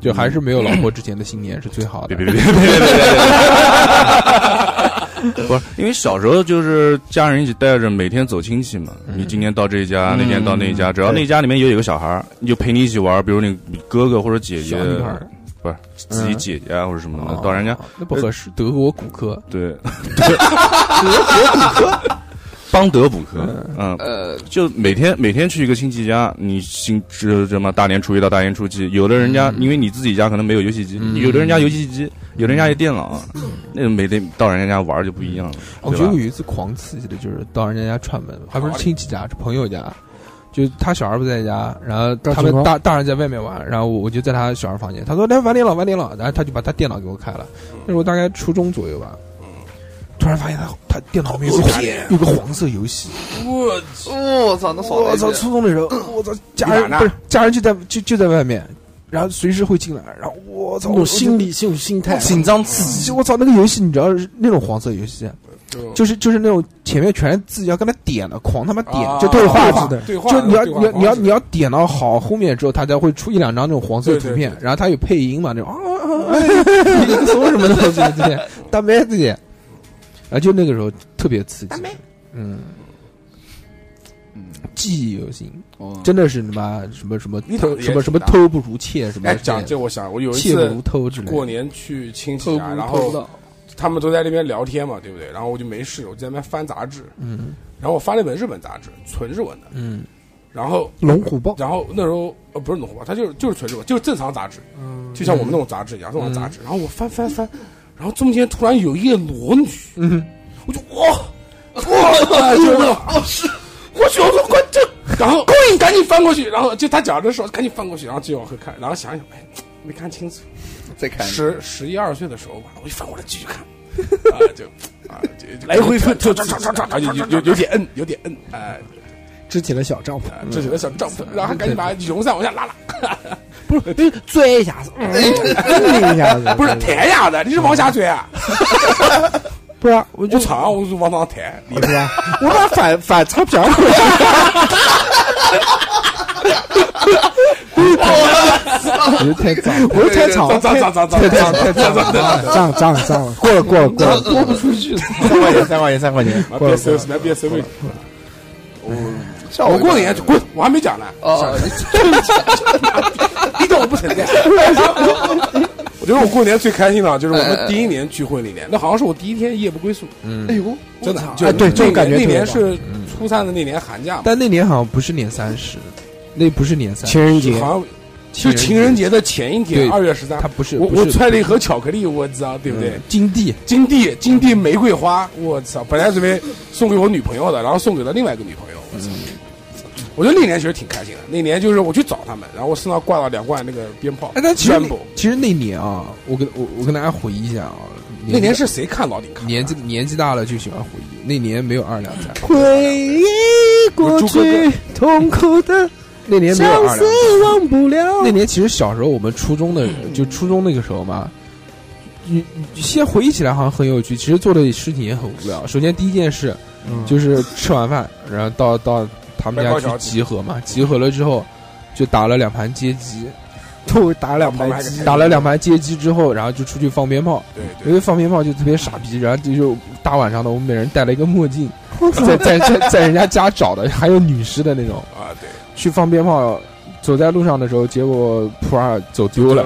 Speaker 7: 就还是没有老婆之前的新年是最好
Speaker 3: 别。
Speaker 7: 的
Speaker 3: 别别别别别别别！不是，因为小时候就是家人一起带着，每天走亲戚嘛。你今天到这一家，那天到那一家，只要那家里面有有个小孩儿，你就陪你一起玩儿。比如你哥哥或者姐姐
Speaker 7: 小，女孩儿
Speaker 3: 不是自己姐姐啊或者什么的，
Speaker 7: 哦
Speaker 3: 到人家
Speaker 7: 那不合适，德国骨科
Speaker 3: 对， 邦德补课，嗯，呃，就每天每天去一个亲戚家，你新这这么大年初一到大年初七，有的人家、因为你自己家可能没有游戏机，
Speaker 7: 嗯
Speaker 3: 有的人家游戏机，有的人家有电脑，啊那每天到人家家玩就不一样了，
Speaker 7: 我
Speaker 3: 对
Speaker 7: 觉得
Speaker 3: 吧
Speaker 7: 哦我有？一次狂刺激的就是到人家家串门，还不是亲戚家，是朋友家。就他小孩不在家，然后他
Speaker 8: 情
Speaker 7: 们
Speaker 8: 况
Speaker 7: 大大人在外面玩，然后我我就在他小孩房间，他说来晚点了，晚点了，然后他就把他电脑给我开了，那时候大概初中左右吧，突然发现他他电脑里面有个黄有个黄色游戏，
Speaker 6: 我哦操，那
Speaker 7: 我操！初中的时候，我操，家人
Speaker 5: 哪呢
Speaker 7: 不是家人就在就就在外面，然后随时会进来，然后我操，
Speaker 8: 这
Speaker 7: 我
Speaker 8: 种心理、这种心态，
Speaker 4: 紧张刺激，
Speaker 7: 就我操那个游戏，你知道是那种黄色游戏，啊就是就是那种前面全是字要跟他点的，狂他妈点，
Speaker 5: 啊
Speaker 7: 就
Speaker 8: 对话
Speaker 5: 话
Speaker 8: 是的
Speaker 5: 对话
Speaker 7: 就你要
Speaker 5: 对
Speaker 7: 你
Speaker 5: 话对话
Speaker 7: 要你要你要点到好后面之后，它才会出一两张那种黄色图片
Speaker 5: 对对，
Speaker 7: 然后它有配音嘛，那种啊啊啊， 哎你说什么东西这些大妹子姐，啊，就那个时候特别刺激，嗯。
Speaker 5: 嗯
Speaker 7: 记忆犹新，真的是他妈什么什么
Speaker 5: 哦你
Speaker 7: 偷
Speaker 5: 懂
Speaker 7: 什么
Speaker 5: 也
Speaker 7: 什么
Speaker 5: 懂的
Speaker 7: 偷不如窃什么
Speaker 5: 哎，
Speaker 7: 之类
Speaker 5: 讲
Speaker 7: 的
Speaker 5: 这我想，我有一
Speaker 7: 窃不
Speaker 5: 次
Speaker 7: 如偷之类的。
Speaker 5: 过年去亲戚
Speaker 7: 偷
Speaker 5: 家，
Speaker 7: 不
Speaker 5: 然
Speaker 7: 偷不
Speaker 5: 后
Speaker 7: 到，
Speaker 5: 他们都在那边聊天嘛，对不对？然后我就没事，我就在那边翻杂志，
Speaker 7: 嗯
Speaker 5: 然后我翻了一本日本杂志，纯日文的，
Speaker 7: 嗯
Speaker 5: 然后
Speaker 8: 龙虎豹，
Speaker 5: 然后那时候呃不是农活，它就是就是纯日文，就是正常杂志，就像我们那种杂志一样，这种杂志。然后我翻翻翻，然后中间突然有一页裸女，
Speaker 7: 嗯，
Speaker 5: 我就哇哇，就是那种哦是，我去，我说快这，然后赶紧翻过去，然后就他讲的时候赶紧翻过去，然后继续往后看，然后想想哎没看清楚，
Speaker 6: 再看
Speaker 5: 十十一二岁的时候吧，我一翻过来继续看，啊就啊就就
Speaker 6: 来回翻
Speaker 5: 就就就就就有有有点摁，有点摁，哎。
Speaker 8: 支起了小帐篷。
Speaker 5: 这是个小帐篷，然后赶紧把绒扇往下拉拉，
Speaker 8: 追一 下子，嗯一下子，
Speaker 5: 啊不是抬呀的，你是往下追啊？
Speaker 8: 不是，我
Speaker 5: 我
Speaker 8: 就
Speaker 5: 操，我是往上抬，你
Speaker 8: 是吧？我把反反 擦屁股，
Speaker 7: 觉得太脏了。
Speaker 8: 我太吵了，
Speaker 5: 脏脏脏脏脏脏脏脏脏，
Speaker 8: 脏脏脏了，过了过了过了，
Speaker 7: 多不出去。
Speaker 4: 三块钱，三块钱，三块钱。
Speaker 5: 别收拾，别收拾。
Speaker 6: 像
Speaker 5: 我过年就滚，我还没讲呢，
Speaker 6: 哦，
Speaker 5: 一点我不存在。 我觉得我过年最开心的，就是我们第一年聚会那年，那好像是我第一天夜不归宿，嗯
Speaker 7: 嗯
Speaker 6: 哎呦，
Speaker 5: 真的，就那年是初三的那年寒假嘛，
Speaker 7: 但那年好像不是年三十，那不是年三十，
Speaker 8: 情人节，
Speaker 5: 好像是情人节的前一天，二月十三
Speaker 7: 他，不是
Speaker 5: 我
Speaker 7: 不
Speaker 5: 我
Speaker 7: 是嗯
Speaker 5: 揣了一盒巧克力，我操，对不对？
Speaker 7: 金地，
Speaker 5: 金地金地玫瑰花，我操！本来准备送给我女朋友的，然后送给了另外一个女朋友，我操！我觉得那年其实挺开心的。那年就是我去找他们，然后我身上挂了两罐那个鞭炮
Speaker 7: 哎，，但其实那
Speaker 5: Rambo
Speaker 7: 其实那年啊，我跟我我跟大家回忆一下啊，纪
Speaker 5: 那年是谁看老顶看的？
Speaker 7: 年纪年纪大了就喜欢回忆，那年没有二两在，
Speaker 8: 回忆过去痛苦的
Speaker 7: 那年没有
Speaker 8: 相
Speaker 7: 二
Speaker 8: 思
Speaker 7: 两。
Speaker 8: 忘不了
Speaker 7: 那。年其实小时候我们初中的就初中那个时候嘛。你你现在回忆起来好像很有趣，其实做的事情也很无聊。首先第一件事
Speaker 5: 嗯
Speaker 7: 就是吃完饭，然后到到他们
Speaker 5: 买包
Speaker 7: 家
Speaker 5: 饺
Speaker 7: 去
Speaker 5: 子
Speaker 7: 集合嘛，集合了之后就打了两盘街机，
Speaker 8: 都打了两
Speaker 5: 旁边
Speaker 8: 排
Speaker 5: 还有
Speaker 8: 鸡，
Speaker 5: 个
Speaker 7: 打了两盘街机之后，然后就出去放鞭炮，
Speaker 5: 对
Speaker 7: 因
Speaker 5: 对，
Speaker 7: 为放鞭炮就特别傻逼，然后这就大晚上的，我们每人戴了一个墨镜，在在在在人家家找的，还有女尸的那种，
Speaker 5: 啊对，
Speaker 7: 去放鞭炮。走在路上的时候，结果普洱走丢了，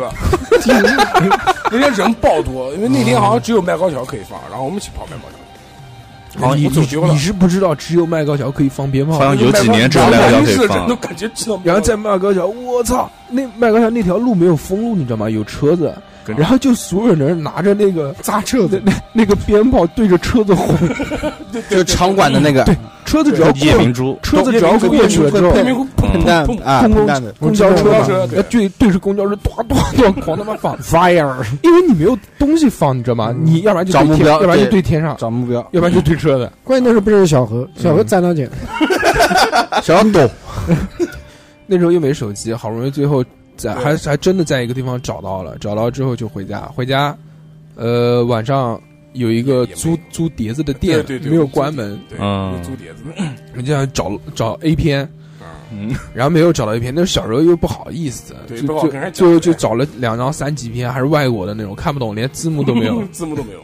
Speaker 5: 人家人爆多，因为那天好像只有麦高桥可以放，然后我们一起跑麦高桥。
Speaker 7: 你
Speaker 5: 我走
Speaker 7: 你
Speaker 5: 丢了
Speaker 7: 你，是不知道，只有麦高桥可以放鞭炮
Speaker 3: 好，像有几年只有麦高
Speaker 5: 麦
Speaker 3: 桥可
Speaker 5: 市
Speaker 3: 以
Speaker 5: 的人都
Speaker 3: 放。
Speaker 5: 感觉知道，
Speaker 7: 然后在麦高桥，我操，那麦高桥那条路没有封路，你知道吗？有车子，然后就所有人拿着那个
Speaker 8: 砸车子，
Speaker 7: 那那个鞭炮对着车子轰，
Speaker 4: 就是场馆的那个
Speaker 7: 车子只要
Speaker 3: 夜
Speaker 7: 过，
Speaker 3: 明珠，
Speaker 7: 车子只要过去了之后，
Speaker 5: 那边会
Speaker 4: 喷
Speaker 5: 砰
Speaker 4: 弹
Speaker 5: 砰砰，
Speaker 4: 啊，
Speaker 7: 公
Speaker 4: 喷
Speaker 7: 共
Speaker 4: 弹的，
Speaker 7: 公交车
Speaker 5: 公交
Speaker 7: 嘛，
Speaker 5: 车
Speaker 7: 呃对对着公交车，咣咣咣 狂他妈放 fire，因嗯为你没有东西放，你知道吗？你要不然就
Speaker 4: 找
Speaker 7: 对
Speaker 4: 目
Speaker 7: 天，
Speaker 4: 标
Speaker 7: 要不然就
Speaker 4: 对
Speaker 7: 对天上，
Speaker 4: 找目标，
Speaker 7: 要不然就对车子。
Speaker 8: 关键那时候不认识小何，小何站到姐，
Speaker 4: 想要懂，
Speaker 7: 那时候又没手机，好不容易最后在
Speaker 5: 对
Speaker 7: 还还真的在一个地方找到了，找到之后就回家，回家，呃，晚上有一个
Speaker 5: 也没
Speaker 7: 租租碟子的
Speaker 5: 对
Speaker 7: 店
Speaker 5: 对，对，
Speaker 7: 没有关门，
Speaker 5: 对，
Speaker 3: 嗯
Speaker 5: 租碟子，
Speaker 7: 我就想找找 A 片，
Speaker 3: 嗯，
Speaker 7: 然后没有找到 A 片，那小时候又不好意思，
Speaker 5: 对
Speaker 7: 就
Speaker 5: 不好
Speaker 7: 就
Speaker 5: 跟人家
Speaker 7: 就
Speaker 5: 讲
Speaker 7: 就
Speaker 5: 对
Speaker 7: 找了两张三级片，还是外国的那种，看不懂，连字幕都 没有
Speaker 5: ，字幕都没有，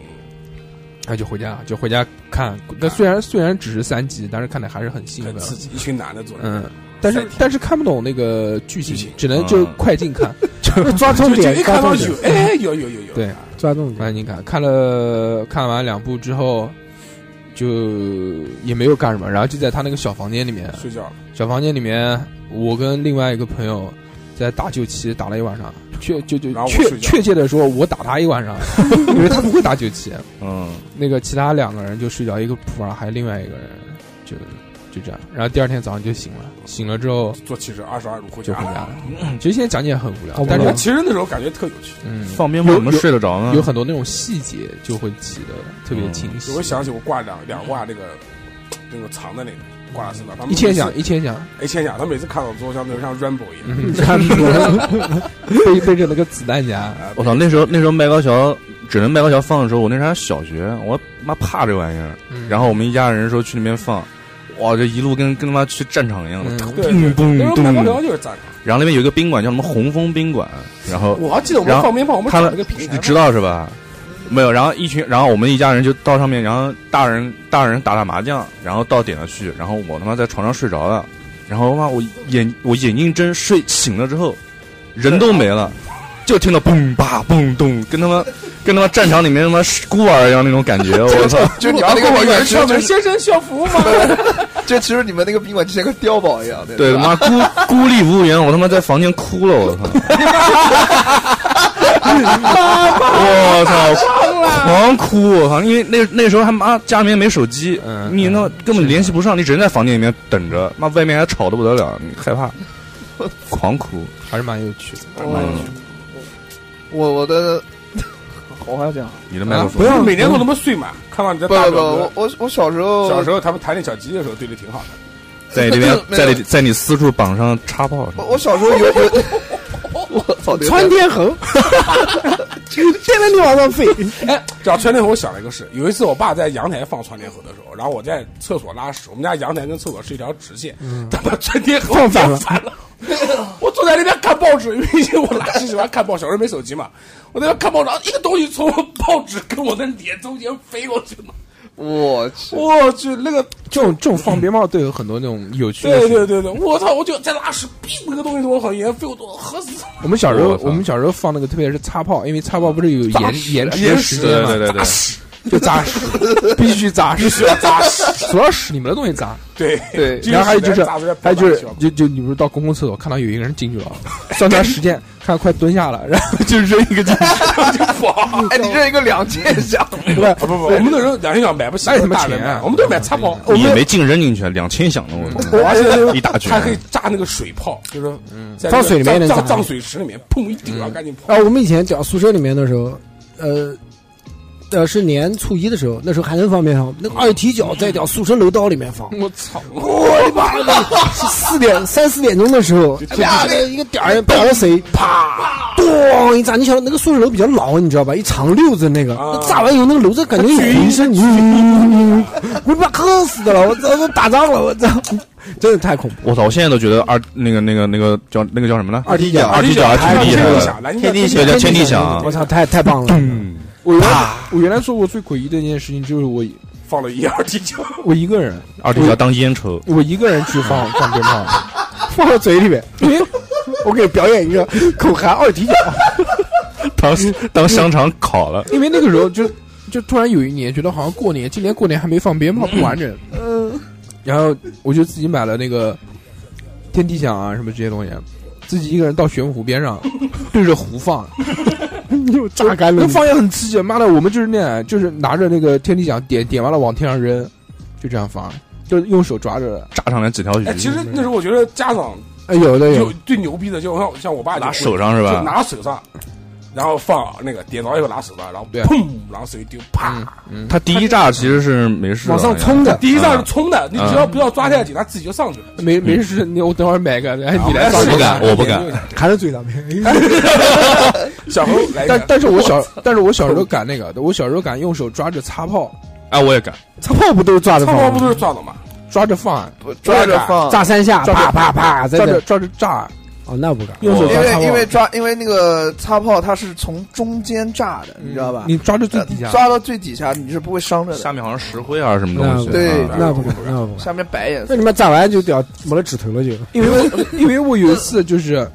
Speaker 7: 那就回家就回家看。那虽然虽然只是三级，但是看的还是很兴
Speaker 5: 啊很
Speaker 7: 奋，
Speaker 5: 刺激，一群男的坐在那，
Speaker 7: 嗯。但是但是看不懂那个剧
Speaker 5: 剧情，
Speaker 7: 情
Speaker 5: 啊
Speaker 7: 只能就
Speaker 3: 嗯
Speaker 7: 快进 看，
Speaker 8: 抓重
Speaker 5: 就就
Speaker 8: 点
Speaker 5: 一，
Speaker 8: 抓
Speaker 5: 看
Speaker 8: 重
Speaker 5: 到有
Speaker 8: 点，，
Speaker 5: 哎，有有有有，
Speaker 7: 对
Speaker 8: 抓重点。
Speaker 7: 快进看。看了看完两部之后，就也没有干什么，然后就在他那个小房间里面，
Speaker 5: 睡觉了，
Speaker 7: 小房间里面，我跟另外一个朋友在打九七，打了一晚上。确就就
Speaker 5: 然后我
Speaker 7: 确
Speaker 5: 睡觉
Speaker 7: 确切的说，我打他一晚上，因为他不会打九七。
Speaker 3: 嗯，
Speaker 7: 那个其他两个人就睡着，一个普洱，还有另外一个人，就就这样。然后第二天早上就醒了，醒了之后
Speaker 5: 坐汽车二十二路回
Speaker 7: 就
Speaker 5: 家
Speaker 7: 回家。了。其实现在讲起来很无聊
Speaker 8: 好，无
Speaker 7: 但
Speaker 8: 聊
Speaker 5: 但
Speaker 7: 是
Speaker 5: 其实那时候感觉特有趣，
Speaker 7: 嗯，
Speaker 3: 放鞭炮
Speaker 7: 有
Speaker 3: 怎么
Speaker 7: 有
Speaker 3: 睡得着呢？
Speaker 7: 有很多那种细节就会记得特别清晰
Speaker 5: 我。会想起我挂两两挂那个那个藏的那个挂在身上，他们
Speaker 7: 一千
Speaker 5: 每次
Speaker 7: 响，一千 响，
Speaker 5: 哎，千响，他每次看到之后像那像 Rambo 一样，
Speaker 7: 嗯，背背着那个子弹夹，
Speaker 5: 啊
Speaker 3: 我操，那时候那时候麦高桥只能麦高桥放的时候，我那时候还小学，我妈怕这玩意儿。
Speaker 7: 嗯
Speaker 3: 然后我们一家人说去那边放，哇，这一路跟跟他妈去战场一样的，
Speaker 7: 嗯
Speaker 5: 对对，
Speaker 3: 嘣
Speaker 5: 那时候
Speaker 3: 咚
Speaker 5: 麦高桥就是赞场。
Speaker 3: 然后那边有一个宾馆叫什么红枫宾馆，然后
Speaker 5: 我还记得我
Speaker 3: 然
Speaker 5: 们
Speaker 3: 后
Speaker 5: 放鞭炮，我们
Speaker 3: 他
Speaker 5: 找
Speaker 3: 们
Speaker 5: 了个平台
Speaker 3: 你，知道是吧？没有，然后一群，然后我们一家人就到上面，然后大人大人打打麻将，然后到点了去，然后我他妈在床上睡着了，然后他妈我眼我眼睛睁睡醒了之后，人都没了，就听到嘣吧嘣咚，跟他妈跟他妈战场里面他妈是孤儿一样那种感觉，我操！
Speaker 6: 就你们那个宾馆，其实
Speaker 5: 先生需要服务吗？
Speaker 6: 就其实你们那个宾馆就像个碉堡一样的，
Speaker 3: 对，
Speaker 6: 吧
Speaker 3: 他妈孤孤立无援，我他妈在房间哭了，我操！我操，狂哭！我操，因为那那时候还妈家里面没手机，
Speaker 7: 嗯
Speaker 3: 你那根本联系不上，你只能在房间里面等着，妈外面还吵得不得了，你害怕，狂哭。
Speaker 7: 还是蛮有趣的。
Speaker 3: 嗯，
Speaker 6: 我我的，我还要讲，
Speaker 3: 你的麦克风
Speaker 5: 啊不要每年都他妈睡满，看到你在
Speaker 6: 不
Speaker 5: 大
Speaker 6: 不
Speaker 5: 表
Speaker 6: 不，
Speaker 5: 哥
Speaker 6: 我我我小时候
Speaker 5: 小时候他们弹那小鸡的时候对的挺好的，
Speaker 3: 在你这边，
Speaker 6: 没有哦
Speaker 3: 在你在你私处绑上插炮是吧
Speaker 6: 我我小时候有有，我操，
Speaker 8: 窜天 猴，天天你往上飞，
Speaker 5: 只要窜天猴，我想了一个事。有一次，我爸在阳台放窜天猴的时候，然后我在厕所拉屎，我们家阳台跟厕所是一条直线，他把窜天猴嗯
Speaker 8: 放反
Speaker 5: 放
Speaker 8: 了
Speaker 5: 反了。我坐在那边看报纸，因为以前我拉屎喜欢看报，小时候没手机嘛，我在那边看报纸，然后一个东西从我报纸跟我的脸中间飞过去了，
Speaker 6: 我去，
Speaker 5: 我去，那个
Speaker 7: 这种这种放鞭炮，对有很多那种有趣的
Speaker 5: 对
Speaker 7: 事情
Speaker 5: 对对对，我操！我就在拉屎，哔，那个东西从我好像飞过去，我喝死
Speaker 7: 我们小时候
Speaker 3: 我，操
Speaker 7: 我们小时候放那个，特别是擦炮，因为擦炮不是 有延延迟
Speaker 5: 延
Speaker 7: 的
Speaker 5: 时
Speaker 7: 时
Speaker 3: 对
Speaker 7: 间嘛，
Speaker 3: 对对对，
Speaker 7: 就扎 屎，必须扎屎，
Speaker 5: 了，砸屎！
Speaker 7: 主要屎你们的东西扎。
Speaker 5: 对，
Speaker 6: 对
Speaker 5: 这
Speaker 7: 然后还有就是，还有就是
Speaker 5: 屎在，
Speaker 7: 就就你们到公共厕所看到有一个人进去了，算算时间， 看快蹲下了，然后就扔一个进去，
Speaker 6: 哎，你这一个两千响，
Speaker 5: 啊不不，我们那时候两千港买不起，
Speaker 7: 哪有什么
Speaker 5: 大人
Speaker 7: 钱啊
Speaker 5: 买我们都买擦炮，我
Speaker 3: 你
Speaker 5: 们
Speaker 3: 也没进扔进去，两千响的 我操，
Speaker 5: 而且那时候
Speaker 3: 一大圈
Speaker 5: 还可以炸那个水炮，就是在那个
Speaker 8: 放水里面
Speaker 5: 脏
Speaker 8: 能
Speaker 5: 脏
Speaker 8: 炸
Speaker 5: 脏水池里面，砰一丢，然后赶紧跑。
Speaker 8: 啊，我们以前讲宿舍里面的时候，呃，呃是年初一的时候，那时候还能放鞭炮，那个二踢脚在屌宿舍楼道里面放，
Speaker 7: 我操！
Speaker 5: 我的妈呀！
Speaker 8: 是四点三四点钟的时候，啪的一个点儿，不知道谁啪咣一炸，你想那个宿舍楼比较老，你知道吧？一长溜子那个，
Speaker 5: 啊
Speaker 8: 那炸完以后那个楼子感觉有回声，嗯我他妈吓死的了，我操，我打仗了，我操！真的太恐怖。
Speaker 3: 我操！我现在都觉得二那个那个那个叫那个叫什么呢？
Speaker 4: 二踢脚，
Speaker 3: 二踢脚啊还挺厉害 的，
Speaker 5: 来，
Speaker 4: 天地
Speaker 3: 对
Speaker 4: 响
Speaker 3: 叫天地响
Speaker 8: 我。操，太太棒了！
Speaker 7: 我原来我原来做过最诡异的一件事情，就是我
Speaker 5: 放了一二踢脚，
Speaker 7: 我一个人，
Speaker 3: 二踢脚当烟抽，
Speaker 7: 我一个人去放放鞭炮，
Speaker 8: 放到嘴里面，我给你表演一个口含二踢脚。
Speaker 3: 当当香肠烤了。
Speaker 7: 因为那个时候就就突然有一年觉得好像过年，今年过年还没放鞭炮不完整，嗯，然后我就自己买了那个天地响啊什么这些东西，自己一个人到玄武湖边上对着湖放，
Speaker 8: 又榨干了
Speaker 7: 那
Speaker 8: 你。
Speaker 7: 放也很刺激，啊妈的，我们就是那样，就是拿着那个天地响点点完了往天上扔，就这样放，就是用手抓着的，
Speaker 3: 炸上来几条鱼
Speaker 5: 哎，，其实那时候我觉得家长
Speaker 8: 哎，有的有
Speaker 5: 就，最牛逼的，就像像我爸就
Speaker 3: 拿
Speaker 5: 会
Speaker 3: 手上是
Speaker 5: 就
Speaker 3: 吧？
Speaker 5: 拿手上，然后放那个点着以后拿手上，然后
Speaker 7: 对
Speaker 5: 砰，然后手一丢，
Speaker 7: 嗯
Speaker 5: 啪。
Speaker 7: 嗯，
Speaker 3: 他第一炸其实是没事的，啊
Speaker 8: 往上冲的，
Speaker 5: 第一上是冲的，你只要不要抓太紧，它自己就上去了。
Speaker 7: 没没事，你我等会儿买个，哎，你来
Speaker 5: 然后
Speaker 7: 放
Speaker 3: 我
Speaker 7: 一
Speaker 3: 不
Speaker 7: 个。
Speaker 3: 敢我不敢。
Speaker 8: 含在嘴哎上面。
Speaker 5: 小猴来一
Speaker 7: 但
Speaker 5: 个，
Speaker 7: 但是我小，但是我小时候敢那个，我小时候敢用手抓着擦炮，
Speaker 3: 哎，我也敢。
Speaker 8: 擦炮不都是抓着啊
Speaker 5: 超
Speaker 8: 放
Speaker 5: 包不
Speaker 8: 吗？
Speaker 5: 都是抓的吗？
Speaker 7: 抓着放，
Speaker 6: 抓着放，
Speaker 8: 炸三下，
Speaker 7: 抓着
Speaker 8: 啪啪啪，在
Speaker 7: 抓
Speaker 8: 那
Speaker 7: 着抓着炸，
Speaker 5: 啊
Speaker 8: 哦，那不敢。
Speaker 7: 用手
Speaker 6: 因
Speaker 7: 抓擦
Speaker 6: 为因为
Speaker 7: 炮，
Speaker 6: 抓因为那个擦炮它是从中间炸的，你知道吧？
Speaker 7: 嗯你抓着最底
Speaker 6: 呃
Speaker 7: 下，
Speaker 6: 抓到最底下你是不会伤着
Speaker 3: 下
Speaker 6: 的，
Speaker 3: 面好像石灰啊什么
Speaker 5: 嗯
Speaker 3: 东西。
Speaker 6: 对
Speaker 3: 啊
Speaker 8: 那不敢，那不敢。
Speaker 6: 下面白颜
Speaker 8: 那
Speaker 6: 色。
Speaker 8: 你们炸完就掉没了指头 了就。
Speaker 7: 因为我因为我有一次就是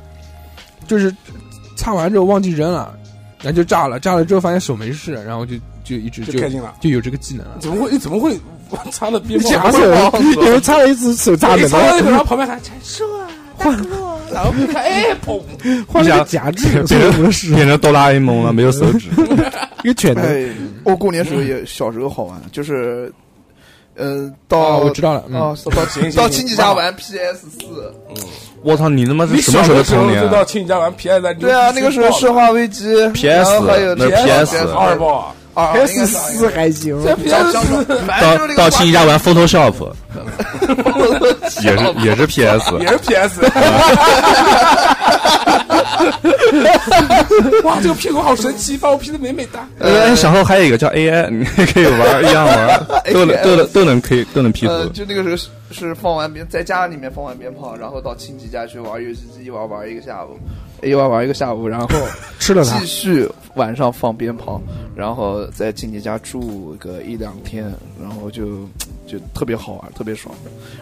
Speaker 7: 就是擦完之后忘记扔了，然后就炸了，炸了之后发现手没事，然后就就一直
Speaker 5: 就
Speaker 7: 就
Speaker 5: 开心了。
Speaker 7: 就有这个技能了。
Speaker 5: 怎么会？你怎么会 擦的鞭炮？
Speaker 8: 假手， 有人插了一只手炸
Speaker 5: 你
Speaker 8: 的，
Speaker 5: 擦到那
Speaker 8: 然
Speaker 5: 个，
Speaker 8: 后
Speaker 5: 然后旁边还哎陈叔啊，大哥，然后看，哎，砰！
Speaker 8: 换了个假肢，这个不是
Speaker 3: 变成哆啦 A 梦了，没
Speaker 5: 嗯
Speaker 3: 有手指。
Speaker 8: 一个拳头。
Speaker 6: 哎，我过年时候也小时候好玩，就是，呃，
Speaker 7: 哦，
Speaker 6: 到
Speaker 7: 我知道了，嗯，
Speaker 6: 啊，到
Speaker 5: 行行
Speaker 6: 到
Speaker 5: 行
Speaker 6: 亲戚家玩 PS 四，
Speaker 3: 我操，你他妈是
Speaker 5: 你
Speaker 3: 什么
Speaker 5: 小
Speaker 3: 的
Speaker 5: 的时
Speaker 3: 童
Speaker 5: 候
Speaker 3: 年啊
Speaker 5: 就？到亲戚家玩 PS 三，
Speaker 6: 对啊，那个时候《生化危机》然
Speaker 3: PS
Speaker 6: 后还有
Speaker 3: 那是
Speaker 6: PS
Speaker 5: 二啊 爆，
Speaker 6: 二啊
Speaker 8: S 四哎还行，
Speaker 6: PS 反
Speaker 5: 哎
Speaker 6: 正就是那
Speaker 3: 到
Speaker 6: 个
Speaker 3: 到亲戚家玩 Photoshop，
Speaker 6: 家
Speaker 3: 也是也是 PS，
Speaker 5: 也是 PS。哇，这个屁股好神奇，把我 P 的美美哒。
Speaker 3: 呃，小时候还有一个叫 AI，你 可以玩一样玩，都能都能都能可以都能 P
Speaker 6: 呃，
Speaker 3: 图。
Speaker 6: 就那个时候是是放完鞭，在家里面放完鞭炮，然后到亲戚家去玩游戏机，一玩玩一个下午，一玩玩一个下午，然后
Speaker 8: 吃了它
Speaker 6: 继。续晚上放鞭炮，然后在亲戚家住个一两天，然后就就特别好玩，特别爽。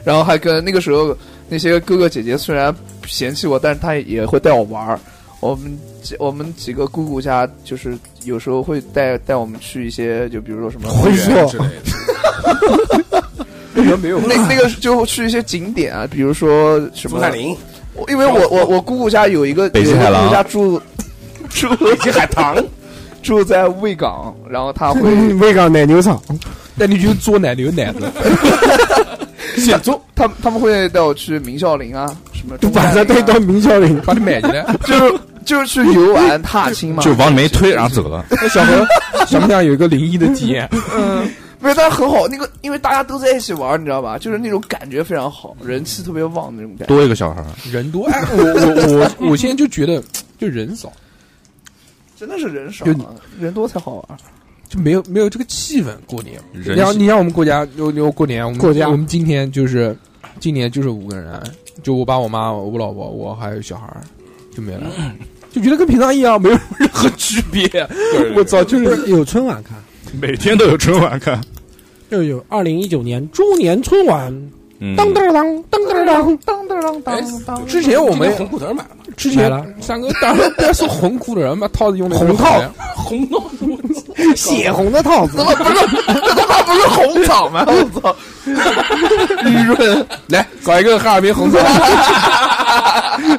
Speaker 6: 然后还跟那个时候那些哥哥姐姐虽然嫌弃我，但是他也会带我玩儿。我们几我们几个姑姑家就是有时候会带带我们去一些，就比如说什么啊
Speaker 8: 回溯
Speaker 5: 之类的，
Speaker 6: 那那个就去一些景点啊，比如说什
Speaker 5: 朱
Speaker 6: 么
Speaker 5: 三林、
Speaker 6: 我因为我我我姑姑家有一个
Speaker 3: 北极海狼
Speaker 6: 有一个姑姑家住住
Speaker 5: 北极海棠，
Speaker 6: 住在卫岗，然后 她会
Speaker 8: 味港奶牛 场，
Speaker 7: 带你去做奶牛奶子，
Speaker 5: 现做
Speaker 6: 他们他们会带我去明孝陵啊，什么
Speaker 8: 就
Speaker 6: 中
Speaker 8: 把它
Speaker 6: 山陵啊
Speaker 8: 带到明孝陵。
Speaker 7: 把你买进来。
Speaker 6: 就是就是去游玩踏青嘛，
Speaker 3: 就往里面一推，然后走了。
Speaker 7: 那小何想不想有一个灵异的体验？
Speaker 6: 不是，但是很好，那个因为大家都在一起玩，你知道吧？就是那种感觉非常好，人气特别旺的那种感觉。
Speaker 3: 多一个小孩儿，
Speaker 7: 人多，哎，我我我我现在就觉得就人少，
Speaker 6: 真的是人少
Speaker 7: 就
Speaker 6: 啊，人多才好玩。
Speaker 7: 就没有没有这个气氛过年。
Speaker 3: 人
Speaker 7: 你像你像我们国家，有有过年，我们
Speaker 8: 过家
Speaker 7: 我们今天就是今年就是五个人，就我爸、我妈、我老婆，我还有小孩儿，就没了，就觉得跟平常一样，没有任何区嗯别。我操，就
Speaker 8: 不
Speaker 7: 是
Speaker 8: 是有春晚看，
Speaker 3: 每天都有春晚看。
Speaker 8: 就有二零一九年周年春晚，
Speaker 3: 嗯，
Speaker 8: 当当当当当当。
Speaker 6: 当当当
Speaker 8: 哎
Speaker 6: 当当，
Speaker 7: 之前我们
Speaker 5: 红裤头买了吗？
Speaker 7: 之
Speaker 8: 买
Speaker 7: 前
Speaker 8: 了
Speaker 7: 三哥当然不要说红裤的人嘛，套子用的红套，
Speaker 5: 红到
Speaker 8: 血红的套子，
Speaker 6: 那不是红枣吗？我操！
Speaker 7: 玉润来搞一个哈尔滨红套，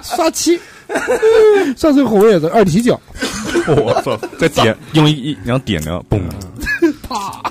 Speaker 8: 刷 漆。上次红也是二踢脚，
Speaker 3: 我操！再点 嗯用一一然后点着，嘣！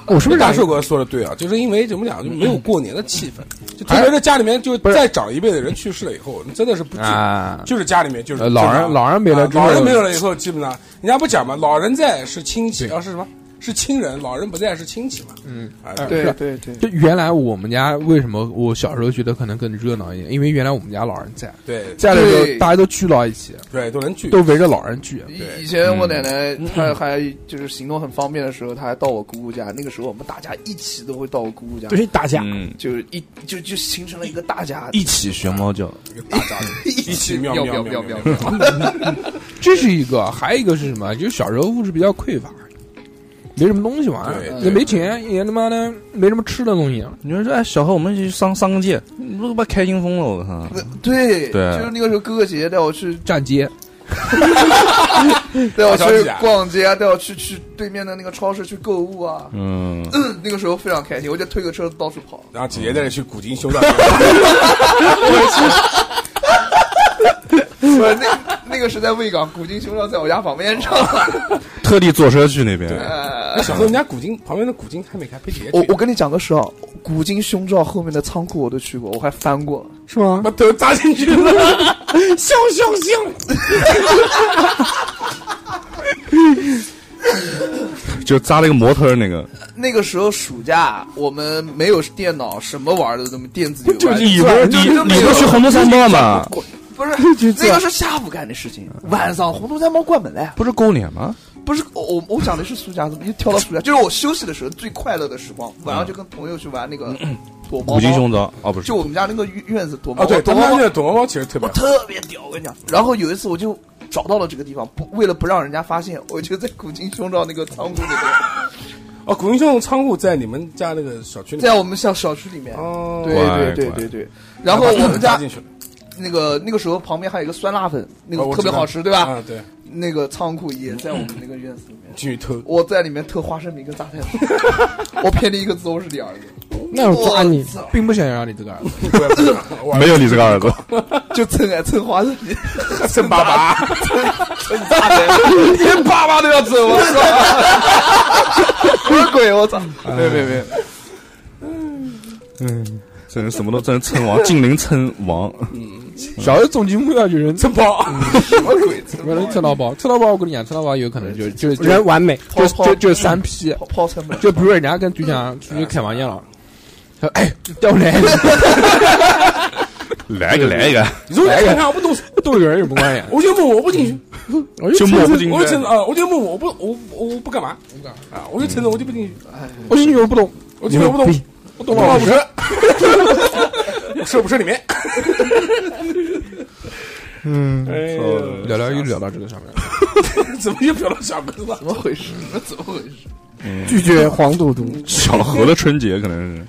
Speaker 8: 我哦是不是
Speaker 5: 大
Speaker 8: 打
Speaker 5: 寿哥说的对啊，就是因为怎么讲，就没有过年的气氛，就特别是家里面，就再长一辈的人去世了以后，你真的是不聚
Speaker 7: 啊，
Speaker 5: 就是家里面就是
Speaker 7: 呃老人
Speaker 5: 正常
Speaker 7: 老人没了
Speaker 5: 啊
Speaker 7: 之后
Speaker 5: 老人没有了以后，基本上人家不讲嘛，老人在是亲戚，啊是什么？是亲人，老人不在是亲戚嘛。
Speaker 7: 嗯，
Speaker 5: 啊，
Speaker 6: 对对对，
Speaker 7: 就原来我们家为什么我小时候觉得可能更热闹一点，因为原来我们家老人在，
Speaker 5: 对
Speaker 7: 在的时候
Speaker 6: 对
Speaker 7: 大家都聚到一起，
Speaker 5: 对，都能聚。
Speaker 7: 都围着老人聚。
Speaker 6: 以以前我奶奶
Speaker 5: 嗯
Speaker 6: 她还就是行动很方便的时候，她还到我姑姑家。那个时候我们大家一起都会到我姑姑家，
Speaker 8: 对，打架，
Speaker 3: 嗯，
Speaker 6: 就一就就形成了一个大家，
Speaker 3: 一起学猫叫，
Speaker 5: 大家一起喵
Speaker 6: 喵
Speaker 5: 喵
Speaker 6: 喵
Speaker 5: 喵
Speaker 6: 喵
Speaker 5: 喵。
Speaker 7: 这是一个，还有一个是什么？就是小时候物质比较匮乏，没什么东西玩
Speaker 5: 对，
Speaker 7: 也
Speaker 5: 对
Speaker 7: 没钱，也他妈的没什么吃的东西。
Speaker 3: 你说哎，小何，我们一起去上上个街，你都他妈开心疯了，我操！
Speaker 6: 对，
Speaker 3: 对
Speaker 6: 就是那个时候哥哥姐姐带我 去
Speaker 7: 站街，
Speaker 6: 带我
Speaker 5: 小姐
Speaker 6: 去
Speaker 5: 姐
Speaker 6: 逛街啊，带我去去对面的那个超市去购物啊。
Speaker 3: 嗯，
Speaker 6: 那个时候非常开心，我就推个车到处 跑。
Speaker 5: 然后姐姐带着去古今修道，
Speaker 6: 不是那那个是在卫岗古今修道，在我家旁边唱。
Speaker 3: 特地坐车去那边，
Speaker 6: 呃
Speaker 5: 小时候人家古今旁边的古今还没开，陪姐姐
Speaker 6: 我
Speaker 5: 去
Speaker 6: 我跟你讲个事啊，古今胸罩后面的仓库我都去过，我还翻过。
Speaker 8: 是吗？
Speaker 5: 把头扎进去了，咻咻咻！
Speaker 3: 就扎了一个模特儿那个，
Speaker 6: 那个时候暑假我们没有电脑，什么玩的都没，电子游玩
Speaker 3: 你不是你你不是去红头山包吗？
Speaker 6: 不 是那个是下午干的事情，晚上红头山猫关门了呀。
Speaker 3: 不是勾脸吗？
Speaker 6: 不是我我我讲的是暑假，怎么又跳到暑假？就是我休息的时候最快乐的时光，晚上就跟朋友去玩那 个躲猫
Speaker 3: 古今
Speaker 6: 猫，
Speaker 3: 胸罩哦，不是
Speaker 6: 就，我们家那个院院子躲猫
Speaker 5: 哦，对，
Speaker 6: 躲
Speaker 5: 东
Speaker 6: 猫
Speaker 5: 方
Speaker 6: 猫
Speaker 5: 那个躲猫猫其实特
Speaker 6: 我
Speaker 5: 别好，
Speaker 6: 特别屌，我跟你讲。然后有一次我就找到了这个地方，不为了不让人家发现，我就在古今胸罩那个仓库里面，
Speaker 5: 哦，古今修道仓库在你们家那个小区里面，
Speaker 6: 在我们小小区里面。
Speaker 5: 哦，
Speaker 6: 对
Speaker 3: 乖
Speaker 6: 对对
Speaker 3: 乖
Speaker 6: 对对。然后我们
Speaker 5: 扎
Speaker 6: 家
Speaker 5: 进去了，
Speaker 6: 那个那个时候旁边还有一个酸辣粉，那
Speaker 5: 哦
Speaker 6: 个
Speaker 5: 我
Speaker 6: 特别
Speaker 5: 知道
Speaker 6: 好吃，对吧？
Speaker 5: 啊，对，
Speaker 6: 那个仓库也在我们那个院子里面。
Speaker 5: 进去偷。
Speaker 6: 我在里面特花生米跟榨菜 粉，我偏离一个字，我是第二个。
Speaker 8: 那我抓你
Speaker 6: 我，操
Speaker 7: 并不想让你这个儿子。
Speaker 5: 我
Speaker 3: 没有你这个儿子，
Speaker 6: 就蹭啊蹭花生米，
Speaker 5: 真爸爸，
Speaker 6: 连爸爸都要走，我操！不是鬼，我操！没有没有没有，
Speaker 3: 真是什么都真是称王，近邻称王，
Speaker 7: 小时候总结目标就是吃饱，
Speaker 6: 什么鬼？
Speaker 7: 不能吃到饱，吃到饱我跟你讲，吃到饱有可能就就就
Speaker 8: 人哎完美，
Speaker 7: 嗯就就就三批，
Speaker 6: 泡泡成本，
Speaker 7: 就比如人家跟局长出去开房间了，他说哎， 要不来
Speaker 3: 来
Speaker 7: 一个，
Speaker 3: 一个来一个，
Speaker 5: 你说我看看我不懂，
Speaker 7: 都有人有什么关系？啊
Speaker 5: 我就摸我不进去，
Speaker 3: 就抹不进
Speaker 5: 我就承
Speaker 3: 去
Speaker 5: 认。啊，我就摸我不我我我不干嘛，啊，我就承认我就不进去，
Speaker 7: 我说你又不懂，
Speaker 5: 我就承认我不懂，我懂吗？我不吃，我吃我不吃里面，嗯，哎呦
Speaker 7: 聊聊又聊到这个上面了。
Speaker 5: 怎么又飘到小哥了
Speaker 6: 怎？么回事？怎么回事？
Speaker 8: 拒绝黄赌毒，
Speaker 3: 小何的春节可能是，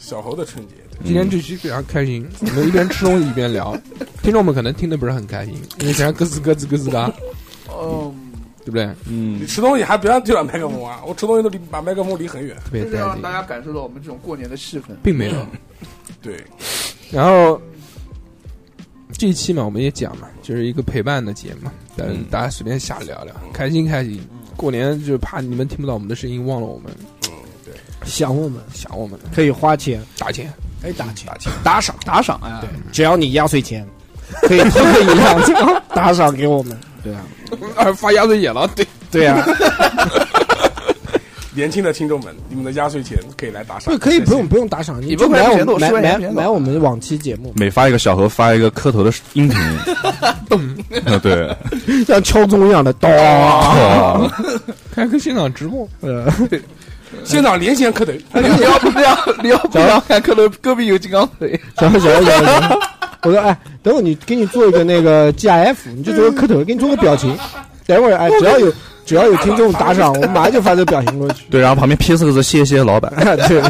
Speaker 5: 小猴的春节，
Speaker 7: 今天这期非常开心，我们一边吃东西一边 聊，听众们可能听的不是很开心，因为全是咯吱咯吱咯吱嘎，
Speaker 6: 哦，
Speaker 7: 对不对？
Speaker 5: 你
Speaker 3: 嗯，
Speaker 5: 吃东西还别让对着麦克风啊！我吃东西都离把麦克风离很远。
Speaker 7: 特别
Speaker 6: 就是要
Speaker 7: 带
Speaker 6: 让
Speaker 7: 劲
Speaker 6: 大，家感受到我们这种过年的气氛。
Speaker 7: 并没有。
Speaker 5: 对，
Speaker 7: 然后这一期嘛，我们也讲嘛，就是一个陪伴的节目，但是大家随便瞎聊聊，开心开心。过年就是怕你们听不到我们的声音，忘了我们，
Speaker 8: 想我们
Speaker 7: 想我们，
Speaker 8: 可以花钱，
Speaker 7: 打钱。
Speaker 8: 可以打钱，
Speaker 6: 打赏打赏哎，对，
Speaker 8: 只要你压岁钱，可以偷个一两 张打赏给我们。
Speaker 7: 啊，发压岁钱了，对，
Speaker 8: 对啊，
Speaker 5: 年轻的听众们，你们的压岁钱可以来打赏，
Speaker 8: 不可以
Speaker 5: 谢谢
Speaker 8: 不用不用打赏，你
Speaker 6: 你不
Speaker 8: 就
Speaker 6: 管
Speaker 8: 买
Speaker 6: 钱
Speaker 8: 我哎
Speaker 6: 多
Speaker 8: 们
Speaker 6: 说
Speaker 8: 买
Speaker 6: 一下
Speaker 8: 买
Speaker 6: 钱多
Speaker 8: 买我们往期节目，
Speaker 3: 每发一个小何发一个磕头的音频，嗯对，
Speaker 8: 像敲钟一样的咚。
Speaker 3: 哦，
Speaker 7: 开个现场直播，
Speaker 8: 呃，
Speaker 5: 现场连线磕头。
Speaker 6: 哎你要不要你要不要看可能隔壁有金刚腿？
Speaker 8: 小何小何小何，我说哎，等会儿你给你做一个那个 GIF，你就做个磕头，给你做个表情。等会儿哎，只要有只要有听众打赏，我们马上就发这个表情过 去。
Speaker 3: 对，然后旁边贴四个字“谢谢老板
Speaker 8: 对，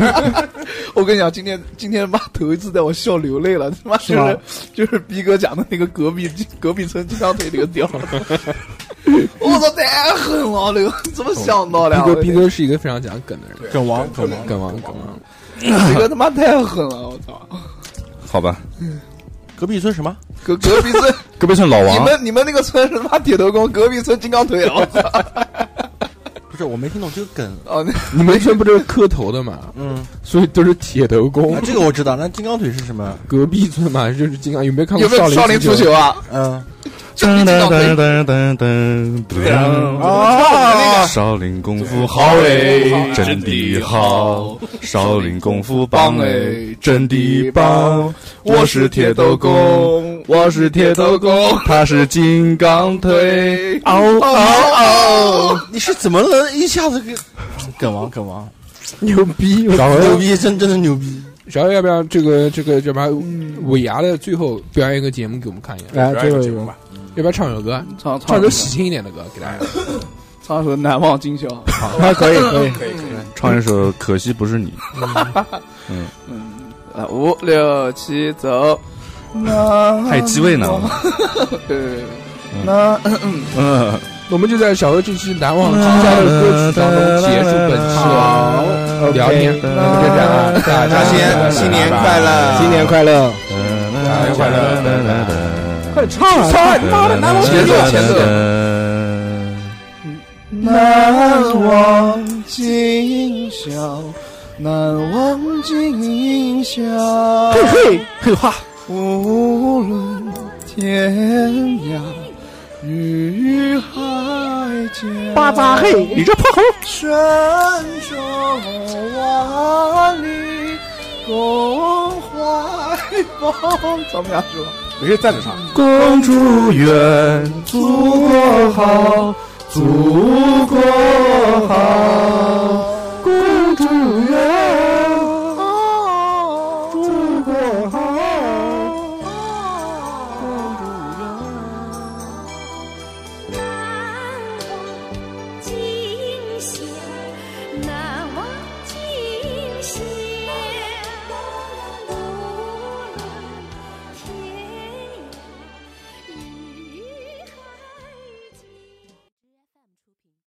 Speaker 6: 我跟你讲，今天今天妈头一次带我笑流泪了，他妈就是
Speaker 8: 吗
Speaker 6: 是就是逼哥讲的那个隔壁隔壁村金刚腿那个屌，我操太狠了，那个怎么想到的
Speaker 7: 逼
Speaker 6: 呀？
Speaker 7: 哥逼哥是一个非常讲梗的人，
Speaker 5: 梗王，梗
Speaker 7: 梗王梗王，
Speaker 6: 这个他妈太狠了，我操！”，
Speaker 3: 好吧，
Speaker 4: 隔壁村什么？
Speaker 6: 隔隔壁村，
Speaker 3: 隔壁村老
Speaker 6: 你
Speaker 3: 王，
Speaker 6: 们你们那个村是他妈铁头功，隔壁村金刚腿了，我操！
Speaker 4: 不是，我没听懂这个梗
Speaker 6: 哦，那
Speaker 7: 你们村不都是磕头的嘛？
Speaker 4: 嗯，
Speaker 7: 所以都是铁头功
Speaker 4: 啊，。这个我知道。那金刚腿是什么？
Speaker 7: 隔壁村嘛，就是经常有没有看过
Speaker 6: 有没有少林
Speaker 7: 足
Speaker 6: 足球啊？
Speaker 4: 嗯，
Speaker 3: 噔
Speaker 6: 进
Speaker 3: 噔
Speaker 6: 到
Speaker 3: 噔
Speaker 6: 腿
Speaker 3: 噔噔噔噔。
Speaker 5: 啊，
Speaker 3: 少林功夫好哎嘞，真的好；少林功夫棒嘞，真哎的棒。我是铁头功，我是铁头功，他是金刚腿。嗷嗷嗷！
Speaker 4: 你是怎么能一下子给梗王梗王？
Speaker 8: 牛逼！
Speaker 7: 然后
Speaker 4: 牛逼，真真的牛逼！
Speaker 7: 然后要不要这个这个叫什么尾牙的最后表演一个节目给我们看一下？
Speaker 8: 来，
Speaker 5: 表
Speaker 8: 这
Speaker 5: 演
Speaker 8: 位
Speaker 5: 节目吧，
Speaker 7: 要不要唱首歌？
Speaker 6: 唱
Speaker 7: 唱
Speaker 6: 唱
Speaker 7: 首喜庆一点的歌给大家。
Speaker 6: 唱一首《难忘今宵》。
Speaker 8: 啊，可以可 以，
Speaker 5: 可以可以。
Speaker 3: 唱一首《可惜不是你》。
Speaker 6: 啊，五六七走。那
Speaker 3: 还有机位呢。
Speaker 6: 对对对，那
Speaker 3: 嗯，
Speaker 7: 我们就在小何这期难忘今宵的歌曲当中结束本期聊天，
Speaker 3: OK
Speaker 7: 那就这样啊，大
Speaker 4: 大
Speaker 7: 家
Speaker 4: 仙，新年快乐！
Speaker 8: 新年快乐！
Speaker 5: 快乐
Speaker 8: 快唱啊！唱！
Speaker 5: 妈的，难忘
Speaker 6: 节奏节奏。难忘今宵，难忘今宵。嘿嘿，嘿哈！无论天涯与海角，巴扎嘿，你这破猴！山中万里，共怀抱。怎么样，是吧？
Speaker 5: 没事，站着唱。
Speaker 3: 公主远，祖国好，祖国好。